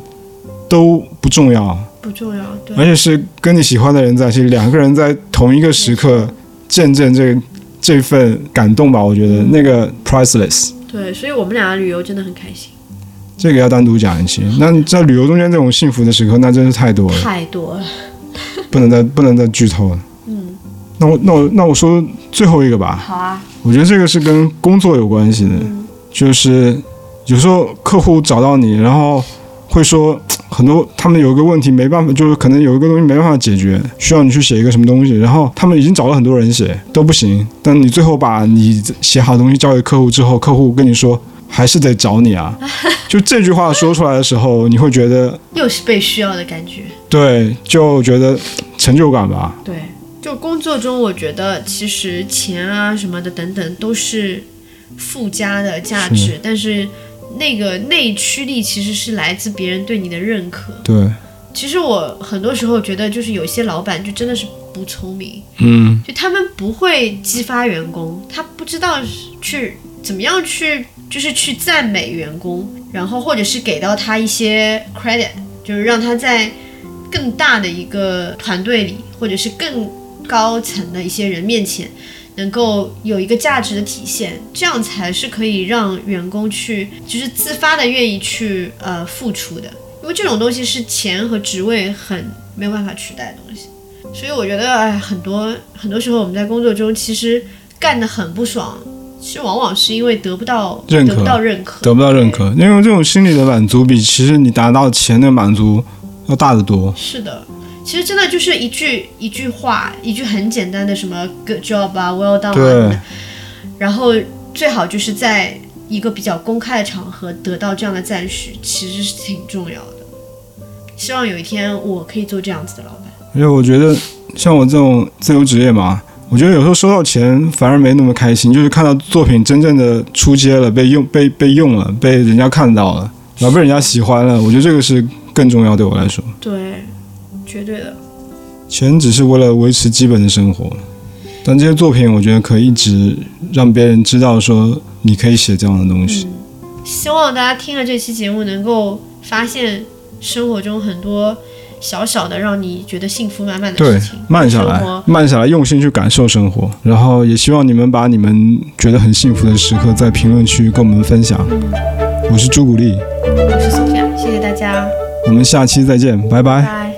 Speaker 1: 都不重要，
Speaker 2: 不重要，对
Speaker 1: 而，且是跟你喜欢的人在一起，两个人在同一个时刻见证这这份感动吧。我觉
Speaker 2: 嗯
Speaker 1: 得那个 priceless，
Speaker 2: 对，所以我们俩旅游真的很开心，
Speaker 1: 这个要单独讲一期。
Speaker 2: 嗯
Speaker 1: 那在旅游中间这种幸福的时刻，那真是太多了，
Speaker 2: 太多了。
Speaker 1: 不能再不能再剧透了。
Speaker 2: 嗯，
Speaker 1: 那我那我那我说最后一个吧。
Speaker 2: 好啊，
Speaker 1: 我觉得这个是跟工作有关系的，
Speaker 2: 嗯
Speaker 1: 就是有时候客户找到你，然后会说嗯很多他们有一个问题没办法，就是可能有一个东西没办法解决，需要你去写一个什么东西，然后他们已经找了很多人写都不行，但你最后把你写好的东西交给客户之后，客户跟你说还是得找你啊，就这句话说出来的时候，你会觉得
Speaker 2: 又是被需要的感觉。
Speaker 1: 对，就觉得成就感吧，
Speaker 2: 对，就工作中，我觉得其实钱啊什么的等等都是附加的价值，但是那个内驱力其实是来自别人对你的认可。
Speaker 1: 对，
Speaker 2: 其实我很多时候觉得，就是有些老板就真的是不聪明，
Speaker 1: 嗯，
Speaker 2: 就他们不会激发员工，他不知道去怎么样去，就是去赞美员工，然后或者是给到他一些 credit，就是让他在更大的一个团队里，或者是更高层的一些人面前，能够有一个价值的体现，这样才是可以让员工去，就是自发的愿意去呃付出的，因为这种东西是钱和职位很没有办法取代的东西。所以我觉得，哎，很多很多时候我们在工作中其实干得很不爽，其实往往是因为得不到
Speaker 1: 认可
Speaker 2: 得不到认可，
Speaker 1: 得不到认可，因为这种心理的满足比其实你达到钱的满足要大得多。
Speaker 2: 是的，其实真的就是一句一句话，一句很简单的什么 good job 啊，well done
Speaker 1: 对
Speaker 2: 啊，，然后最好就是在一个比较公开的场合得到这样的赞许，其实是挺重要的。希望有一天我可以做这样子的老板。
Speaker 1: 而且我觉得像我这种自由职业嘛，我觉得有时候收到钱反而没那么开心，就是看到作品真正的出街了，被用被被用了，被人家看到了，然后被人家喜欢了，我觉得这个是更重要对我来说。
Speaker 2: 对，绝对的。
Speaker 1: 钱只是为了维持基本的生活，但这些作品我觉得可以一直让别人知道说你可以写这样的东西。
Speaker 2: 希望大家听了这期节目，能够发现生活中很多小小的让你觉得幸福满满的
Speaker 1: 对
Speaker 2: 事情，，
Speaker 1: 慢下
Speaker 2: 生活
Speaker 1: 来，慢下来，用心去感受生活。然后也希望你们把你们觉得很幸福的时刻在评论区跟我们分享。我是朱古力，
Speaker 2: 我是宋夏，谢谢大家，
Speaker 1: 我们下期再见，拜拜
Speaker 2: 拜。拜。